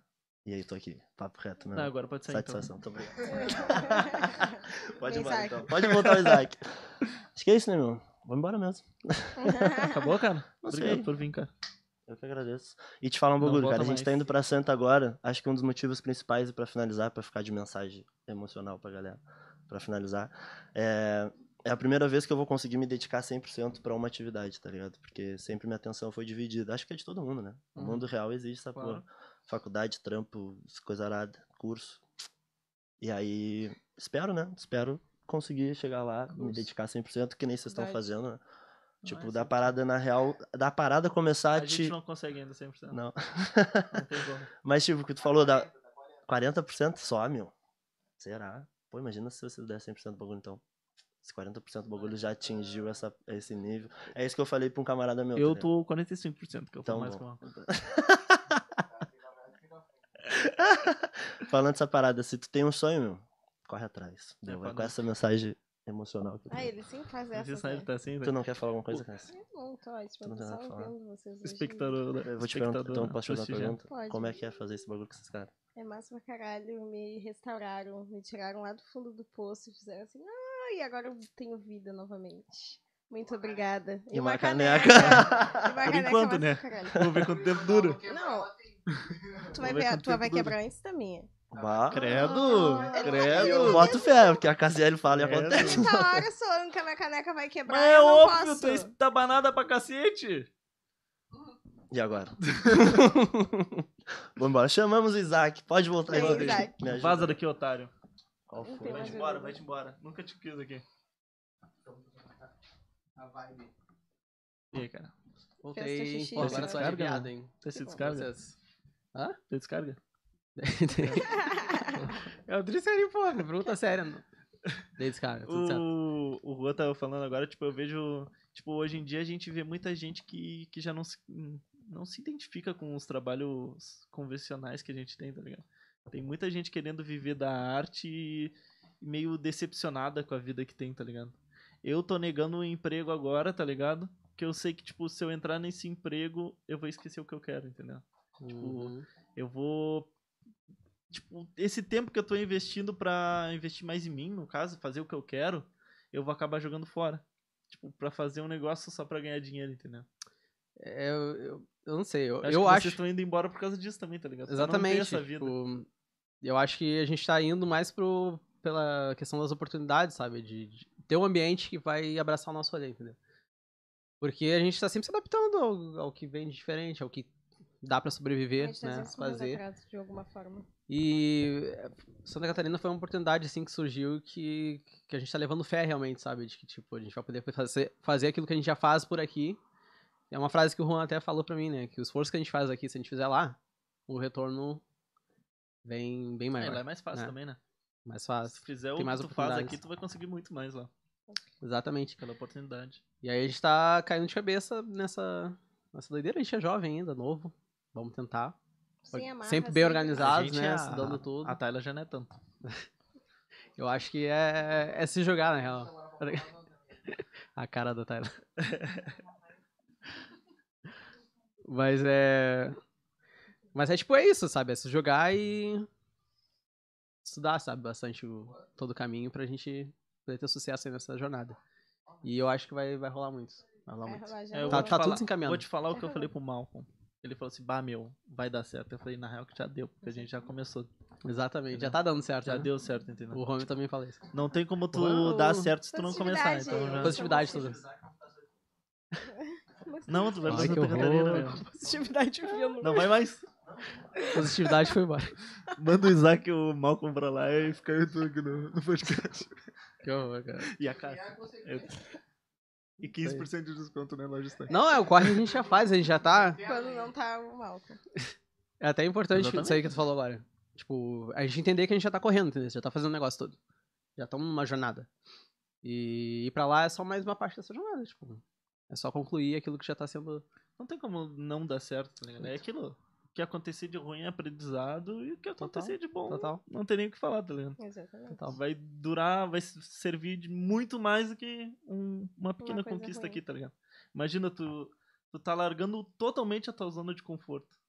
E aí tô aqui, papo reto mesmo. Tá, agora pode sair então. Ah, Satisfação, tô obrigado. Vem, Pode ir embora, Isaac. então. Pode voltar o Isaac. Acho que é isso, né, meu? Vamos embora mesmo. Acabou, cara? Não Obrigado sei. por vir, cara. Eu que agradeço. E te falar um Não bagulho, cara. volta A gente tá mais. indo pra Santa agora. Acho que um dos motivos principais, e pra finalizar, pra ficar de mensagem emocional pra galera, pra finalizar, é, é a primeira vez que eu vou conseguir me dedicar 100% pra uma atividade, tá ligado? Porque sempre minha atenção foi dividida. Acho que é de todo mundo, né? O Uhum. mundo real exige essa Claro. porra. Faculdade, trampo, coisa arada, curso. E aí, espero, né? Espero conseguir chegar lá, me Curso. dedicar 100%, que nem vocês estão Verdade. fazendo, né? Tipo, Mas da parada, na real, da parada começar a, A te... gente não consegue ainda 100%. Não, Não. tem como. Mas, tipo, o que tu falou da 40% só, meu. Será? Pô, imagina se você der 100% do bagulho, então. Se 40% do bagulho já atingiu essa, esse nível. É isso que eu falei pra um camarada meu. Eu tá tô 45%, que eu Então falo mais bom. com ela. ligado? Falando essa parada, se tu tem um sonho, meu, corre atrás. É Entendeu? pra Vai com nós. essa mensagem emocional. Que eu Ah, tenho. ele sempre faz Você essa. sabe, Né? tá assim, Tu velho? não quer falar alguma coisa, cara? Não, tô ótimo. Tô Não tem só nada pra falar. ouvindo vocês hoje. Espectador. né? Eu vou te perguntar, então espectadora, posso te fazer uma prestigiando. pergunta? Pode. Como é que é fazer esse bagulho com esses caras? É massa pra caralho. Me restauraram, me tiraram lá do fundo do poço e fizeram assim. Ah, e agora eu tenho vida novamente. Muito obrigada. E uma caneca. E uma Por caneca enquanto, massa né? pra caralho. Vamos ver quanto tempo dura. Não. Tu vai, Vamos ver ver, quanto tu vai tempo dura. quebrar antes da minha. Bah. Credo! Eu Credo! boto fé, porque a KZL fala e Credo. acontece. 30 horas falando que a minha caneca vai quebrar. Mas é eu não óbvio, posso. tu é estabanada pra cacete! E agora? Vamos embora. Chamamos o Isaac. Pode voltar Vem, Isaac. Isaac. Me ajuda. Vaza daqui, otário. Qual foi? Tem mais Vai-te embora, ajuda. vai-te embora. Nunca te quis aqui. A vibe. E aí, cara? Fez Voltei. teu xixi. né? Pô, agora Você sou descarga, aliviado, hein? Você se Que Tá bom. descarga? Vocês. Você descarga? É o Dricerim, porra. Pergunta séria. né? Dei descarga, né? tudo certo. O, o Juan tava falando agora, tipo, eu vejo. Tipo, hoje em dia a gente vê muita gente que, que já não se, não se identifica com os trabalhos convencionais que a gente tem, tá ligado? Tem muita gente querendo viver da arte e meio decepcionada com a vida que tem, tá ligado? Eu tô negando um emprego agora, tá ligado? Que eu sei que, tipo, se eu entrar nesse emprego, eu vou esquecer o que eu quero, entendeu? Uhum. Eu vou. Tipo, esse tempo que eu tô investindo pra investir mais em mim, no caso, fazer o que eu quero, eu vou acabar jogando fora. Tipo, pra fazer um negócio só pra ganhar dinheiro, entendeu? É, eu, eu, eu não sei, eu, que eu acho. Vocês estão indo embora por causa disso também, tá ligado? Pra não ter Exatamente. essa vida. tipo, eu acho que a gente tá indo mais pro, pela questão das oportunidades, sabe? De, de ter um ambiente que vai abraçar o nosso rolê, entendeu? Porque a gente tá sempre se adaptando ao, ao que vem de diferente, ao que dá pra A sobreviver, gente tá né? sempre correndo Fazer. atrás de alguma forma. E eh, Santa Catarina foi uma oportunidade assim que surgiu que, que a gente tá levando fé realmente, sabe? De que tipo, a gente vai poder fazer, fazer aquilo que a gente já faz por aqui. É uma frase que o Juan até falou pra mim, né? Que o esforço que a gente faz aqui, se a gente fizer lá, o retorno vem bem É, maior, lá é mais fácil né? também, né? mais Se fácil. fizer o Tem que mais tu faz oportunidades. aqui, tu vai conseguir muito mais lá. Exatamente. Pela oportunidade. E aí a gente tá caindo de cabeça nessa, nessa doideira. A gente é jovem ainda, novo. Vamos tentar. Sem amarras, sempre bem sem- organizado. Dados, A gente né, é a- estudando tudo. A Tayla já não é tanto. Eu acho que é, é se jogar, na real. A cara da Tyler. Mas é. Mas é tipo, é isso, sabe? É se jogar e. Estudar, sabe? Bastante o, todo o caminho pra gente poder ter sucesso aí nessa jornada. E eu acho que vai, vai rolar muito. Vai rolar Vai muito. rolar já É, eu não. Tá- vou te tá tudo falar- se encaminhando. Vou te falar o que eu falei pro Malcolm. Ele falou assim, bah, meu, vai dar certo. Eu falei, na real que já deu, porque a gente já começou. Exatamente. Já Entendeu? tá dando certo. Já né? deu certo, entendeu? O Romeo também fala isso. Uhum. Não tem como tu Uau. dar certo se tu não começar, Positividade. então já... Posi- Positividade toda. Não, tu vai pra Ai, Santa que Catarina, horror. meu. Positividade vindo. Não vai mais. Positividade foi embora. Manda o Isaac e o Malcolm pra lá e fica eu tô aqui no, no podcast. Que horror, cara. E a Cássia. Eu- E 15% de desconto né, na loja está. Não, é, o corre a gente já faz, a gente já tá. Quando não tá o Malcolm. É até importante Exatamente. isso aí que tu falou agora. Tipo, a gente entender que a gente já tá correndo, entendeu? Já tá fazendo o negócio todo. Já estamos numa jornada. E ir pra lá é só mais uma parte dessa jornada, tipo. É só concluir aquilo que já tá sendo. Não tem como não dar certo, tá ligado? É aquilo. O que acontecer de ruim é aprendizado e o que acontecer de bom Total. não tem nem o que falar, tá ligado? Exatamente. Total. Vai durar, vai servir de muito mais do que um- uma pequena coisa conquista ruim. aqui, tá ligado? Imagina, tu, tu tá largando totalmente a tua zona de conforto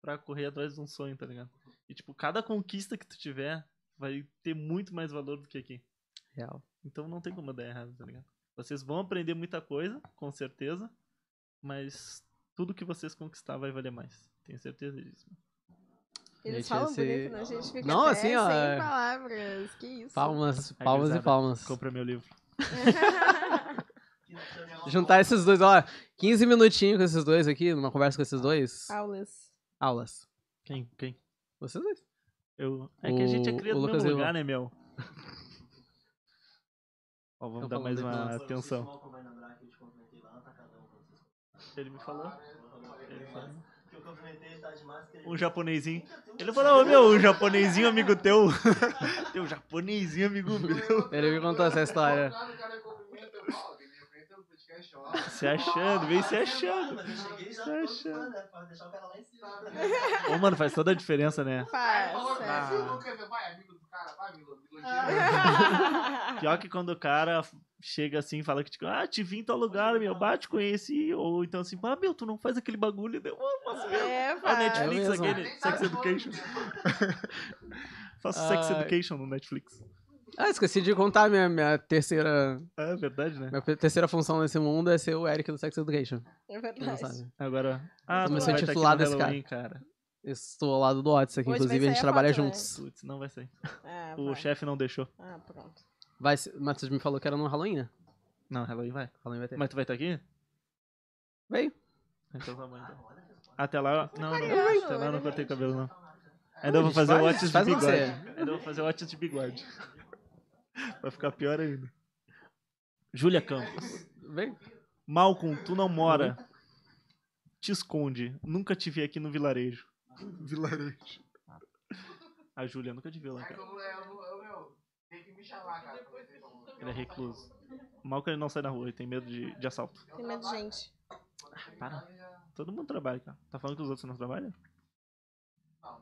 pra correr atrás de um sonho, tá ligado? E, tipo, cada conquista que tu tiver vai ter muito mais valor do que aqui. Real. Então não tem como dar errado, tá ligado? Vocês vão aprender muita coisa, com certeza, mas tudo que vocês conquistar vai valer mais. Tenho certeza disso. Eles Gente, falam esse- bonito, né? A gente fica Não, até assim, ó, é- sem palavras. Que isso? Palmas, palmas e gurizada, palmas. Compra meu livro. Juntar esses dois, ó. 15 minutinhos com esses dois aqui, numa conversa com esses dois. Aulas. Aulas. Quem? Quem? Vocês dois. Eu... É que a gente é O- criado o no Lucas mesmo e o- lugar, né, meu? Ó, vamos Então dar falando mais aí, uma Lucas. atenção. tá, um Ele Ele me falou. Ele falou. Que eu cumprimentei, tá de máscara. Um japonesinho. Ele falou, ô, meu, um japonesinho amigo teu. Teu japonesinho amigo meu. Ele me contou essa história. Se achando, vem se achando. Mas eu cheguei já Tá todo achando. fã, né? Pra deixar o cara lá em cima. tá né? Ô, mano, faz toda a diferença, né? Faça. Ah. Pior que quando o cara chega assim e fala que, tipo, ah, te vim em tal lugar, meu, bate, conheci. Ou então assim, ah, meu, tu não faz aquele bagulho. Deu, ah, faço mesmo. É, Ah, vai. Netflix, É mesmo. aquele. Sex Education. Faço Sex Ai. Education no Netflix. Ah, esqueci de contar minha, minha terceira. É verdade, né? Minha terceira função nesse mundo é ser o Eric do Sex Education. Quem não É verdade. sabe. Agora. Ah, Começou tu vai tá a aqui titular no desse cara. Halloween, cara. Estou ao lado do Otis aqui, Hoje vai inclusive a sair gente a trabalha foto, né? juntos. Putz, não vai sair. Ah, O vai. chefe não deixou. Ah, pronto. Vai, ser- mas tu me falou que era no Halloween, né? Não, Halloween vai. Halloween vai ter. Mas tu vai estar aqui? Veio. Então tá bom, então. Até lá. Não, não. Aquariano, Até lá eu não ele cortei o é cabelo, né, não. Ainda eu vou fazer o faz- Otis de faz você. bigode. Ainda eu vou fazer o Otis de bigode. Vai ficar pior ainda. Júlia Campos. Veio. Malcolm, tu Uhum. não mora. Te esconde. Nunca te vi aqui no vilarejo. Vilarejo. A Júlia nunca te viu lá, cara. Tem que me chamar, cara. Ele é recluso. Malcolm ele não sai na rua, ele tem medo de, de assalto. Tem medo de gente. Para. né? Todo mundo trabalha, cara. Tá falando que os outros não trabalham? um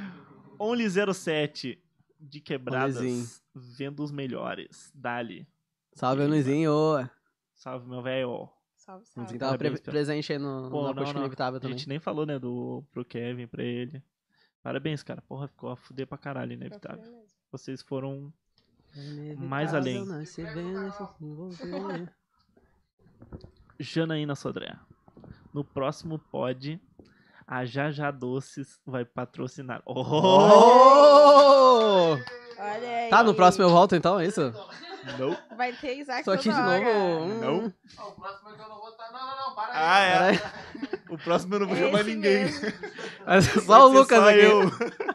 Only07 de quebradas, Onlyzinho. vendo os melhores. Dali. Salve, Luizinho. ô. Ah, Salve, meu velho. Salve, Vamos salve. Tava pre- parabéns, pela- presente aí no, Pô, no não, Acústica não. Inevitável A também. gente nem falou, né, do, pro Kevin, pra ele. Parabéns, cara. Porra, ficou a fuder pra caralho, inevitável. Vocês foram. Mais além. Não se vê nessas envolver. Janaína Sodré. No próximo pod, a Jaja Doces vai patrocinar. Oh! Oh! Olha aí. Tá, no próximo eu volto então, é isso? Não. Vai ter Isaac Só Tá aqui toda de hora. novo. hum. Não. Ó, o próximo é que eu não vou estar. Não, não, não, para Ah, aí. é. O próximo eu não vou chamar É Esse ninguém. mesmo. Mas Vai Só o ser Lucas só aqui. eu. Eu tô entendendo,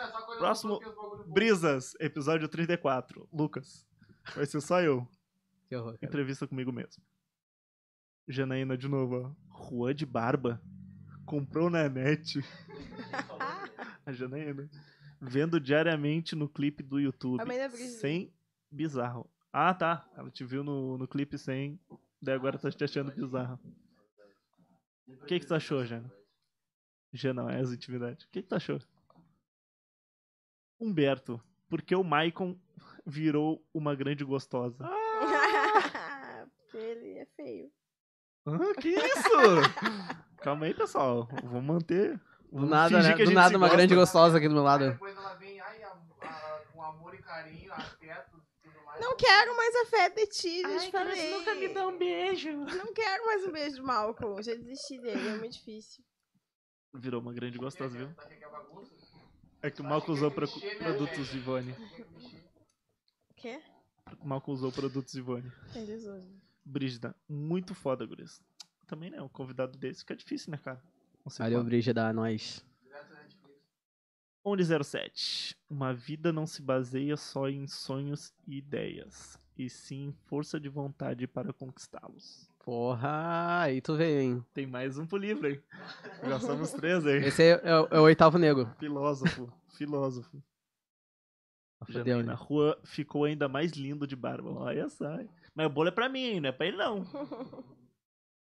é só quando eu Próximo, toquei os bagulho bom. Brisas, episódio 34. Lucas. Vai ser só eu. Que horror, cara. Entrevista comigo mesmo. Janaína de novo, ó. Juan de Barba. Comprou na net. Ah. A Janaína. Vendo diariamente no clipe do YouTube. Amanda Brisas. Sem bizarro. Ah, tá. Ela te viu no, no clipe sem. Daí agora tá te achando bizarro. O que, que tu achou, Jana? Jana, é as intimidades. O que, que tu achou? Humberto, por que o Maicon virou uma grande gostosa? Ah, Ele é feio. Ah, que isso? Calma aí, pessoal. Vou manter. Do Vamos nada, fingir né? que a Do gente se nada, uma gosta. grande gostosa aqui do meu Aí lado. Depois ela vem, ai, a- a- com amor e carinho, afeto e tudo mais. Não quero mais afeto de ti, já te falei. um beijo. Não quero mais um beijo do Malcolm. Já desisti dele, é muito difícil. Virou uma grande gostosa, viu? Tá que é bagunça? É né, que o Malco usou pro- produtos Ivone. O quê? O Malco usou produtos Ivone. Eles usam. Brígida, muito foda, Guris. Também, né? Um convidado desse fica difícil, né, cara? Não sei Valeu, falar. Brígida, é nós. Only07. Uma vida não se baseia só em sonhos e ideias, e sim em força de vontade para conquistá-los. Porra, aí tu veio, hein? Tem mais um pro livro, hein? Já somos três, hein? Esse é, é o- é o oitavo nego. Filósofo, filósofo. Fudeu, Janaína né? Rua ficou ainda mais lindo de barba. Olha só. hein? Mas o bolo é pra mim, hein? não é pra ele não.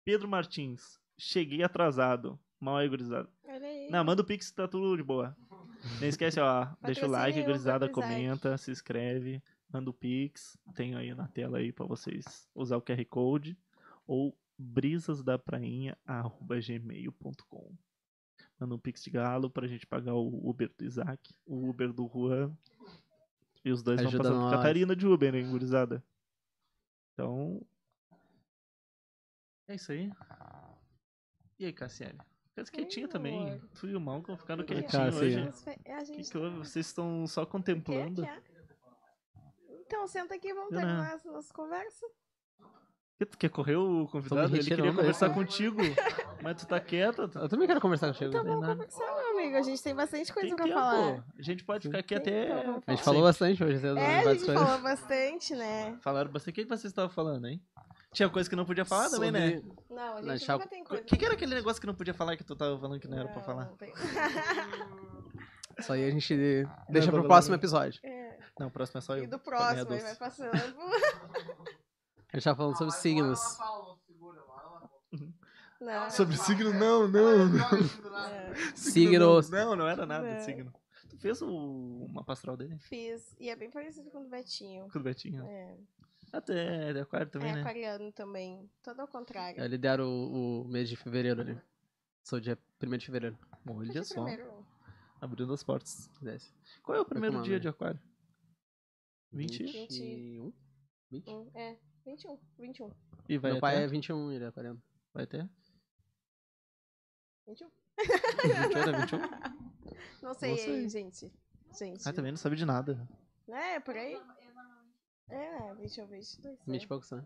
Pedro Martins, cheguei atrasado. Mal aí, gurizada. Olha aí. Não, manda o pix, tá tudo de boa. Não esquece, ó. deixa o like, Patrocínio, gurizada, Isaac. comenta, se inscreve, manda o pix. Tem aí na tela aí pra vocês usar o QR Code. Ou brisasdaprainha.gmail.com Manda um pix de galo pra gente pagar o Uber do Isaac, o Uber do Juan. E os dois Ajuda vão passar nós. pra Catarina de Uber, hein, gurizada? Então... É isso aí. E aí, Cassiane? Fica quietinho meu também. amor. Tu e o Malcolm ficaram Porque quietinho Cássio. hoje. as fe- A Que gente que houve? Vocês estão só Quer, contemplando. quer? Então, senta aqui e vamos Não. terminar essa nossa conversa. Que tu quer correr o convidado? Ele queria retirando conversar esse. contigo. Mas tu tá quieta. Tu... Eu também quero conversar contigo. Então Tem vamos nada. conversar, meu amigo. A gente tem bastante coisa Tem pra tempo. falar. A gente pode ficar aqui Tem até. tempo. A gente falou bastante hoje. cedo, É, a várias gente coisas. falou bastante, né? Falaram bastante. O que que vocês estavam falando, hein? Tinha coisa que não podia falar também, né? Sobre- Não, a Não, gente deixa eu- nunca tem coisa. O que, que era aquele negócio que não podia falar que tu tava falando que não era pra falar? Não, tem- Isso aí a gente deixa pra pro falar, próximo né? episódio. É, Não, o próximo é só eu. E do pra ganhar próximo, aí doce. vai passando. A gente tá falando sobre signos. Não. Sobre signo, não, não. não. é, Signos. Não, não era nada É. de signo. Tu fez o... uma pastoral dele? Fiz. E é bem parecido com o do Betinho. Com o Betinho. É, Até é de aquário também, é né? aquariano também. Todo ao contrário. Ele deram o, o mês de fevereiro ali. Sou dia 1 de fevereiro. Deixa Olha eu só. é primeiro. Abrindo as portas. Desce. Qual é o primeiro tomar, dia né? de aquário? 20? Vinte. 21? 20? Hum, É, 21. 21. E um? vai Meu pai até? é 21, ele é 40. Vai até? 21. 21 né? era 21? Não sei, Não sei. aí, gente. Gente. um? Ah, também não sabe de nada. Né, por aí? É, 21, 22. é. 20 e poucos, né?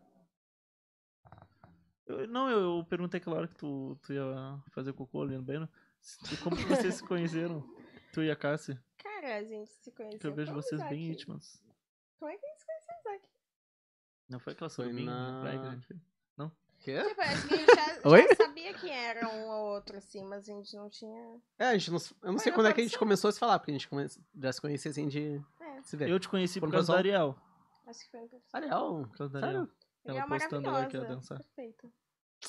Eu- não, eu, eu perguntei aquela hora que tu, tu ia fazer cocô ali no banheiro. se- Como que vocês se conheceram? Tu e a Cássia? Cara, a gente se conheceu. Que eu vejo como vocês tipo- Isaac? bem íntimas. é Como é que a gente se conheceu, Isaac? Não foi aquela Foi surubim? na- Quê? Tipo, acho que a gente já, Oi? já sabia que era um ou outro, assim, mas a gente não tinha. É, a gente não, eu não sei Mas quando é pode que a gente ser. começou a se falar, porque a gente come- já se conhecia assim de É. se ver. Eu te conheci Por por causa do causa- Ariel. Acho que foi um perfeito. Ariel, Por causa do Ariel. sério? Ela é Ela postando ela aqui, ela dançar. maravilhosa. Perfeita.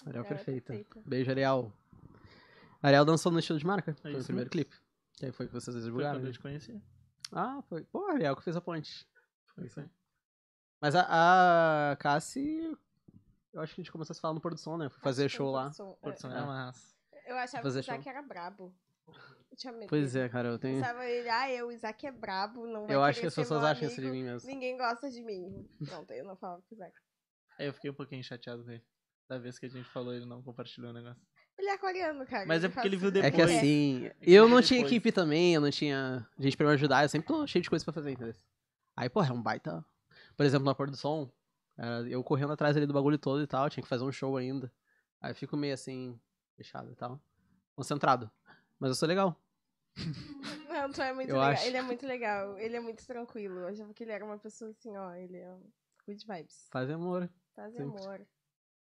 Ariel Ela é perfeita. Beijo, Ariel. Ariel dançou no estilo de marca, foi o isso primeiro mesmo. clipe. Que aí foi que vocês Foi divulgaram. quando eu né? te conheci. Ah, foi. Pô, Ariel que fez a ponte. Foi isso aí. Mas a, a Cassi, eu acho que a gente começou a se falar no Pôr do Som, né? Foi fazer Acho que foi show um lá. Porto Pode Som. sonar uma raça. Eu achava Fazer que o show. Isaac era brabo. Eu tinha medo. Pois dele. é, cara, eu tenho. Pensava ele, ah, eu, o Isaac é brabo, não vai Eu acho querer que as ser pessoas meu acham isso de amigo, mim mesmo. Ninguém gosta de mim. Pronto, eu não falava com o Isaac. Aí eu fiquei um pouquinho chateado com ele. Da vez que a gente falou, ele não compartilhou o negócio. Ele é coreano, cara. Mas é porque ele faz viu tudo. É que Depois. assim, que eu veio não tinha depois. equipe também, eu não tinha gente pra me ajudar, eu sempre tô cheio de coisa pra fazer, entendeu? Aí, porra, é um baita. Por exemplo, na cor do som, era eu correndo atrás ali do bagulho todo e tal, tinha que fazer um show ainda. Aí eu fico meio assim, fechado e tal, concentrado. Mas eu sou legal. Não, tu é muito Eu legal. acho. Ele é muito legal. Ele é muito tranquilo. Eu achava que ele era uma pessoa assim, ó. Ele é um good vibes. Faz amor. Faz Sim. amor.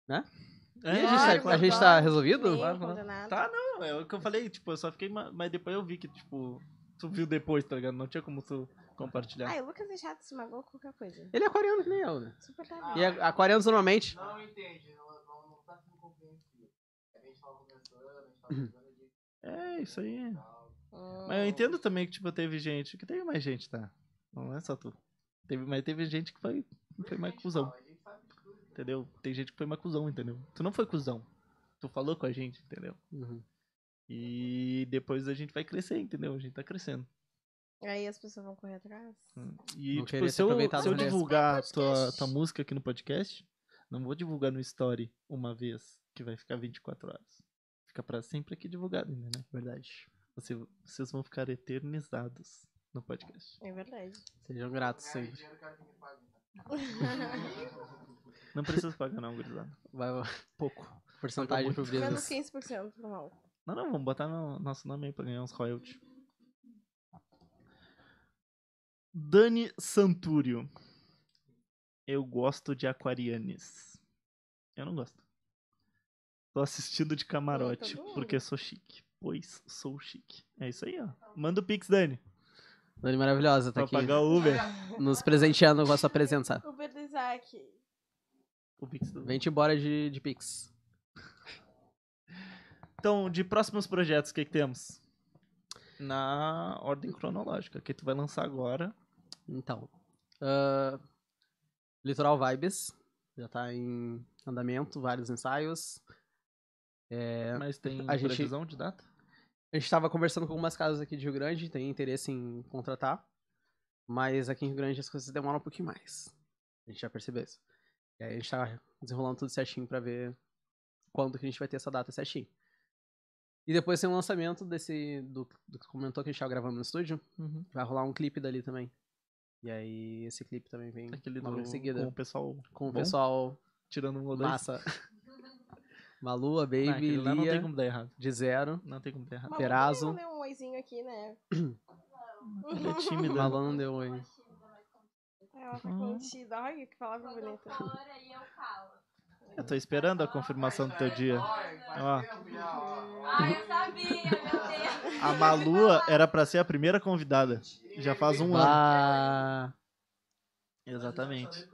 E a gente, Claro, tá- a claro. gente tá resolvido? Nem claro, claro. condenado. Tá, não, é o que eu falei, tipo, eu só fiquei. ma- Mas depois eu vi que, tipo, tu viu depois, tá ligado? Não tinha como tu compartilhar. Ai, o Lucas é chato, se magoou com qualquer coisa. Ele é aquariano que nem eu, né? Super tá E a- aquarianos normalmente. Não entende, não, não, não tá sendo compreensível. A gente tava conversando, a gente tava conversando de É, isso aí. Ah. hum. Mas eu entendo também que, tipo, teve gente. Que teve mais gente, tá? Não é só tu. Teve, mas teve gente que foi, foi mais cuzão. Entendeu? Tem gente que foi mais cuzão, entendeu? Tu não foi cuzão. Tu falou com a gente, entendeu? Uhum. E depois a gente vai crescer, entendeu? A gente tá crescendo. Aí as pessoas vão correr atrás. Hum. E, tipo, Não queria se se eu, aproveitar se eu do rolê. divulgar tua, podcast. tua música aqui no podcast, não vou divulgar no story uma vez, que vai ficar 24 horas. Fica pra sempre aqui divulgado, ainda, né? Verdade. Você, vocês vão ficar eternizados no podcast. É verdade. Sejam gratos sempre. dinheiro, cara, que me paga. Não precisa pagar, não, gurizada. Vai, Pouco. porcentagem pro Menos business. 15% normal. Não, não, vamos botar no nosso nome aí pra ganhar uns royalties. Dani Santúrio. Eu gosto de aquarianes. Eu não gosto. Tô assistindo de camarote, Pô, tá bom. porque sou chique. Pois sou chique. É isso aí, ó. Manda o Pix, Dani. Dani maravilhosa, tá Pra aqui. pagar o Uber. Nos presenteando com a sua presença. Uber do Isaac. O Pix do... Vem-te embora de, de Pix. Então, de próximos projetos, o que, que temos? Na ordem cronológica, que tu vai lançar agora. Então. ah, Litoral Vibes. Já tá em andamento, vários ensaios. Mas tem É. A gente- previsão de data? A gente tava conversando com algumas casas aqui de Rio Grande, tem interesse em contratar. Mas aqui em Rio Grande as coisas demoram um pouquinho mais. A gente já percebeu isso. E aí a gente tá desenrolando tudo certinho pra ver quando que a gente vai ter essa data certinho. E depois tem o lançamento desse. Do, do que comentou que a gente tava gravando no estúdio. Vai rolar um clipe dali também. E aí esse clipe também vem Aquele logo do, em seguida. com o pessoal com o Bom? pessoal tirando um ou dois. massa. Malua, Ah, Baby, aquele lá não tem Lia, como dar errado. de zero. Não tem como dar errado. Malu Perazo. também mandou um oizinho aqui, né? Ela é tímida. Malua não deu oi. Um Ela tá contida. Olha que palavra bonita. Eu tô esperando a confirmação do teu dia. Ó, Ai, eu sabia, meu Deus. a Malua era pra ser a primeira convidada. Já faz um ano. Ah, Exatamente.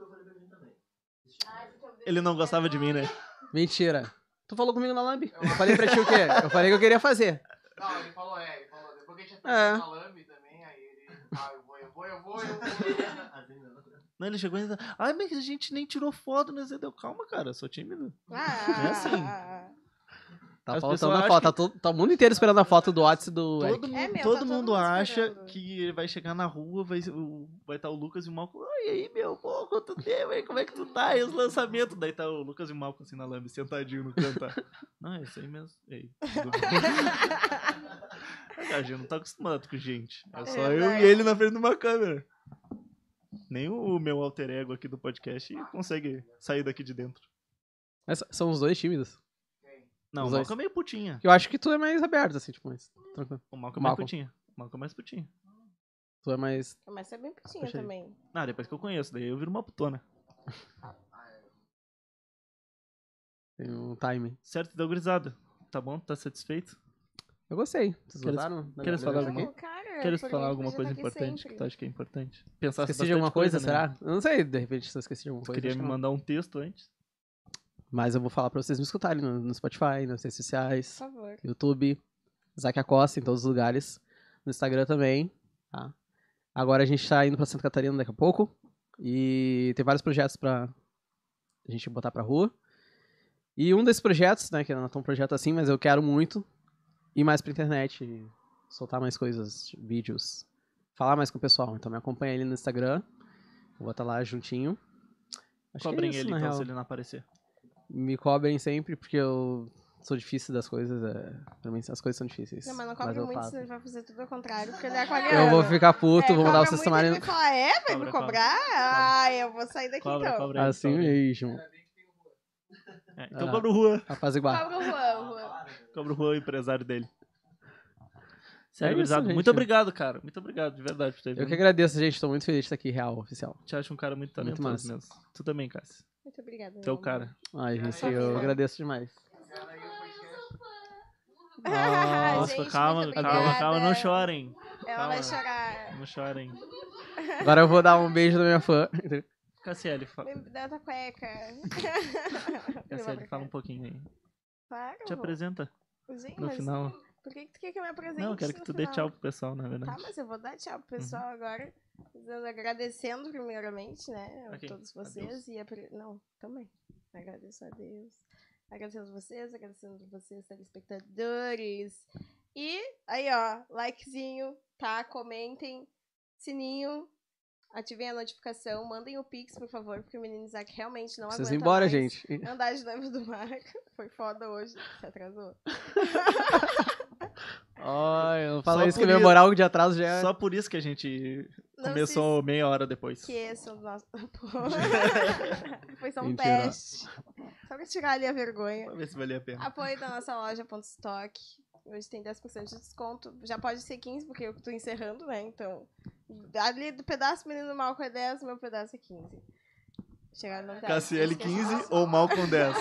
Ai, porque eu Ele não gostava de mim, né? mentira. Tu falou comigo na É Lambi. um Eu falei pra ti o quê? Eu falei que eu queria fazer. Não, ele falou, é, ele falou. Depois que a gente É. apertou na Lambi também, aí ele. Ah, eu vou, eu vou, eu vou, eu vou. Não, ele chegou e disse, ai, mas a gente nem tirou foto, né? Zé?" Deu calma, cara, eu sou tímido. Ah, É assim. ah, ah, Tá As faltando pessoas a acham foto. Tá, todo, tá o mundo inteiro esperando a foto do WhatsApp do Eric. Todo, mundo, É todo mesmo, tá todo mundo mundo acha esperando. que vai chegar na rua, vai estar vai tá o Lucas e o Malcolm. Ai, e aí, meu, pô, quanto tempo, hein? Como é que tu tá? E os lançamentos? Daí tá o Lucas e o Malcolm assim na lambe, sentadinho no canto. tá? Não, é isso aí mesmo. E aí, tudo bem? Cara, a gente não tá acostumado com gente. É só eu verdade. e ele na frente de uma câmera. Nem o meu alter ego aqui do podcast consegue sair daqui de dentro. Mas São os dois tímidos. Não, Os o dois. Malcolm é meio putinha. Eu acho que tu é mais aberto, assim, tipo, mais tranquilo. O Malcolm é meio Malcolm. putinha. O Malcolm é mais putinha. Tu é mais. Mas você é bem putinha Puxa aí. também. Não, depois que eu conheço, daí eu viro uma putona. Tem um timing. Certo, deu gurizada. Tá bom? Tá satisfeito? Eu gostei. Vocês Queres- gostaram? da queres minha falar conversa alguma- aqui? Cara, Queres É, por falar mim, alguma podia coisa estar tá aqui importante sempre. que tu acha que é importante? Pensasse Esqueci de alguma bastante coisa, né? será? Eu não sei, de repente se eu esqueci de alguma Tu coisa. queria acho me que não. mandar um texto antes? Mas eu vou falar pra vocês me escutarem no, no Spotify, nas redes Por sociais, favor. YouTube, Zaque Acosta em todos os lugares. No Instagram também. tá? Agora a gente tá indo pra Santa Catarina daqui a pouco. E tem vários projetos pra a gente botar pra rua. E um desses projetos, né, que não é tão projeto assim, mas eu quero muito ir mais pra internet, e soltar mais coisas, vídeos, falar mais com o pessoal. Então me acompanha ele no Instagram. Vou botar lá juntinho. Acho que é Cobrem isso, ele, na então, real se ele não aparecer. me cobrem sempre, porque eu sou difícil das coisas. É... Pra mim, as coisas são difíceis. Não, mas não cobre eu muito, faço. senão ele vai fazer tudo ao contrário, porque ele é aquariano. Eu vou ficar É, puto, vou cobra mandar muito, vocês tomarem. Ele vai falar, é? Vai Cobra, me cobra. cobrar? Ah, eu vou sair daqui Cobra, então. cobra ele, Assim cobra ele. mesmo. É, então Ah. cobra o Juan. Rapaz, igual. Cobra o Juan, o Juan. Cobra o Juan, o empresário dele. É isso, Sério, gurizada, gente. Muito obrigado, cara. Muito obrigado, de verdade, por ter Eu vindo. que agradeço, gente. Tô muito feliz de estar aqui, real, oficial. Te acho um cara muito Muito talentoso massa. mesmo. Tu também, Cássio. Muito obrigada. Tu é o meu cara. Ai, gente, sou eu fã. agradeço demais. amor. Ah, Nossa, Gente, calma, muito calma, calma. Não obrigada. chorem. Ela vai calma. chorar. Não chorem. Agora eu vou dar um beijo da minha fã. Cassiele, fa... Lembra da tua cueca. Cassiele, fala um pouquinho aí. Claro. Te apresenta Gente, no Tá mas final. por que que tu quer que eu me apresente Não, eu quero que no tu dê final? tchau Uhum. pro pessoal, na Tá, verdade. mas eu vou dar tchau pro pessoal agora. dizendo- Agradecendo primeiramente, né? A Ok, todos vocês. adeus. E a pri- Não, também. Agradeço a Deus. Agradecendo vocês, agradecendo vocês, telespectadores. E aí, ó, likezinho, tá? Comentem, sininho, ativem a notificação, mandem o Pix, por favor, porque o menino Isaac realmente não Vocês aguenta vão embora, mais gente. Andar de nave do mar. Foi foda hoje, se atrasou. Ai, eu não falo Só isso que por meu isso. moral de atraso já é. Só por isso que a gente Não se é. começou meia hora depois. esqueçam do nosso. Foi só um Mentira. teste. Só pra tirar ali a vergonha. Pra ver se valia a pena. Apoio da nossa loja ponto Stock. Hoje tem 10% de desconto. Já pode ser 15, porque eu tô encerrando, né? Então. Ali do pedaço menino mal é 10, meu pedaço é 15. Chegaram no é Cassiele 15 ou Malcom 10?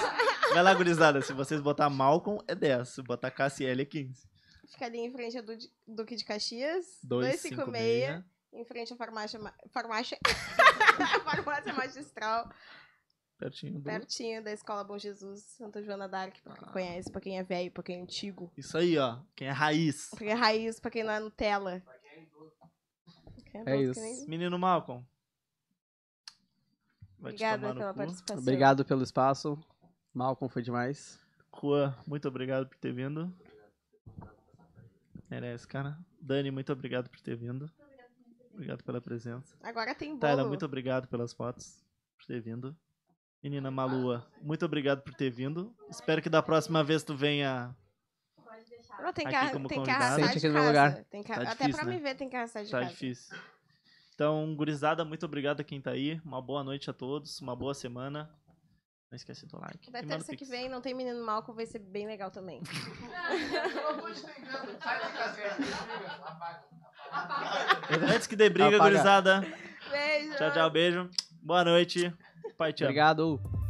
Vai lá, gurizada. Se vocês botar Malcom, é 10. Se botar Cassiele, é 15. Fica ali em frente ao Du- Duque de Caxias. 256. 256. Em frente à farmácia. ma- Farmácia. farmácia magistral. Pertinho do... Pertinho da Escola Bom Jesus, Santa Joana d'Arc, pra Ah. quem conhece, pra quem é velho, pra quem é antigo, Isso aí, ó. Quem é raiz. pra quem é raiz, pra quem é não é Nutella. Quem É adulto, que isso. nem- Menino Malcom. Vai te Obrigada tomar no pela cu. participação. Obrigado pelo espaço. Malcolm foi demais. Juan, muito obrigado por ter vindo. Merece, cara. Dani, muito obrigado por ter vindo. Obrigado pela presença. Agora tem bolo. Tyler, muito obrigado pelas fotos, por ter vindo. Menina Malua, muito obrigado por ter vindo. Espero que da próxima vez tu venha. Tá Não, tem que, aqui arra- como tem que convidado. arrastar Sente de aqui no casa. meu lugar. Tem que- Tá Até difícil, pra né? me ver tem que arrastar de Tá casa. difícil. Então, gurizada, muito obrigado a quem tá aí. Uma boa noite a todos, uma boa semana. Não esquece do like. Da E manda terça que pix. vem não tem menino Malcolm, vai ser bem legal também. Antes que dê briga, Apaga. gurizada. Beijo! Tchau, tchau, beijo. Boa noite. Pai, te amo. Obrigado.